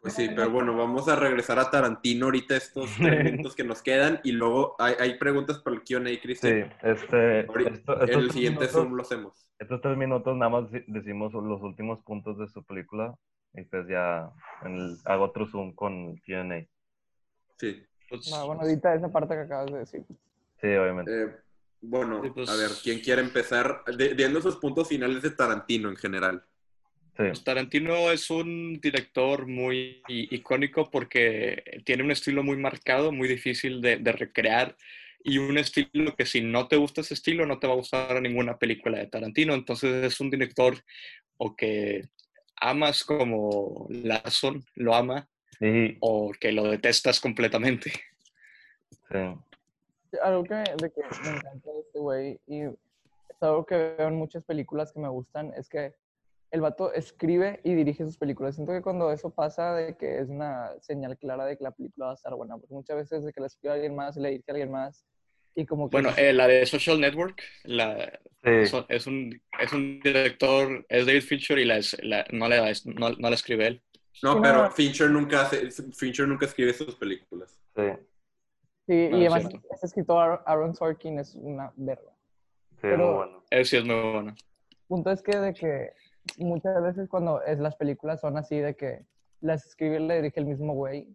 [SPEAKER 1] Pues sí, pero bueno, vamos a regresar a Tarantino ahorita
[SPEAKER 2] (laughs)
[SPEAKER 1] estos tres minutos que nos quedan y luego hay, hay preguntas para el Q&A,
[SPEAKER 2] Sí,
[SPEAKER 1] Cristian.
[SPEAKER 2] este,
[SPEAKER 1] Ahorita-
[SPEAKER 2] esto- estos
[SPEAKER 1] el
[SPEAKER 2] tres
[SPEAKER 1] siguiente
[SPEAKER 2] minutos-
[SPEAKER 1] Zoom lo hacemos.
[SPEAKER 2] estos tres minutos nada más deci- decimos los últimos puntos de su película y pues ya en el- hago otro zoom con Q&A.
[SPEAKER 1] Sí.
[SPEAKER 4] Pues,
[SPEAKER 3] No, bueno, edita esa parte que acabas de decir.
[SPEAKER 2] Sí, obviamente.
[SPEAKER 1] Eh, bueno,
[SPEAKER 4] Sí, pues-
[SPEAKER 1] a ver, ¿quién quiere empezar? De- Diendo sus puntos finales de Tarantino en general.
[SPEAKER 2] Sí,
[SPEAKER 1] Eh,
[SPEAKER 4] pues, Tarantino es un director muy i- icónico porque tiene un estilo muy marcado, muy difícil de, de recrear y un estilo que si no te gusta ese estilo no te va a gustar ninguna película de Tarantino. Entonces es un director o que amas como Larson lo ama
[SPEAKER 2] y,
[SPEAKER 4] o que lo detestas completamente.
[SPEAKER 2] sí.
[SPEAKER 3] Algo que, de que me encanta de este güey y es algo que veo en muchas películas que me gustan es que el vato escribe y dirige sus películas. Siento que cuando eso pasa de que es una señal clara de que la película va a estar buena, porque muchas veces de que la escribe alguien más, le dirige a alguien más y como que
[SPEAKER 4] Bueno, eh, la de Social Network, la,
[SPEAKER 2] Sí,
[SPEAKER 4] So- Es un, es un director, es David Fincher y la, es- la- no, la, es- no, no la escribe él.
[SPEAKER 1] No,
[SPEAKER 3] Sí, no.
[SPEAKER 1] pero Fincher nunca hace, Fincher nunca escribe sus películas.
[SPEAKER 2] sí,
[SPEAKER 3] sí,
[SPEAKER 4] no,
[SPEAKER 3] y
[SPEAKER 4] es
[SPEAKER 3] además
[SPEAKER 4] cierto.
[SPEAKER 3] ese escritor Aaron Sorkin es una verga.
[SPEAKER 2] sí,
[SPEAKER 3] Pero-
[SPEAKER 2] muy bueno.
[SPEAKER 4] Él sí es muy bueno.
[SPEAKER 3] punto es que de que muchas veces cuando es, las películas son así de que las escribe y le dirige el mismo güey,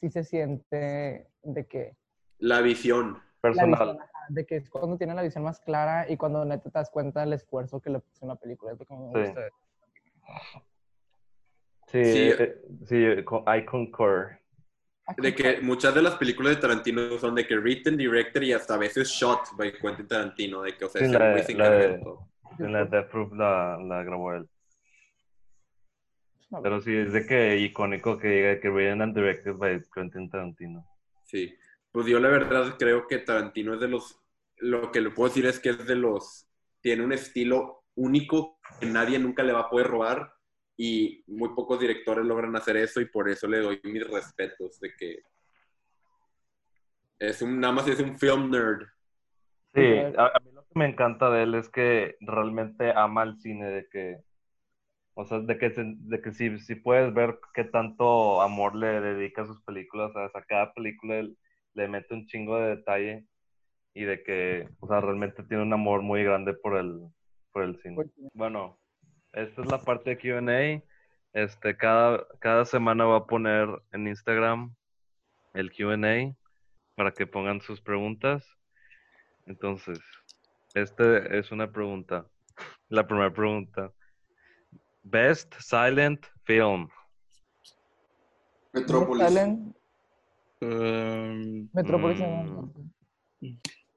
[SPEAKER 3] sí se siente de que
[SPEAKER 1] La visión.
[SPEAKER 3] la
[SPEAKER 2] Personal.
[SPEAKER 3] visión, ajá, de que es cuando tiene la visión más clara y cuando neta te das cuenta del esfuerzo que le puso en la película, es lo que me
[SPEAKER 2] Sí.
[SPEAKER 3] gusta.
[SPEAKER 2] Sí,
[SPEAKER 1] Sí.
[SPEAKER 2] eh, sí, co- I concur.
[SPEAKER 3] Ah,
[SPEAKER 1] de que muchas de las películas de Tarantino son de que written, directed y hasta a veces shot by Quentin Tarantino, de que, o sea,
[SPEAKER 2] Sí,
[SPEAKER 1] ese
[SPEAKER 2] la de-
[SPEAKER 1] güey se
[SPEAKER 2] la de-
[SPEAKER 1] encarga de todo.
[SPEAKER 2] En la Death Proof la, la grabó él.
[SPEAKER 3] No.
[SPEAKER 2] Pero sí, es de que icónico que diga que written and directed by Quentin Tarantino.
[SPEAKER 1] Sí, pues yo la verdad creo que Tarantino es de los, lo que le puedo decir es que es de los, tiene un estilo único que nadie nunca le va a poder robar y muy pocos directores logran hacer eso y por eso le doy mis respetos de que es un, nada más es un film nerd.
[SPEAKER 2] Sí,
[SPEAKER 3] Sí,
[SPEAKER 2] a, a mí lo que me encanta de él es que realmente ama el cine, de que, o sea, de que, se- de que si, si puedes ver qué tanto amor le dedica a sus películas, o sea, a cada película él le mete un chingo de detalle y de que, o sea, realmente tiene un amor muy grande por el, por el cine. Bueno, esta es la parte de Q&A. Este, cada, cada semana va a poner en Instagram el Q&A para que pongan sus preguntas. Entonces, esta Este es una pregunta. La primera pregunta. Best silent film.
[SPEAKER 1] Metrópolis.
[SPEAKER 3] Salen
[SPEAKER 4] Um,
[SPEAKER 3] Metrópolis en
[SPEAKER 2] Mm.
[SPEAKER 3] Manhattan.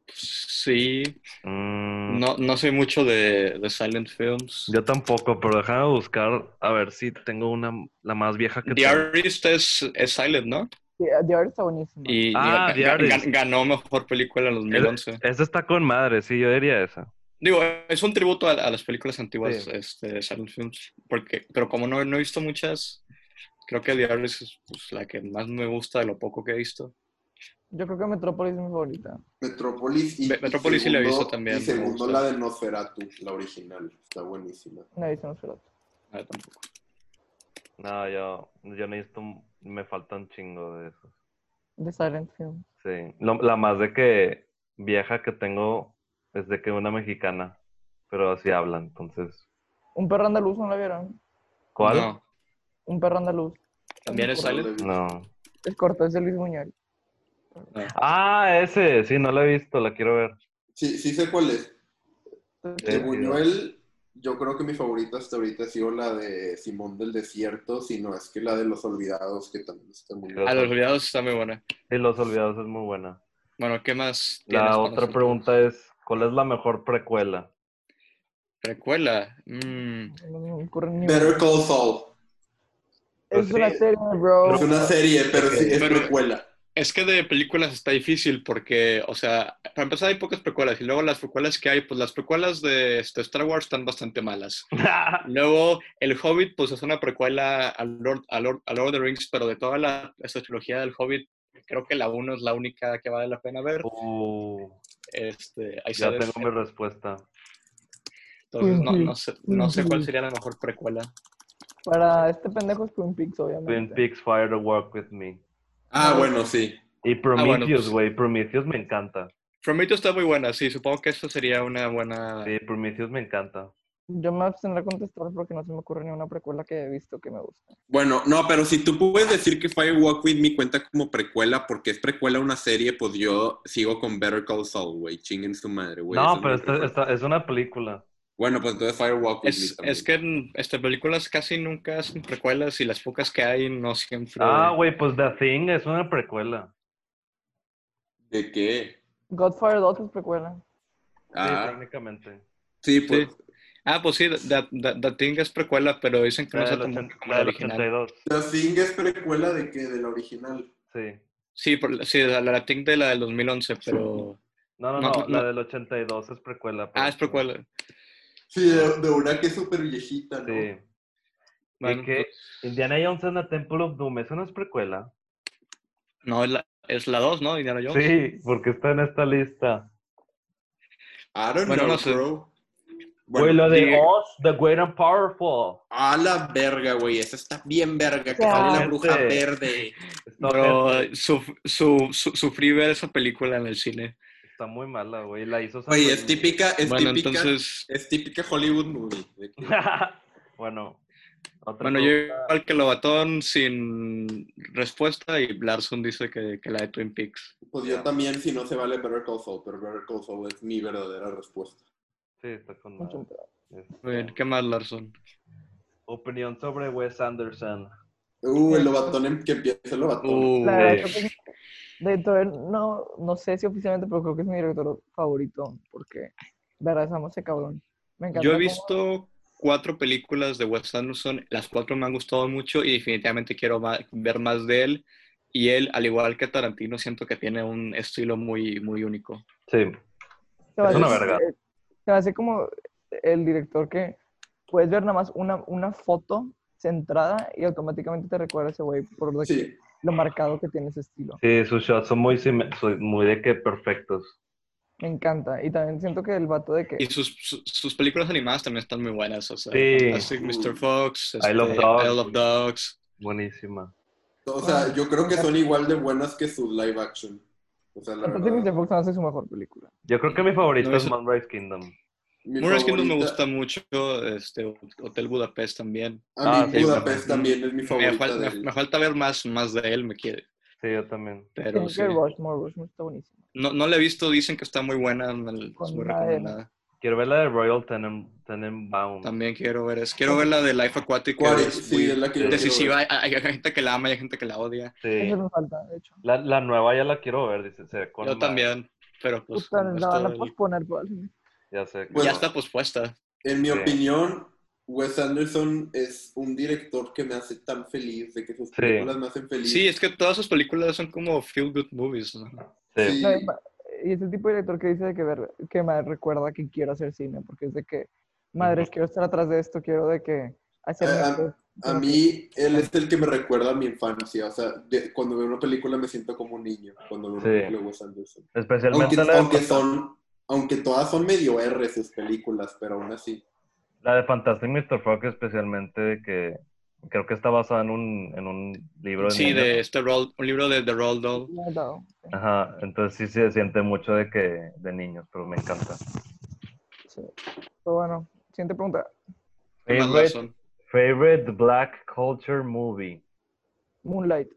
[SPEAKER 4] sí,
[SPEAKER 2] Mm,
[SPEAKER 4] no, no soy mucho de, de silent films.
[SPEAKER 2] Yo tampoco, pero déjame buscar a ver si tengo una la más vieja que
[SPEAKER 4] The
[SPEAKER 2] tengo.
[SPEAKER 4] Artist es, es silent, ¿no?
[SPEAKER 3] Sí, The Artist está buenísimo.
[SPEAKER 4] Y, y
[SPEAKER 2] Ah,
[SPEAKER 4] ga-
[SPEAKER 2] The
[SPEAKER 4] ga-
[SPEAKER 2] Artist.
[SPEAKER 4] ga- ganó mejor película en el 2011.
[SPEAKER 2] Esa está con madre, sí, yo diría esa.
[SPEAKER 4] Digo, es un tributo a, a las películas antiguas
[SPEAKER 2] Sí.
[SPEAKER 4] este, de silent films, porque, pero como no, no he visto muchas, creo que The Artist es pues, la que más me gusta de lo poco que he visto.
[SPEAKER 3] Yo creo que Metrópolis es mi favorita.
[SPEAKER 1] Metrópolis y
[SPEAKER 4] Me- Metrópolis sí la he visto también,
[SPEAKER 1] Y
[SPEAKER 4] me
[SPEAKER 1] segundo
[SPEAKER 4] gusta.
[SPEAKER 1] la de Nosferatu, la original. Está buenísima.
[SPEAKER 3] Una edición Nosferatu.
[SPEAKER 4] Ah, tampoco.
[SPEAKER 2] No, yo, yo necesito, un- me falta un chingo de eso.
[SPEAKER 3] De Silent Film.
[SPEAKER 2] Sí, Lo- la más de que vieja que tengo es de que una mexicana, pero así hablan, entonces.
[SPEAKER 3] Un perro andaluz, ¿no la vieron?
[SPEAKER 2] ¿Cuál?
[SPEAKER 4] No,
[SPEAKER 3] Un perro andaluz.
[SPEAKER 4] también es silent.
[SPEAKER 2] No.
[SPEAKER 3] El corto es de Luis Buñuel.
[SPEAKER 2] Ah, ese, sí, no lo he visto, la quiero ver.
[SPEAKER 1] Sí, sí sé cuál es. De
[SPEAKER 2] Sí, sí.
[SPEAKER 1] Buñuel, yo creo que mi favorita hasta ahorita ha sido la de Simón del Desierto, sino es que la de Los Olvidados, que también está muy
[SPEAKER 2] Creo-
[SPEAKER 4] A Ah, los olvidados está muy buena.
[SPEAKER 2] Sí, Los Olvidados es muy buena.
[SPEAKER 4] Bueno, ¿qué más? tienes
[SPEAKER 2] La
[SPEAKER 4] para
[SPEAKER 2] otra
[SPEAKER 4] nosotros?
[SPEAKER 2] pregunta es, ¿cuál es la mejor
[SPEAKER 4] (laughs)
[SPEAKER 2] precuela?
[SPEAKER 4] Precuela. Mm,
[SPEAKER 3] No me ocurre ni una.
[SPEAKER 1] Better Call Saul.
[SPEAKER 2] Pues
[SPEAKER 3] Es una
[SPEAKER 2] sí.
[SPEAKER 3] serie, bro.
[SPEAKER 1] Es una serie, pero sí, es
[SPEAKER 4] Pero-
[SPEAKER 1] precuela.
[SPEAKER 4] es que de películas está difícil porque, o sea, para empezar hay pocas precuelas y luego las precuelas que hay, pues las precuelas de este, Star Wars están bastante malas. Luego, El Hobbit, pues es una precuela al Lord, al Lord, al Lord of the Rings, pero de toda la esta trilogía del Hobbit, creo que la 1 es la única que vale la pena ver.
[SPEAKER 2] Uh,
[SPEAKER 4] Este, ahí
[SPEAKER 2] ya
[SPEAKER 4] sabes.
[SPEAKER 2] tengo mi respuesta.
[SPEAKER 4] Entonces, no, no sé, no sé cuál sería la mejor precuela.
[SPEAKER 3] Para este pendejo es Twin Peaks, obviamente.
[SPEAKER 2] Twin Peaks Fire to Work With Me.
[SPEAKER 1] Ah, bueno, sí.
[SPEAKER 2] Y Prometheus,
[SPEAKER 4] pues-
[SPEAKER 2] güey, Prometheus me encanta.
[SPEAKER 4] Prometheus está muy buena, sí, supongo que esta sería una buena...
[SPEAKER 2] Sí, Prometheus me encanta.
[SPEAKER 3] Yo me abstendré a contestar porque no se me ocurre ni una precuela que he visto que me guste.
[SPEAKER 1] Bueno, no, pero si tú puedes decir que Fire Walk With Me cuenta como precuela, porque es precuela a una serie, pues yo sigo con Better Call Saul, güey. Chinguen su madre, güey. Esa
[SPEAKER 2] no,
[SPEAKER 1] es
[SPEAKER 2] pero
[SPEAKER 1] mi
[SPEAKER 2] esta-
[SPEAKER 1] precuela.
[SPEAKER 2] esta- es una película.
[SPEAKER 1] Bueno, pues entonces Fire Walk With Me
[SPEAKER 4] Es,
[SPEAKER 1] también.
[SPEAKER 4] es que en estas películas casi nunca son precuelas y las pocas que hay no siempre...
[SPEAKER 2] Ah, güey, pues The Thing es una precuela.
[SPEAKER 1] ¿De qué?
[SPEAKER 3] Godfather 2 es precuela.
[SPEAKER 2] Sí,
[SPEAKER 1] Ah,
[SPEAKER 2] técnicamente.
[SPEAKER 1] sí, pues.
[SPEAKER 4] Ah, pues sí, The, The- The Thing es precuela, pero dicen que
[SPEAKER 2] Ah, La
[SPEAKER 4] no se
[SPEAKER 2] del
[SPEAKER 4] tan
[SPEAKER 2] 80
[SPEAKER 4] como
[SPEAKER 2] la
[SPEAKER 4] la
[SPEAKER 2] del
[SPEAKER 4] original.
[SPEAKER 2] 82.
[SPEAKER 1] The Thing es precuela de que de la original.
[SPEAKER 2] Sí.
[SPEAKER 4] Sí, por- sí, la, la Thing de la del 2011, pero...
[SPEAKER 2] No, no,
[SPEAKER 4] No,
[SPEAKER 2] no,
[SPEAKER 4] no,
[SPEAKER 2] la
[SPEAKER 4] no.
[SPEAKER 2] del 82 es precuela. pero-
[SPEAKER 4] Ah, es precuela.
[SPEAKER 1] Sí, de, de una que es súper viejita, ¿no?
[SPEAKER 2] Sí.
[SPEAKER 4] Bueno,
[SPEAKER 2] ¿Y qué?
[SPEAKER 4] pues,
[SPEAKER 2] Indiana Jones and the Temple of Doom, ¿eso no es precuela?
[SPEAKER 4] no, es la, es la 2, ¿no? Indiana Jones.
[SPEAKER 2] Sí, porque está en esta lista.
[SPEAKER 1] I don't
[SPEAKER 4] Bueno,
[SPEAKER 1] know,
[SPEAKER 4] no sé.
[SPEAKER 1] bro.
[SPEAKER 2] Güey, lo de
[SPEAKER 4] diga-
[SPEAKER 2] Oz, The Great and Powerful.
[SPEAKER 1] A la verga, güey. Esa está bien verga. Que
[SPEAKER 3] Ya.
[SPEAKER 1] sale la bruja
[SPEAKER 2] Gente.
[SPEAKER 1] verde.
[SPEAKER 2] Está,
[SPEAKER 4] Pero suf- su- su- sufrí ver esa película en el cine.
[SPEAKER 2] está muy mala, güey. La hizo Sam
[SPEAKER 1] Güey, es
[SPEAKER 2] Raimi.
[SPEAKER 1] típica, es
[SPEAKER 4] bueno,
[SPEAKER 1] típica,
[SPEAKER 4] entonces,
[SPEAKER 1] es típica Hollywood movie. de que-
[SPEAKER 2] (laughs) bueno. otra
[SPEAKER 4] bueno, yo
[SPEAKER 2] pregunta.
[SPEAKER 4] igual que lo batón sin respuesta y Larson dice que, que la de Twin Peaks.
[SPEAKER 1] Pues yo también, si no se vale Better Call Saul, pero Better Call Saul es mi verdadera respuesta.
[SPEAKER 2] Sí, está con
[SPEAKER 3] Mucho
[SPEAKER 2] madre.
[SPEAKER 3] peor.
[SPEAKER 2] Este,
[SPEAKER 4] Muy bien, ¿qué más, Larson?
[SPEAKER 2] Opinión sobre Wes Anderson.
[SPEAKER 1] Uh, el Lobatón em- que empieza el Lobatón.
[SPEAKER 4] Uh,
[SPEAKER 3] La verdad, creo que de todo, el- no, no sé si oficialmente, pero creo que es mi director favorito, porque de verdad amo a ese cabrón. Me encanta.
[SPEAKER 4] Yo he
[SPEAKER 3] cómo-
[SPEAKER 4] visto cuatro películas de Wes Anderson, las cuatro me han gustado mucho y definitivamente quiero ma- ver más de él. Y él, al igual que Tarantino, siento que tiene un estilo muy, muy único.
[SPEAKER 2] Sí,
[SPEAKER 3] Se me
[SPEAKER 2] Es
[SPEAKER 3] hace-
[SPEAKER 2] una verga.
[SPEAKER 3] eh, Se me hace como el director que puedes ver nada más una, una foto centrada y automáticamente te recuerda a ese güey por lo, que-
[SPEAKER 1] Sí,
[SPEAKER 3] lo marcado que tiene ese estilo.
[SPEAKER 2] sí, sus shots son muy, sim- son muy de que perfectos.
[SPEAKER 3] Me encanta. Y también siento que el vato de que...
[SPEAKER 4] Y sus, su- sus películas animadas también están muy buenas. O sea,
[SPEAKER 2] Sí.
[SPEAKER 4] Fantastic
[SPEAKER 1] Mm.
[SPEAKER 4] Mr. Fox, este,
[SPEAKER 2] Love Dogs.
[SPEAKER 4] I Love Dogs.
[SPEAKER 2] Buenísima.
[SPEAKER 1] o sea, yo creo que son igual de buenas que sus live action. O sea, la
[SPEAKER 3] Fantastic Mr.
[SPEAKER 1] verdad.
[SPEAKER 3] Fox no hace su mejor película.
[SPEAKER 2] Yo creo que mi favorito
[SPEAKER 4] No,
[SPEAKER 2] es
[SPEAKER 4] eso-
[SPEAKER 2] Moonrise Kingdom.
[SPEAKER 1] Mi
[SPEAKER 4] Moonrise Kingdom me
[SPEAKER 1] favorita-
[SPEAKER 4] gusta mucho, este, Hotel Budapest también.
[SPEAKER 1] A
[SPEAKER 2] Ah,
[SPEAKER 1] mí
[SPEAKER 2] sí,
[SPEAKER 1] Budapest
[SPEAKER 2] también.
[SPEAKER 1] también es mi
[SPEAKER 4] Me,
[SPEAKER 1] favorita.
[SPEAKER 4] fal- me-
[SPEAKER 1] del-
[SPEAKER 4] me falta ver más, más de él, me quiere.
[SPEAKER 2] Sí, yo también.
[SPEAKER 4] Pero
[SPEAKER 3] Tiene
[SPEAKER 4] sí.
[SPEAKER 3] que Rushmore, Rushmore está buenísimo.
[SPEAKER 4] No, no la he visto, dicen que está muy buena, me- es muy
[SPEAKER 3] Con la de-
[SPEAKER 4] recomendada.
[SPEAKER 2] Quiero ver la de Royal Tenen- Tenenbaum.
[SPEAKER 4] También quiero ver, es, quiero ver la de Life Aquatic.
[SPEAKER 1] ¿Cuál
[SPEAKER 4] que
[SPEAKER 1] es?
[SPEAKER 4] es
[SPEAKER 1] Sí,
[SPEAKER 4] muy
[SPEAKER 1] es la que yo
[SPEAKER 4] decisiva. Hay, hay gente que la ama y hay gente que la odia.
[SPEAKER 2] Sí.
[SPEAKER 3] Eso nos falta, de hecho.
[SPEAKER 2] La, la nueva ya la quiero ver, dice. Se ve con
[SPEAKER 4] Yo
[SPEAKER 2] madre.
[SPEAKER 4] también, pero pues
[SPEAKER 3] Puta,
[SPEAKER 4] con
[SPEAKER 3] la van a
[SPEAKER 4] esto del-
[SPEAKER 3] posponer probablemente.
[SPEAKER 2] Ya sé.
[SPEAKER 1] Bueno.
[SPEAKER 4] ya está pospuesta.
[SPEAKER 1] En mi
[SPEAKER 2] Sí.
[SPEAKER 1] opinión, Wes Anderson es un director que me hace tan feliz, de que sus
[SPEAKER 2] Sí.
[SPEAKER 1] películas me hacen feliz.
[SPEAKER 4] Sí, es que todas sus películas son como feel good movies. ¿no?
[SPEAKER 2] Sí.
[SPEAKER 1] Sí.
[SPEAKER 3] No, es ma- Y es el tipo de director que dice de que, ver, que me recuerda que quiero hacer cine, porque es de que, madres,
[SPEAKER 2] Ujú.
[SPEAKER 3] quiero estar atrás de esto, quiero de que hacer...
[SPEAKER 1] Ah,
[SPEAKER 3] esto".
[SPEAKER 1] A mí, él es el que me recuerda a mi infancia. O sea, de- cuando veo una película me siento como un niño. Cuando veo una
[SPEAKER 2] Sí.
[SPEAKER 1] película de Wes Anderson.
[SPEAKER 2] Especialmente
[SPEAKER 1] Aunque,
[SPEAKER 2] la de,
[SPEAKER 1] aunque
[SPEAKER 2] Fant-
[SPEAKER 1] son, aunque todas son medio R sus películas, pero aún así.
[SPEAKER 2] la de Fantastic Mr. Fox, especialmente de que creo que está basada en un, en un libro.
[SPEAKER 4] Sí,
[SPEAKER 2] niños.
[SPEAKER 4] de este Roald- un libro de The Roald Dahl.
[SPEAKER 3] Me ha dado.
[SPEAKER 2] Ajá, entonces sí se siente mucho de que de niños, pero me encanta.
[SPEAKER 3] Sí. Pero bueno, siguiente pregunta.
[SPEAKER 4] Emma
[SPEAKER 2] Favorite-
[SPEAKER 4] Larson.
[SPEAKER 2] Favorite Black Culture Movie.
[SPEAKER 3] Moonlight.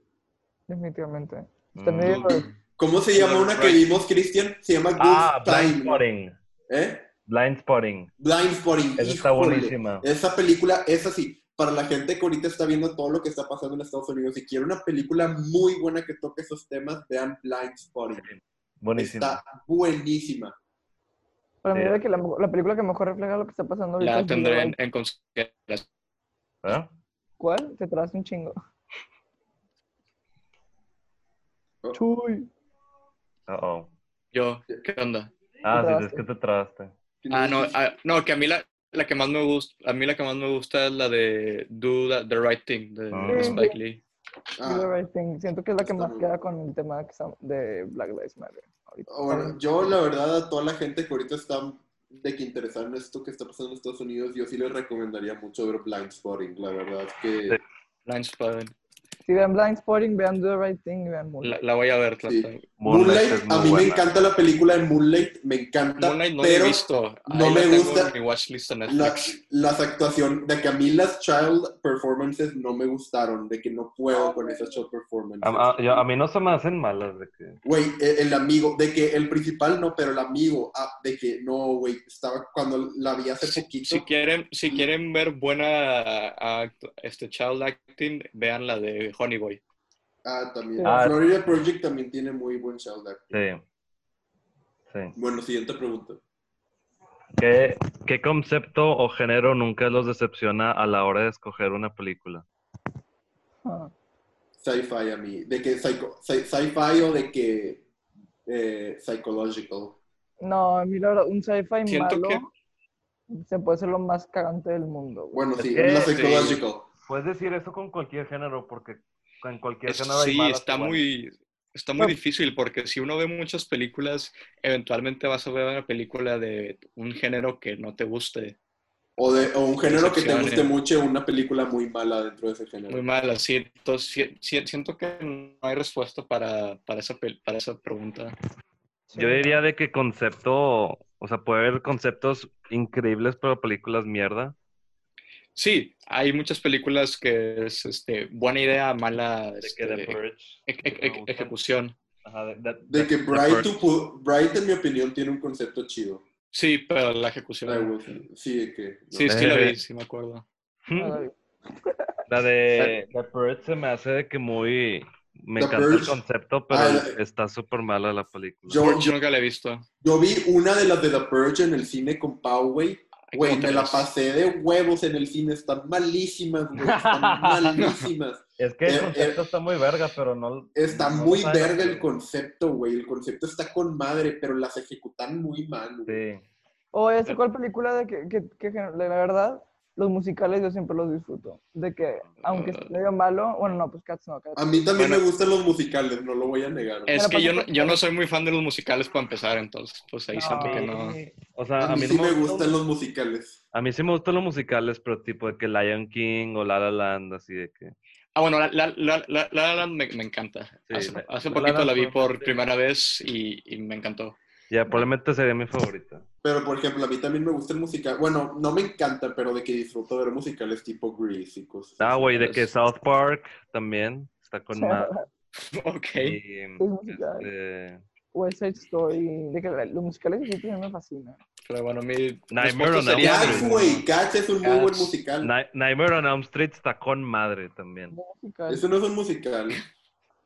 [SPEAKER 3] Definitivamente. Está
[SPEAKER 2] Mm.
[SPEAKER 3] medio-
[SPEAKER 1] ¿Cómo se llama una que vimos, Cristian? Se llama Good
[SPEAKER 2] Ah, Blind
[SPEAKER 1] Time.
[SPEAKER 2] Spotting.
[SPEAKER 1] ¿Eh?
[SPEAKER 2] Blind Spotting.
[SPEAKER 1] Blind Spotting.
[SPEAKER 2] Esa está
[SPEAKER 1] híjole.
[SPEAKER 2] buenísima.
[SPEAKER 1] Esa película es así. Para la gente que ahorita está viendo todo lo que está pasando en Estados Unidos y quiere una película muy buena que toque esos temas, vean Blind Spotting.
[SPEAKER 2] Buenísima.
[SPEAKER 1] Está buenísima.
[SPEAKER 3] Para mí
[SPEAKER 2] Sí.
[SPEAKER 3] es que la, mo- la película que mejor refleja lo que está pasando ahorita
[SPEAKER 4] La
[SPEAKER 3] es
[SPEAKER 4] tendré en,
[SPEAKER 3] Moonlight.
[SPEAKER 4] en consideración.
[SPEAKER 2] ¿Ah?
[SPEAKER 3] ¿Cuál? Te traes un chingo.
[SPEAKER 1] Oh.
[SPEAKER 3] Chuy.
[SPEAKER 2] Uh-oh.
[SPEAKER 4] Yo, ¿qué onda?
[SPEAKER 2] Ah, sí, es
[SPEAKER 3] trabaste.
[SPEAKER 2] que te traste.
[SPEAKER 4] Ah, no, ah, no, que a mí la, la que más me gusta, a mí la que más me gusta es la de Do the, the Right Thing de
[SPEAKER 2] Ah.
[SPEAKER 4] Spike Lee.
[SPEAKER 1] Ah.
[SPEAKER 3] Do the right thing. Siento que es la que
[SPEAKER 1] está
[SPEAKER 3] más
[SPEAKER 1] muy
[SPEAKER 3] queda con el tema que está- de Black Lives Matter. ahorita.
[SPEAKER 1] Ah, Bueno, yo la verdad a toda la gente que ahorita está de que interesada en esto que está pasando en Estados Unidos, yo sí les recomendaría mucho ver Blind Spotting, la verdad que
[SPEAKER 4] Blind Spotting.
[SPEAKER 3] Si vean Blind Spotting, vean Do the Right Thing y vean
[SPEAKER 4] La,
[SPEAKER 3] Moonlight.
[SPEAKER 4] la voy a ver. la
[SPEAKER 1] Sí.
[SPEAKER 4] tengo.
[SPEAKER 1] Moonlight,
[SPEAKER 2] es muy
[SPEAKER 1] a mí me
[SPEAKER 2] buena.
[SPEAKER 1] encanta la película de Moonlight, me encanta,
[SPEAKER 4] Moonlight no la he
[SPEAKER 1] pero
[SPEAKER 4] visto.
[SPEAKER 1] no
[SPEAKER 4] Ahí la
[SPEAKER 1] me
[SPEAKER 4] tengo
[SPEAKER 1] gusta.
[SPEAKER 4] en mi watchlist en
[SPEAKER 1] la-
[SPEAKER 4] Netflix.
[SPEAKER 1] las actuaciones, de que a mí las child performances no me gustaron, de que no puedo con esas child performances.
[SPEAKER 2] A, a- ah, yo- a mí no se me hacen malas de que...
[SPEAKER 1] Güey, e- el amigo, de que el principal no, pero el amigo, ah, de que no, güey, estaba cuando la vi hace
[SPEAKER 4] Si,
[SPEAKER 1] poquito.
[SPEAKER 4] si quieren, si quieren ver buena act- este child acting, vean la de Honey Boy.
[SPEAKER 1] Ah, también.
[SPEAKER 2] Ah.
[SPEAKER 1] Florida Project también tiene muy buen child acting.
[SPEAKER 2] Sí. Sí.
[SPEAKER 1] Bueno, siguiente pregunta.
[SPEAKER 2] ¿Qué, ¿Qué concepto o género nunca los decepciona a la hora de escoger una película?
[SPEAKER 3] Ah,
[SPEAKER 1] Sci-fi a mí. De que psycho- sci- sci-fi o de que eh, psychological.
[SPEAKER 3] No, a mí la verdad, un sci-fi
[SPEAKER 4] Siento
[SPEAKER 3] malo
[SPEAKER 4] que-
[SPEAKER 3] se puede ser lo más cagante del mundo. güey.
[SPEAKER 1] Bueno,
[SPEAKER 2] Es
[SPEAKER 1] sí,
[SPEAKER 2] que-
[SPEAKER 1] la psychological.
[SPEAKER 2] Puedes decir eso con cualquier género, porque con cualquier
[SPEAKER 4] Es-
[SPEAKER 2] género hay
[SPEAKER 4] sí,
[SPEAKER 2] malas
[SPEAKER 4] está
[SPEAKER 2] y buenas.
[SPEAKER 4] muy, está muy
[SPEAKER 3] No.
[SPEAKER 4] difícil porque si uno ve muchas películas, eventualmente vas a ver una película de un género que no te guste.
[SPEAKER 1] O, de, o un género que te
[SPEAKER 4] Excepciones.
[SPEAKER 1] guste mucho, una película muy mala dentro de ese
[SPEAKER 4] Muy
[SPEAKER 1] género.
[SPEAKER 4] mal, así. Entonces, si- si- siento que no hay respuesta para, para, esa, pel- para esa pregunta.
[SPEAKER 3] Sí.
[SPEAKER 2] Yo diría de que concepto, o sea, puede haber conceptos increíbles, pero películas mierda.
[SPEAKER 4] Sí, hay muchas películas que es este, buena idea, mala
[SPEAKER 2] De
[SPEAKER 4] este,
[SPEAKER 2] que The Purge,
[SPEAKER 4] eje- eje-
[SPEAKER 2] me gusta.
[SPEAKER 4] ejecución.
[SPEAKER 2] Ajá, de- de-
[SPEAKER 1] De que Bright,
[SPEAKER 2] Purge.
[SPEAKER 1] to Pu- Bright, en mi opinión, tiene un concepto chido.
[SPEAKER 4] Sí, pero la
[SPEAKER 1] I
[SPEAKER 4] ejecución.
[SPEAKER 1] will- Sí, de que. no.
[SPEAKER 2] Eh.
[SPEAKER 4] Sí, sí, la vi, sí, me acuerdo.
[SPEAKER 3] Ah,
[SPEAKER 2] La de The Purge se me hace de que muy... Me
[SPEAKER 1] The
[SPEAKER 2] encanta el
[SPEAKER 1] Purge.
[SPEAKER 2] concepto, pero
[SPEAKER 1] Ah,
[SPEAKER 2] está súper mala la película.
[SPEAKER 1] Yo,
[SPEAKER 4] Yo
[SPEAKER 1] yo,
[SPEAKER 4] nunca la he visto.
[SPEAKER 1] yo vi una de las de The Purge en el cine con Pau, güey.
[SPEAKER 4] Ay,
[SPEAKER 1] Güey,
[SPEAKER 4] ¿cómo te
[SPEAKER 1] me la
[SPEAKER 4] ves?
[SPEAKER 1] pasé de huevos en el cine. Están malísimas, güey. Están malísimas.
[SPEAKER 2] Es que el
[SPEAKER 1] Eh,
[SPEAKER 2] concepto
[SPEAKER 1] eh,
[SPEAKER 2] está muy verga, pero no...
[SPEAKER 1] Está
[SPEAKER 2] no lo
[SPEAKER 1] muy
[SPEAKER 2] saben
[SPEAKER 1] verga el
[SPEAKER 2] hacer.
[SPEAKER 1] concepto, güey. El concepto está con madre, pero las ejecutan muy mal, güey.
[SPEAKER 2] Sí.
[SPEAKER 3] O esa cual película de que, que, que gen- la verdad, los musicales yo siempre los disfruto. De que, aunque esté medio malo, bueno, no, pues Cats no, Cats.
[SPEAKER 1] A mí también
[SPEAKER 4] Bueno.
[SPEAKER 1] me gustan los musicales, no lo voy a negar. güey.
[SPEAKER 4] Es
[SPEAKER 3] Pero
[SPEAKER 4] que yo no,
[SPEAKER 3] pasa-
[SPEAKER 4] yo no soy muy fan de los musicales para empezar, entonces, pues ahí
[SPEAKER 2] Ah,
[SPEAKER 4] siento que no.
[SPEAKER 2] O sea,
[SPEAKER 1] A mí sí
[SPEAKER 2] no
[SPEAKER 1] me
[SPEAKER 2] gusta-
[SPEAKER 1] gustan los musicales.
[SPEAKER 2] A mí sí me gustan los musicales, pero tipo de que Lion King o La La Land, así de que...
[SPEAKER 4] Ah, bueno, la, la, la, la, La La Land me, me encanta.
[SPEAKER 2] Sí,
[SPEAKER 4] hace
[SPEAKER 2] la-
[SPEAKER 4] hace
[SPEAKER 2] La La
[SPEAKER 4] poquito
[SPEAKER 2] Land
[SPEAKER 4] la vi
[SPEAKER 2] fue-
[SPEAKER 4] por primera vez y, y me encantó. (laughs)
[SPEAKER 1] Ah.
[SPEAKER 2] Ya, probablemente sería mi favorita.
[SPEAKER 1] Pero, por ejemplo, a mí también me gusta el musical. Bueno, no me encanta, pero de que disfruto ver musicales tipo Grease y cosas.
[SPEAKER 2] Ah,
[SPEAKER 1] así.
[SPEAKER 2] güey, de que
[SPEAKER 4] pues.
[SPEAKER 2] South Park también está con más.
[SPEAKER 4] Ok.
[SPEAKER 2] Y,
[SPEAKER 3] musical.
[SPEAKER 2] este,
[SPEAKER 3] West Side Story, de que la- los musicales sí tienen me fascina.
[SPEAKER 4] Pero bueno, mi
[SPEAKER 2] Nightmare
[SPEAKER 4] respuesta
[SPEAKER 2] on
[SPEAKER 4] sería-
[SPEAKER 2] Elm
[SPEAKER 1] Cats,
[SPEAKER 2] Street.
[SPEAKER 1] güey. Cats es un muy
[SPEAKER 4] Cats.
[SPEAKER 1] buen musical.
[SPEAKER 2] Ni- Nightmare on Elm Street está con madre también.
[SPEAKER 3] Musical.
[SPEAKER 1] Eso no es un musical.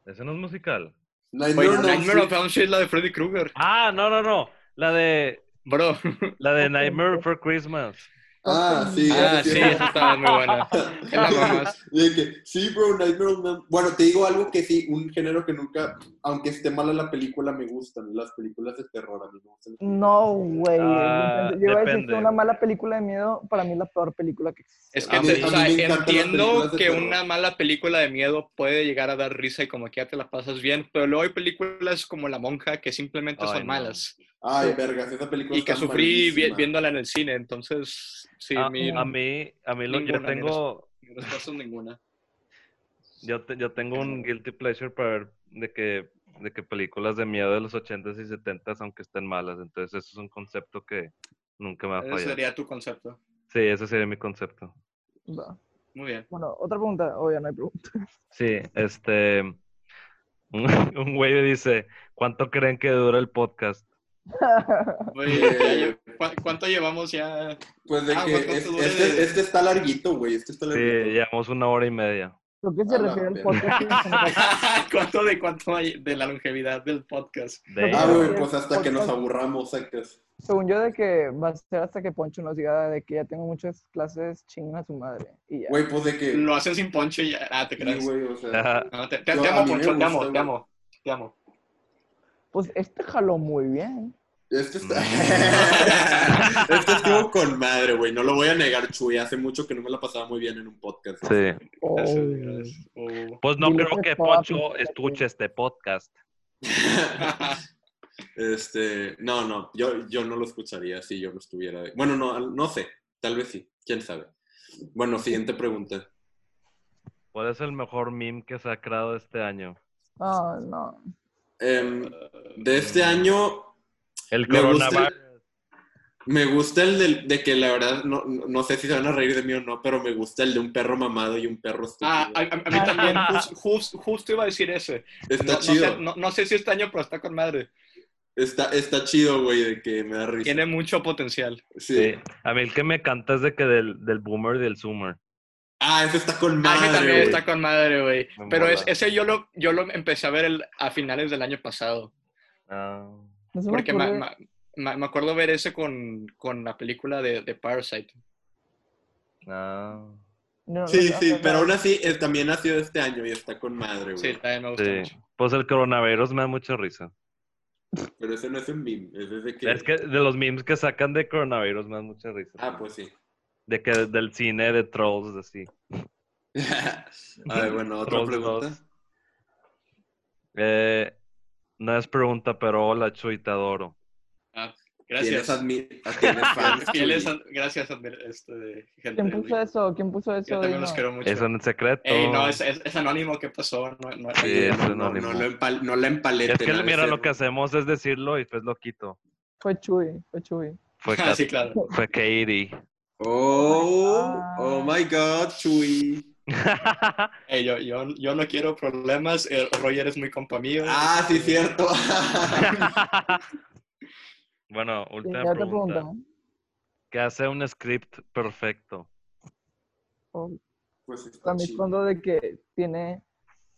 [SPEAKER 2] ¿Ese no es musical?
[SPEAKER 1] Nightmare
[SPEAKER 4] Oye,
[SPEAKER 1] on Elm
[SPEAKER 4] Nightmare
[SPEAKER 1] Street.
[SPEAKER 4] on Elm Street, la de Freddy Krueger.
[SPEAKER 2] Ah, no, no, no. La de,
[SPEAKER 4] Bro.
[SPEAKER 2] la de
[SPEAKER 3] Ok.
[SPEAKER 2] Nightmare Before Christmas.
[SPEAKER 1] Ah, sí.
[SPEAKER 4] Ah,
[SPEAKER 1] ya
[SPEAKER 4] sí,
[SPEAKER 1] sé. (laughs)
[SPEAKER 4] esa estaba muy buena. Es la mamás.
[SPEAKER 1] De que, sí, bro, Nightmare on Elm- Bueno, te digo algo que sí, un género que nunca, aunque esté mala la película, me gustan. Las películas de terror, a mí me gustan.
[SPEAKER 3] No, güey.
[SPEAKER 2] Ah,
[SPEAKER 3] yo iba a decir que
[SPEAKER 2] depende.
[SPEAKER 3] una mala película de miedo, para mí es la peor película que existe.
[SPEAKER 4] Es que
[SPEAKER 1] A mí-
[SPEAKER 4] te-
[SPEAKER 1] a mí
[SPEAKER 4] o sea,
[SPEAKER 1] me encantan las
[SPEAKER 4] entiendo
[SPEAKER 1] películas de
[SPEAKER 4] que
[SPEAKER 1] terror.
[SPEAKER 4] una mala película de miedo puede llegar a dar risa y como que ya te la pasas bien, pero luego hay películas como La Monja que simplemente
[SPEAKER 2] Ay,
[SPEAKER 4] son
[SPEAKER 2] no.
[SPEAKER 4] malas
[SPEAKER 1] Ay, vergas, esa película
[SPEAKER 4] y que
[SPEAKER 1] está
[SPEAKER 4] sufrí vi-
[SPEAKER 1] malísima.
[SPEAKER 4] viéndola en el cine, entonces sí,
[SPEAKER 2] a,
[SPEAKER 4] mi,
[SPEAKER 2] Ah, a mí, a mí lo, yo
[SPEAKER 4] Ninguna, ni
[SPEAKER 2] tengo,
[SPEAKER 4] mi respuesta es ninguna.
[SPEAKER 2] yo, te- yo tengo un guilty pleasure para ver de que, de que películas de miedo de los 80s y 70s, aunque estén malas. Entonces, eso es un concepto que nunca me va a
[SPEAKER 4] Ese
[SPEAKER 2] fallar.
[SPEAKER 4] sería tu concepto.
[SPEAKER 2] Sí, ese sería mi concepto.
[SPEAKER 3] Va.
[SPEAKER 4] Muy bien.
[SPEAKER 3] Bueno, otra pregunta. Oye, no hay pregunta. (laughs)
[SPEAKER 2] Sí, este. (laughs) Un, un güey me dice: ¿Cuánto creen que dura el podcast?
[SPEAKER 4] Oye, ya lle- ¿cu- ¿Cuánto llevamos ya?
[SPEAKER 1] Eh,
[SPEAKER 4] (laughs)
[SPEAKER 1] Pues de
[SPEAKER 4] Ah,
[SPEAKER 1] que
[SPEAKER 4] güey, ¿cuánto
[SPEAKER 1] es-
[SPEAKER 4] dura el-
[SPEAKER 1] este, este está larguito, güey. Este está
[SPEAKER 2] Sí,
[SPEAKER 1] larguito.
[SPEAKER 2] llevamos una hora y media.
[SPEAKER 3] Lo que se
[SPEAKER 4] Ah,
[SPEAKER 1] A la
[SPEAKER 3] refiere al
[SPEAKER 1] verga.
[SPEAKER 3] podcast.
[SPEAKER 4] (laughs) ¿Cuánto de cuánto hay de la longevidad del podcast?
[SPEAKER 2] De-
[SPEAKER 1] Ah,
[SPEAKER 3] Pero
[SPEAKER 1] güey,
[SPEAKER 3] sí,
[SPEAKER 1] pues hasta que nos
[SPEAKER 3] podcast.
[SPEAKER 1] aburramos, sacas.
[SPEAKER 3] Según yo, de que va a ser hasta que Poncho nos diga de que ya tengo muchas clases chinguen a su madre. Y ya.
[SPEAKER 1] Güey, pues de que.
[SPEAKER 4] Lo hacen sin poncho y ya. Ah, te
[SPEAKER 1] Sí,
[SPEAKER 4] creas.
[SPEAKER 1] güey, o sea.
[SPEAKER 2] Ajá.
[SPEAKER 4] No, te, te-
[SPEAKER 1] Yo-
[SPEAKER 4] te
[SPEAKER 1] a
[SPEAKER 4] amo,
[SPEAKER 1] mí me
[SPEAKER 4] Poncho, te
[SPEAKER 1] gusta,
[SPEAKER 4] amo, te
[SPEAKER 1] güey.
[SPEAKER 4] amo, te amo.
[SPEAKER 3] Pues este jaló muy bien.
[SPEAKER 1] Este está.
[SPEAKER 2] Mm.
[SPEAKER 1] (laughs) este
[SPEAKER 2] (laughs)
[SPEAKER 1] estuvo con madre, güey. No lo voy a negar, Chuy. Hace mucho que no me la pasaba muy bien en un podcast.
[SPEAKER 2] Sí.
[SPEAKER 3] Oh.
[SPEAKER 4] Gracias, gracias. Oh.
[SPEAKER 2] Pues no
[SPEAKER 3] Dile
[SPEAKER 2] creo
[SPEAKER 3] que
[SPEAKER 2] que
[SPEAKER 3] toda
[SPEAKER 2] Pocho
[SPEAKER 3] pinche-
[SPEAKER 2] escuche este podcast.
[SPEAKER 1] (laughs) Este. No, no. Yo, yo no lo escucharía si yo no estuviera. Bueno, no, no sé. Tal vez sí. Quién sabe. Bueno, siguiente pregunta.
[SPEAKER 2] ¿Cuál es el mejor meme que se ha creado este año?
[SPEAKER 3] No, no.
[SPEAKER 1] Em, de
[SPEAKER 2] Mm.
[SPEAKER 1] este año,
[SPEAKER 2] El
[SPEAKER 1] Me gusta el-
[SPEAKER 2] coronavirus.
[SPEAKER 1] Me gusta el del- de, que la verdad, no, no no sé si se van a reír de mí o no, pero me gusta el de un perro mamado y un perro estúpido.
[SPEAKER 4] Ah, a, a- a mí también, jus- jus- justo iba a decir ese.
[SPEAKER 1] está
[SPEAKER 4] No, no
[SPEAKER 1] chido,
[SPEAKER 4] sé, no- no sé si este año, pero está con madre.
[SPEAKER 1] está, está chido, güey, de que me da risa.
[SPEAKER 4] Tiene mucho potencial.
[SPEAKER 1] Sí.
[SPEAKER 2] Sí. A mí el que me encanta es de que del, del boomer y del zoomer.
[SPEAKER 1] Ah, ese está con
[SPEAKER 4] Ah,
[SPEAKER 1] madre,
[SPEAKER 4] ese también
[SPEAKER 1] güey.
[SPEAKER 4] está con madre, güey.
[SPEAKER 2] Me
[SPEAKER 4] Pero es-
[SPEAKER 2] mola.
[SPEAKER 4] ese yo lo, yo lo empecé a ver el- a finales del año pasado.
[SPEAKER 2] Ah,
[SPEAKER 3] No se me
[SPEAKER 4] Porque me,
[SPEAKER 3] ocurre-
[SPEAKER 4] me- me- me acuerdo ver ese con, con la película de, de Parasite.
[SPEAKER 2] ah.
[SPEAKER 3] no, no,
[SPEAKER 1] Sí,
[SPEAKER 3] no,
[SPEAKER 1] sí,
[SPEAKER 3] no, no.
[SPEAKER 1] pero aún así eh, también ha sido este año y está con madre,
[SPEAKER 4] Ah, Sí,
[SPEAKER 1] güey.
[SPEAKER 4] también me gusta
[SPEAKER 2] Sí.
[SPEAKER 4] mucho.
[SPEAKER 2] Pues el coronavirus me da mucha risa.
[SPEAKER 1] Pero ese no es un meme, ese es de que...
[SPEAKER 2] Es que de los memes que sacan de coronavirus me dan mucha risa.
[SPEAKER 1] Ah, pues sí. (laughs)
[SPEAKER 2] De que del cine de trolls, así.
[SPEAKER 1] a ver, bueno, otra
[SPEAKER 2] Trolls
[SPEAKER 1] pregunta.
[SPEAKER 2] dos. Eh, no es pregunta, pero hola, Chuy, te adoro.
[SPEAKER 1] ¿Tienes,
[SPEAKER 4] (laughs) Gracias.
[SPEAKER 1] admi- ah, tienes fans?
[SPEAKER 4] Fieles,
[SPEAKER 1] Chuy?
[SPEAKER 4] gracias, Andrés, este, gente.
[SPEAKER 3] ¿Quién puso eso? ¿Quién puso eso?
[SPEAKER 4] Yo
[SPEAKER 3] Dilo.
[SPEAKER 4] también los quiero mucho.
[SPEAKER 2] Eso en el secreto.
[SPEAKER 4] Ey, Eh, no, es, es- es anónimo, ¿qué pasó? No, no,
[SPEAKER 2] Oh. Sí, es
[SPEAKER 1] no, no,
[SPEAKER 2] anónimo.
[SPEAKER 1] lo empal- no la empaleten.
[SPEAKER 2] Es que
[SPEAKER 1] ha de
[SPEAKER 2] mira,
[SPEAKER 1] ser-
[SPEAKER 2] lo que hacemos es decirlo y después lo quito.
[SPEAKER 3] Fue Chuy, fue Chuy.
[SPEAKER 2] Fue,
[SPEAKER 4] (laughs) (laughs) Ah,
[SPEAKER 2] Kat-
[SPEAKER 4] sí, claro.
[SPEAKER 2] fue Katie.
[SPEAKER 1] Oh,
[SPEAKER 3] Oh
[SPEAKER 1] oh my
[SPEAKER 3] my
[SPEAKER 1] God, Chuy.
[SPEAKER 4] Ey, yo, yo, yo no quiero problemas, eh, Roger es muy compa mío.
[SPEAKER 1] Ah, sí, cierto. (laughs)
[SPEAKER 2] bueno,
[SPEAKER 3] ¿Quién
[SPEAKER 2] última
[SPEAKER 3] otra
[SPEAKER 2] pregunta.
[SPEAKER 3] pregunta?
[SPEAKER 2] ¿Qué hace un script perfecto?
[SPEAKER 3] Oh,
[SPEAKER 6] Pues está
[SPEAKER 3] También
[SPEAKER 6] chido.
[SPEAKER 3] cuando de que tiene...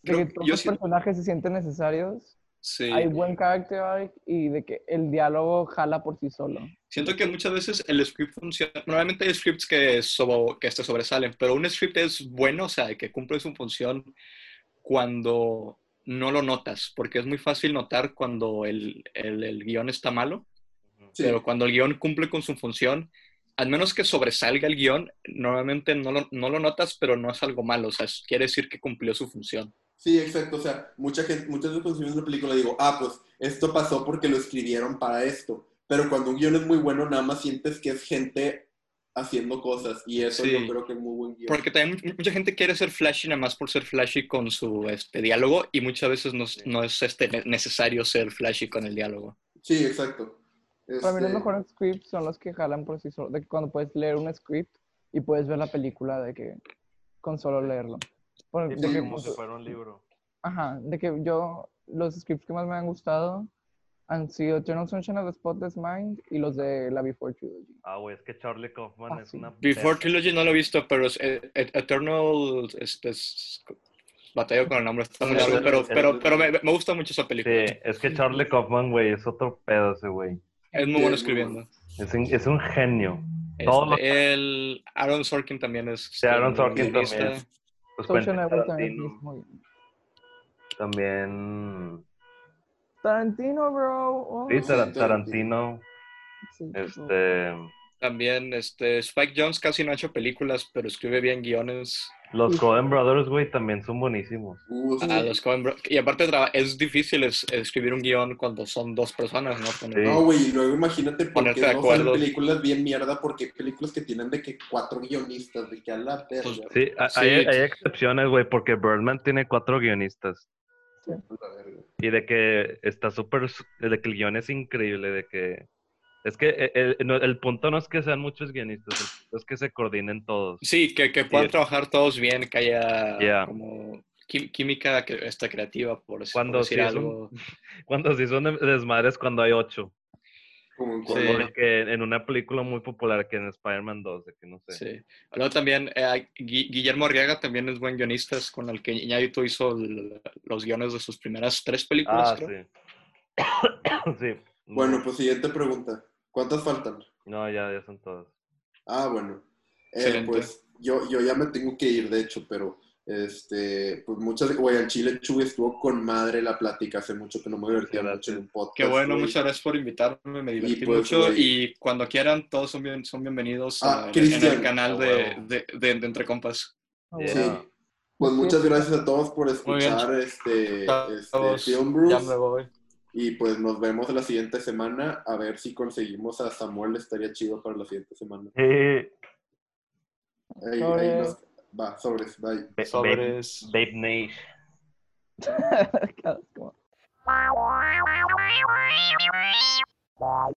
[SPEAKER 3] De
[SPEAKER 4] Creo
[SPEAKER 3] que
[SPEAKER 4] que
[SPEAKER 3] todos
[SPEAKER 4] yo
[SPEAKER 3] los
[SPEAKER 4] siento-
[SPEAKER 3] personajes se sienten necesarios.
[SPEAKER 4] Sí.
[SPEAKER 3] Hay buen character arc y de que el diálogo jala por sí solo.
[SPEAKER 4] Siento que muchas veces el script funciona. Normalmente hay scripts que, sobo- que se sobresalen, pero un script es bueno, o sea, que cumple su función cuando no lo notas, porque es muy fácil notar cuando el, el- el guión está malo,
[SPEAKER 1] Sí.
[SPEAKER 4] pero cuando el guión cumple con su función, al menos que sobresalga el guión, normalmente no lo, no lo notas, pero no es algo malo, o sea, es- quiere decir que cumplió su función.
[SPEAKER 1] Sí, exacto. O sea, mucha gente, muchas veces cuando estoy viendo la película digo, ah, pues esto pasó porque lo escribieron para esto. Pero cuando un guión es muy bueno, nada más sientes que es gente haciendo cosas. Y eso
[SPEAKER 4] Sí.
[SPEAKER 1] yo creo que es muy buen guión.
[SPEAKER 4] Porque también mu- mucha gente quiere ser flashy nada más por ser flashy con su este, diálogo y muchas veces no, es- no es este, ne- necesario ser flashy con el diálogo.
[SPEAKER 1] Sí, exacto.
[SPEAKER 3] Para mí los
[SPEAKER 1] Este,
[SPEAKER 3] mejores scripts son los que jalan por sí solos. De que cuando puedes leer un script y puedes ver la película de que con solo leerlo. Por- de que,
[SPEAKER 2] como
[SPEAKER 3] pues,
[SPEAKER 2] si fuera un libro.
[SPEAKER 3] ajá, de que yo los scripts que más me han gustado han sido Eternal Sunshine of the Spotless Mind y los de la Before Trilogy.
[SPEAKER 2] Ah, güey, es que Charlie Kaufman
[SPEAKER 3] Ah,
[SPEAKER 2] es
[SPEAKER 3] sí.
[SPEAKER 2] una.
[SPEAKER 4] Before
[SPEAKER 2] perra.
[SPEAKER 4] Trilogy no lo he visto, pero es e- e- Eternal... Este, es- batallo con el nombre, está muy largo, pero, pero, pero me, me gusta mucho esa película.
[SPEAKER 2] Sí, es que Charlie Kaufman, güey, es otro pedo ese güey.
[SPEAKER 4] Es muy bueno escribiendo.
[SPEAKER 2] Es, un- es un genio.
[SPEAKER 4] Este,
[SPEAKER 2] Todo lo-
[SPEAKER 4] el Aaron Sorkin también es...
[SPEAKER 2] Sí, Aaron
[SPEAKER 4] este,
[SPEAKER 2] Sorkin
[SPEAKER 4] guionista.
[SPEAKER 2] también. Pues
[SPEAKER 3] Social
[SPEAKER 2] Quentin
[SPEAKER 3] Network también
[SPEAKER 2] Tarantino
[SPEAKER 3] es muy bien.
[SPEAKER 2] también.
[SPEAKER 3] Tarantino, bro. oh,
[SPEAKER 2] Sí, Tara-
[SPEAKER 1] Sí, Tarantino.
[SPEAKER 2] Tarantino.
[SPEAKER 3] sí, tipo,
[SPEAKER 2] Este.
[SPEAKER 4] También este, Spike Jones casi no ha hecho películas, pero escribe bien guiones.
[SPEAKER 2] Los Coen Brothers, güey, también son buenísimos.
[SPEAKER 1] Uh, sí.
[SPEAKER 4] A los Coen Bro- Y aparte traba- es difícil es- escribir un guión cuando son dos personas, ¿no? Con-
[SPEAKER 2] Sí.
[SPEAKER 1] No, güey, y luego imagínate por
[SPEAKER 4] Ponerte
[SPEAKER 1] qué
[SPEAKER 4] de
[SPEAKER 1] no
[SPEAKER 4] acuerdo.
[SPEAKER 1] salen películas bien mierda, porque hay películas que tienen de que cuatro guionistas, de que a la
[SPEAKER 4] Pues
[SPEAKER 1] verga.
[SPEAKER 2] Sí, a-
[SPEAKER 4] Sí.
[SPEAKER 2] Hay, hay excepciones, güey, porque Birdman tiene cuatro guionistas.
[SPEAKER 1] a la verga.
[SPEAKER 2] Y de que está súper. su- De que el guión es increíble, de que. Es que e- el, no- el punto no es que sean muchos guionistas, el punto es que se coordinen todos.
[SPEAKER 4] Sí, que, que puedan
[SPEAKER 2] Sí.
[SPEAKER 4] trabajar todos bien, que haya
[SPEAKER 2] Yeah.
[SPEAKER 4] como qui- química que, esta creativa, por, dec- por
[SPEAKER 2] Cuando
[SPEAKER 4] decir
[SPEAKER 2] sí es un-
[SPEAKER 4] algo.
[SPEAKER 2] Cuando sí son desmadres, cuando hay ocho.
[SPEAKER 1] Como en
[SPEAKER 4] Sí.
[SPEAKER 1] cuando-
[SPEAKER 2] Como de que en una película muy popular que en Spider-Man 2, de que no sé.
[SPEAKER 4] Sí. Luego también eh, Gui- Guillermo Arriaga también es buen guionista, es con el que Iñárritu hizo el- los guiones de sus primeras tres películas,
[SPEAKER 2] Ah,
[SPEAKER 4] creo.
[SPEAKER 2] sí. sí. (coughs)
[SPEAKER 1] Bueno, pues siguiente pregunta. ¿Cuántas faltan?
[SPEAKER 2] No, ya, ya son todos.
[SPEAKER 1] Ah, bueno. Eh,
[SPEAKER 4] Excelente.
[SPEAKER 1] pues yo, yo ya me tengo que ir, de hecho, pero este, pues muchas, güey, al Chile Chuy estuvo con madre la plática, hace mucho que no me divertía
[SPEAKER 2] Gracias.
[SPEAKER 1] mucho en un podcast.
[SPEAKER 4] Qué bueno,
[SPEAKER 1] güey.
[SPEAKER 4] muchas gracias por invitarme, me divertí
[SPEAKER 1] pues,
[SPEAKER 4] mucho
[SPEAKER 1] güey.
[SPEAKER 4] y cuando quieran todos son, bien, son bienvenidos
[SPEAKER 1] Ah,
[SPEAKER 4] a- en, en el
[SPEAKER 1] Cristian.
[SPEAKER 4] canal
[SPEAKER 2] A
[SPEAKER 4] de,
[SPEAKER 2] Ah, huevo.
[SPEAKER 4] de- de- de Entre Compas.
[SPEAKER 3] ah,
[SPEAKER 2] Yeah.
[SPEAKER 3] bueno.
[SPEAKER 4] eh,
[SPEAKER 1] Sí. Pues muchas gracias a todos por
[SPEAKER 4] Muy bien.
[SPEAKER 1] escuchar este, este
[SPEAKER 4] Chavos,
[SPEAKER 1] Film
[SPEAKER 4] ya
[SPEAKER 1] Bruce.
[SPEAKER 4] me voy.
[SPEAKER 1] Y pues nos vemos la siguiente semana. A ver si conseguimos a Samuel, estaría chido para la siguiente semana.
[SPEAKER 2] Eh,
[SPEAKER 1] Ahí, ahí nos- va, sobres, bye.
[SPEAKER 2] Ba- Babe,
[SPEAKER 4] Sobres.
[SPEAKER 2] Babe Nation.
[SPEAKER 3] (laughs) Qué asco.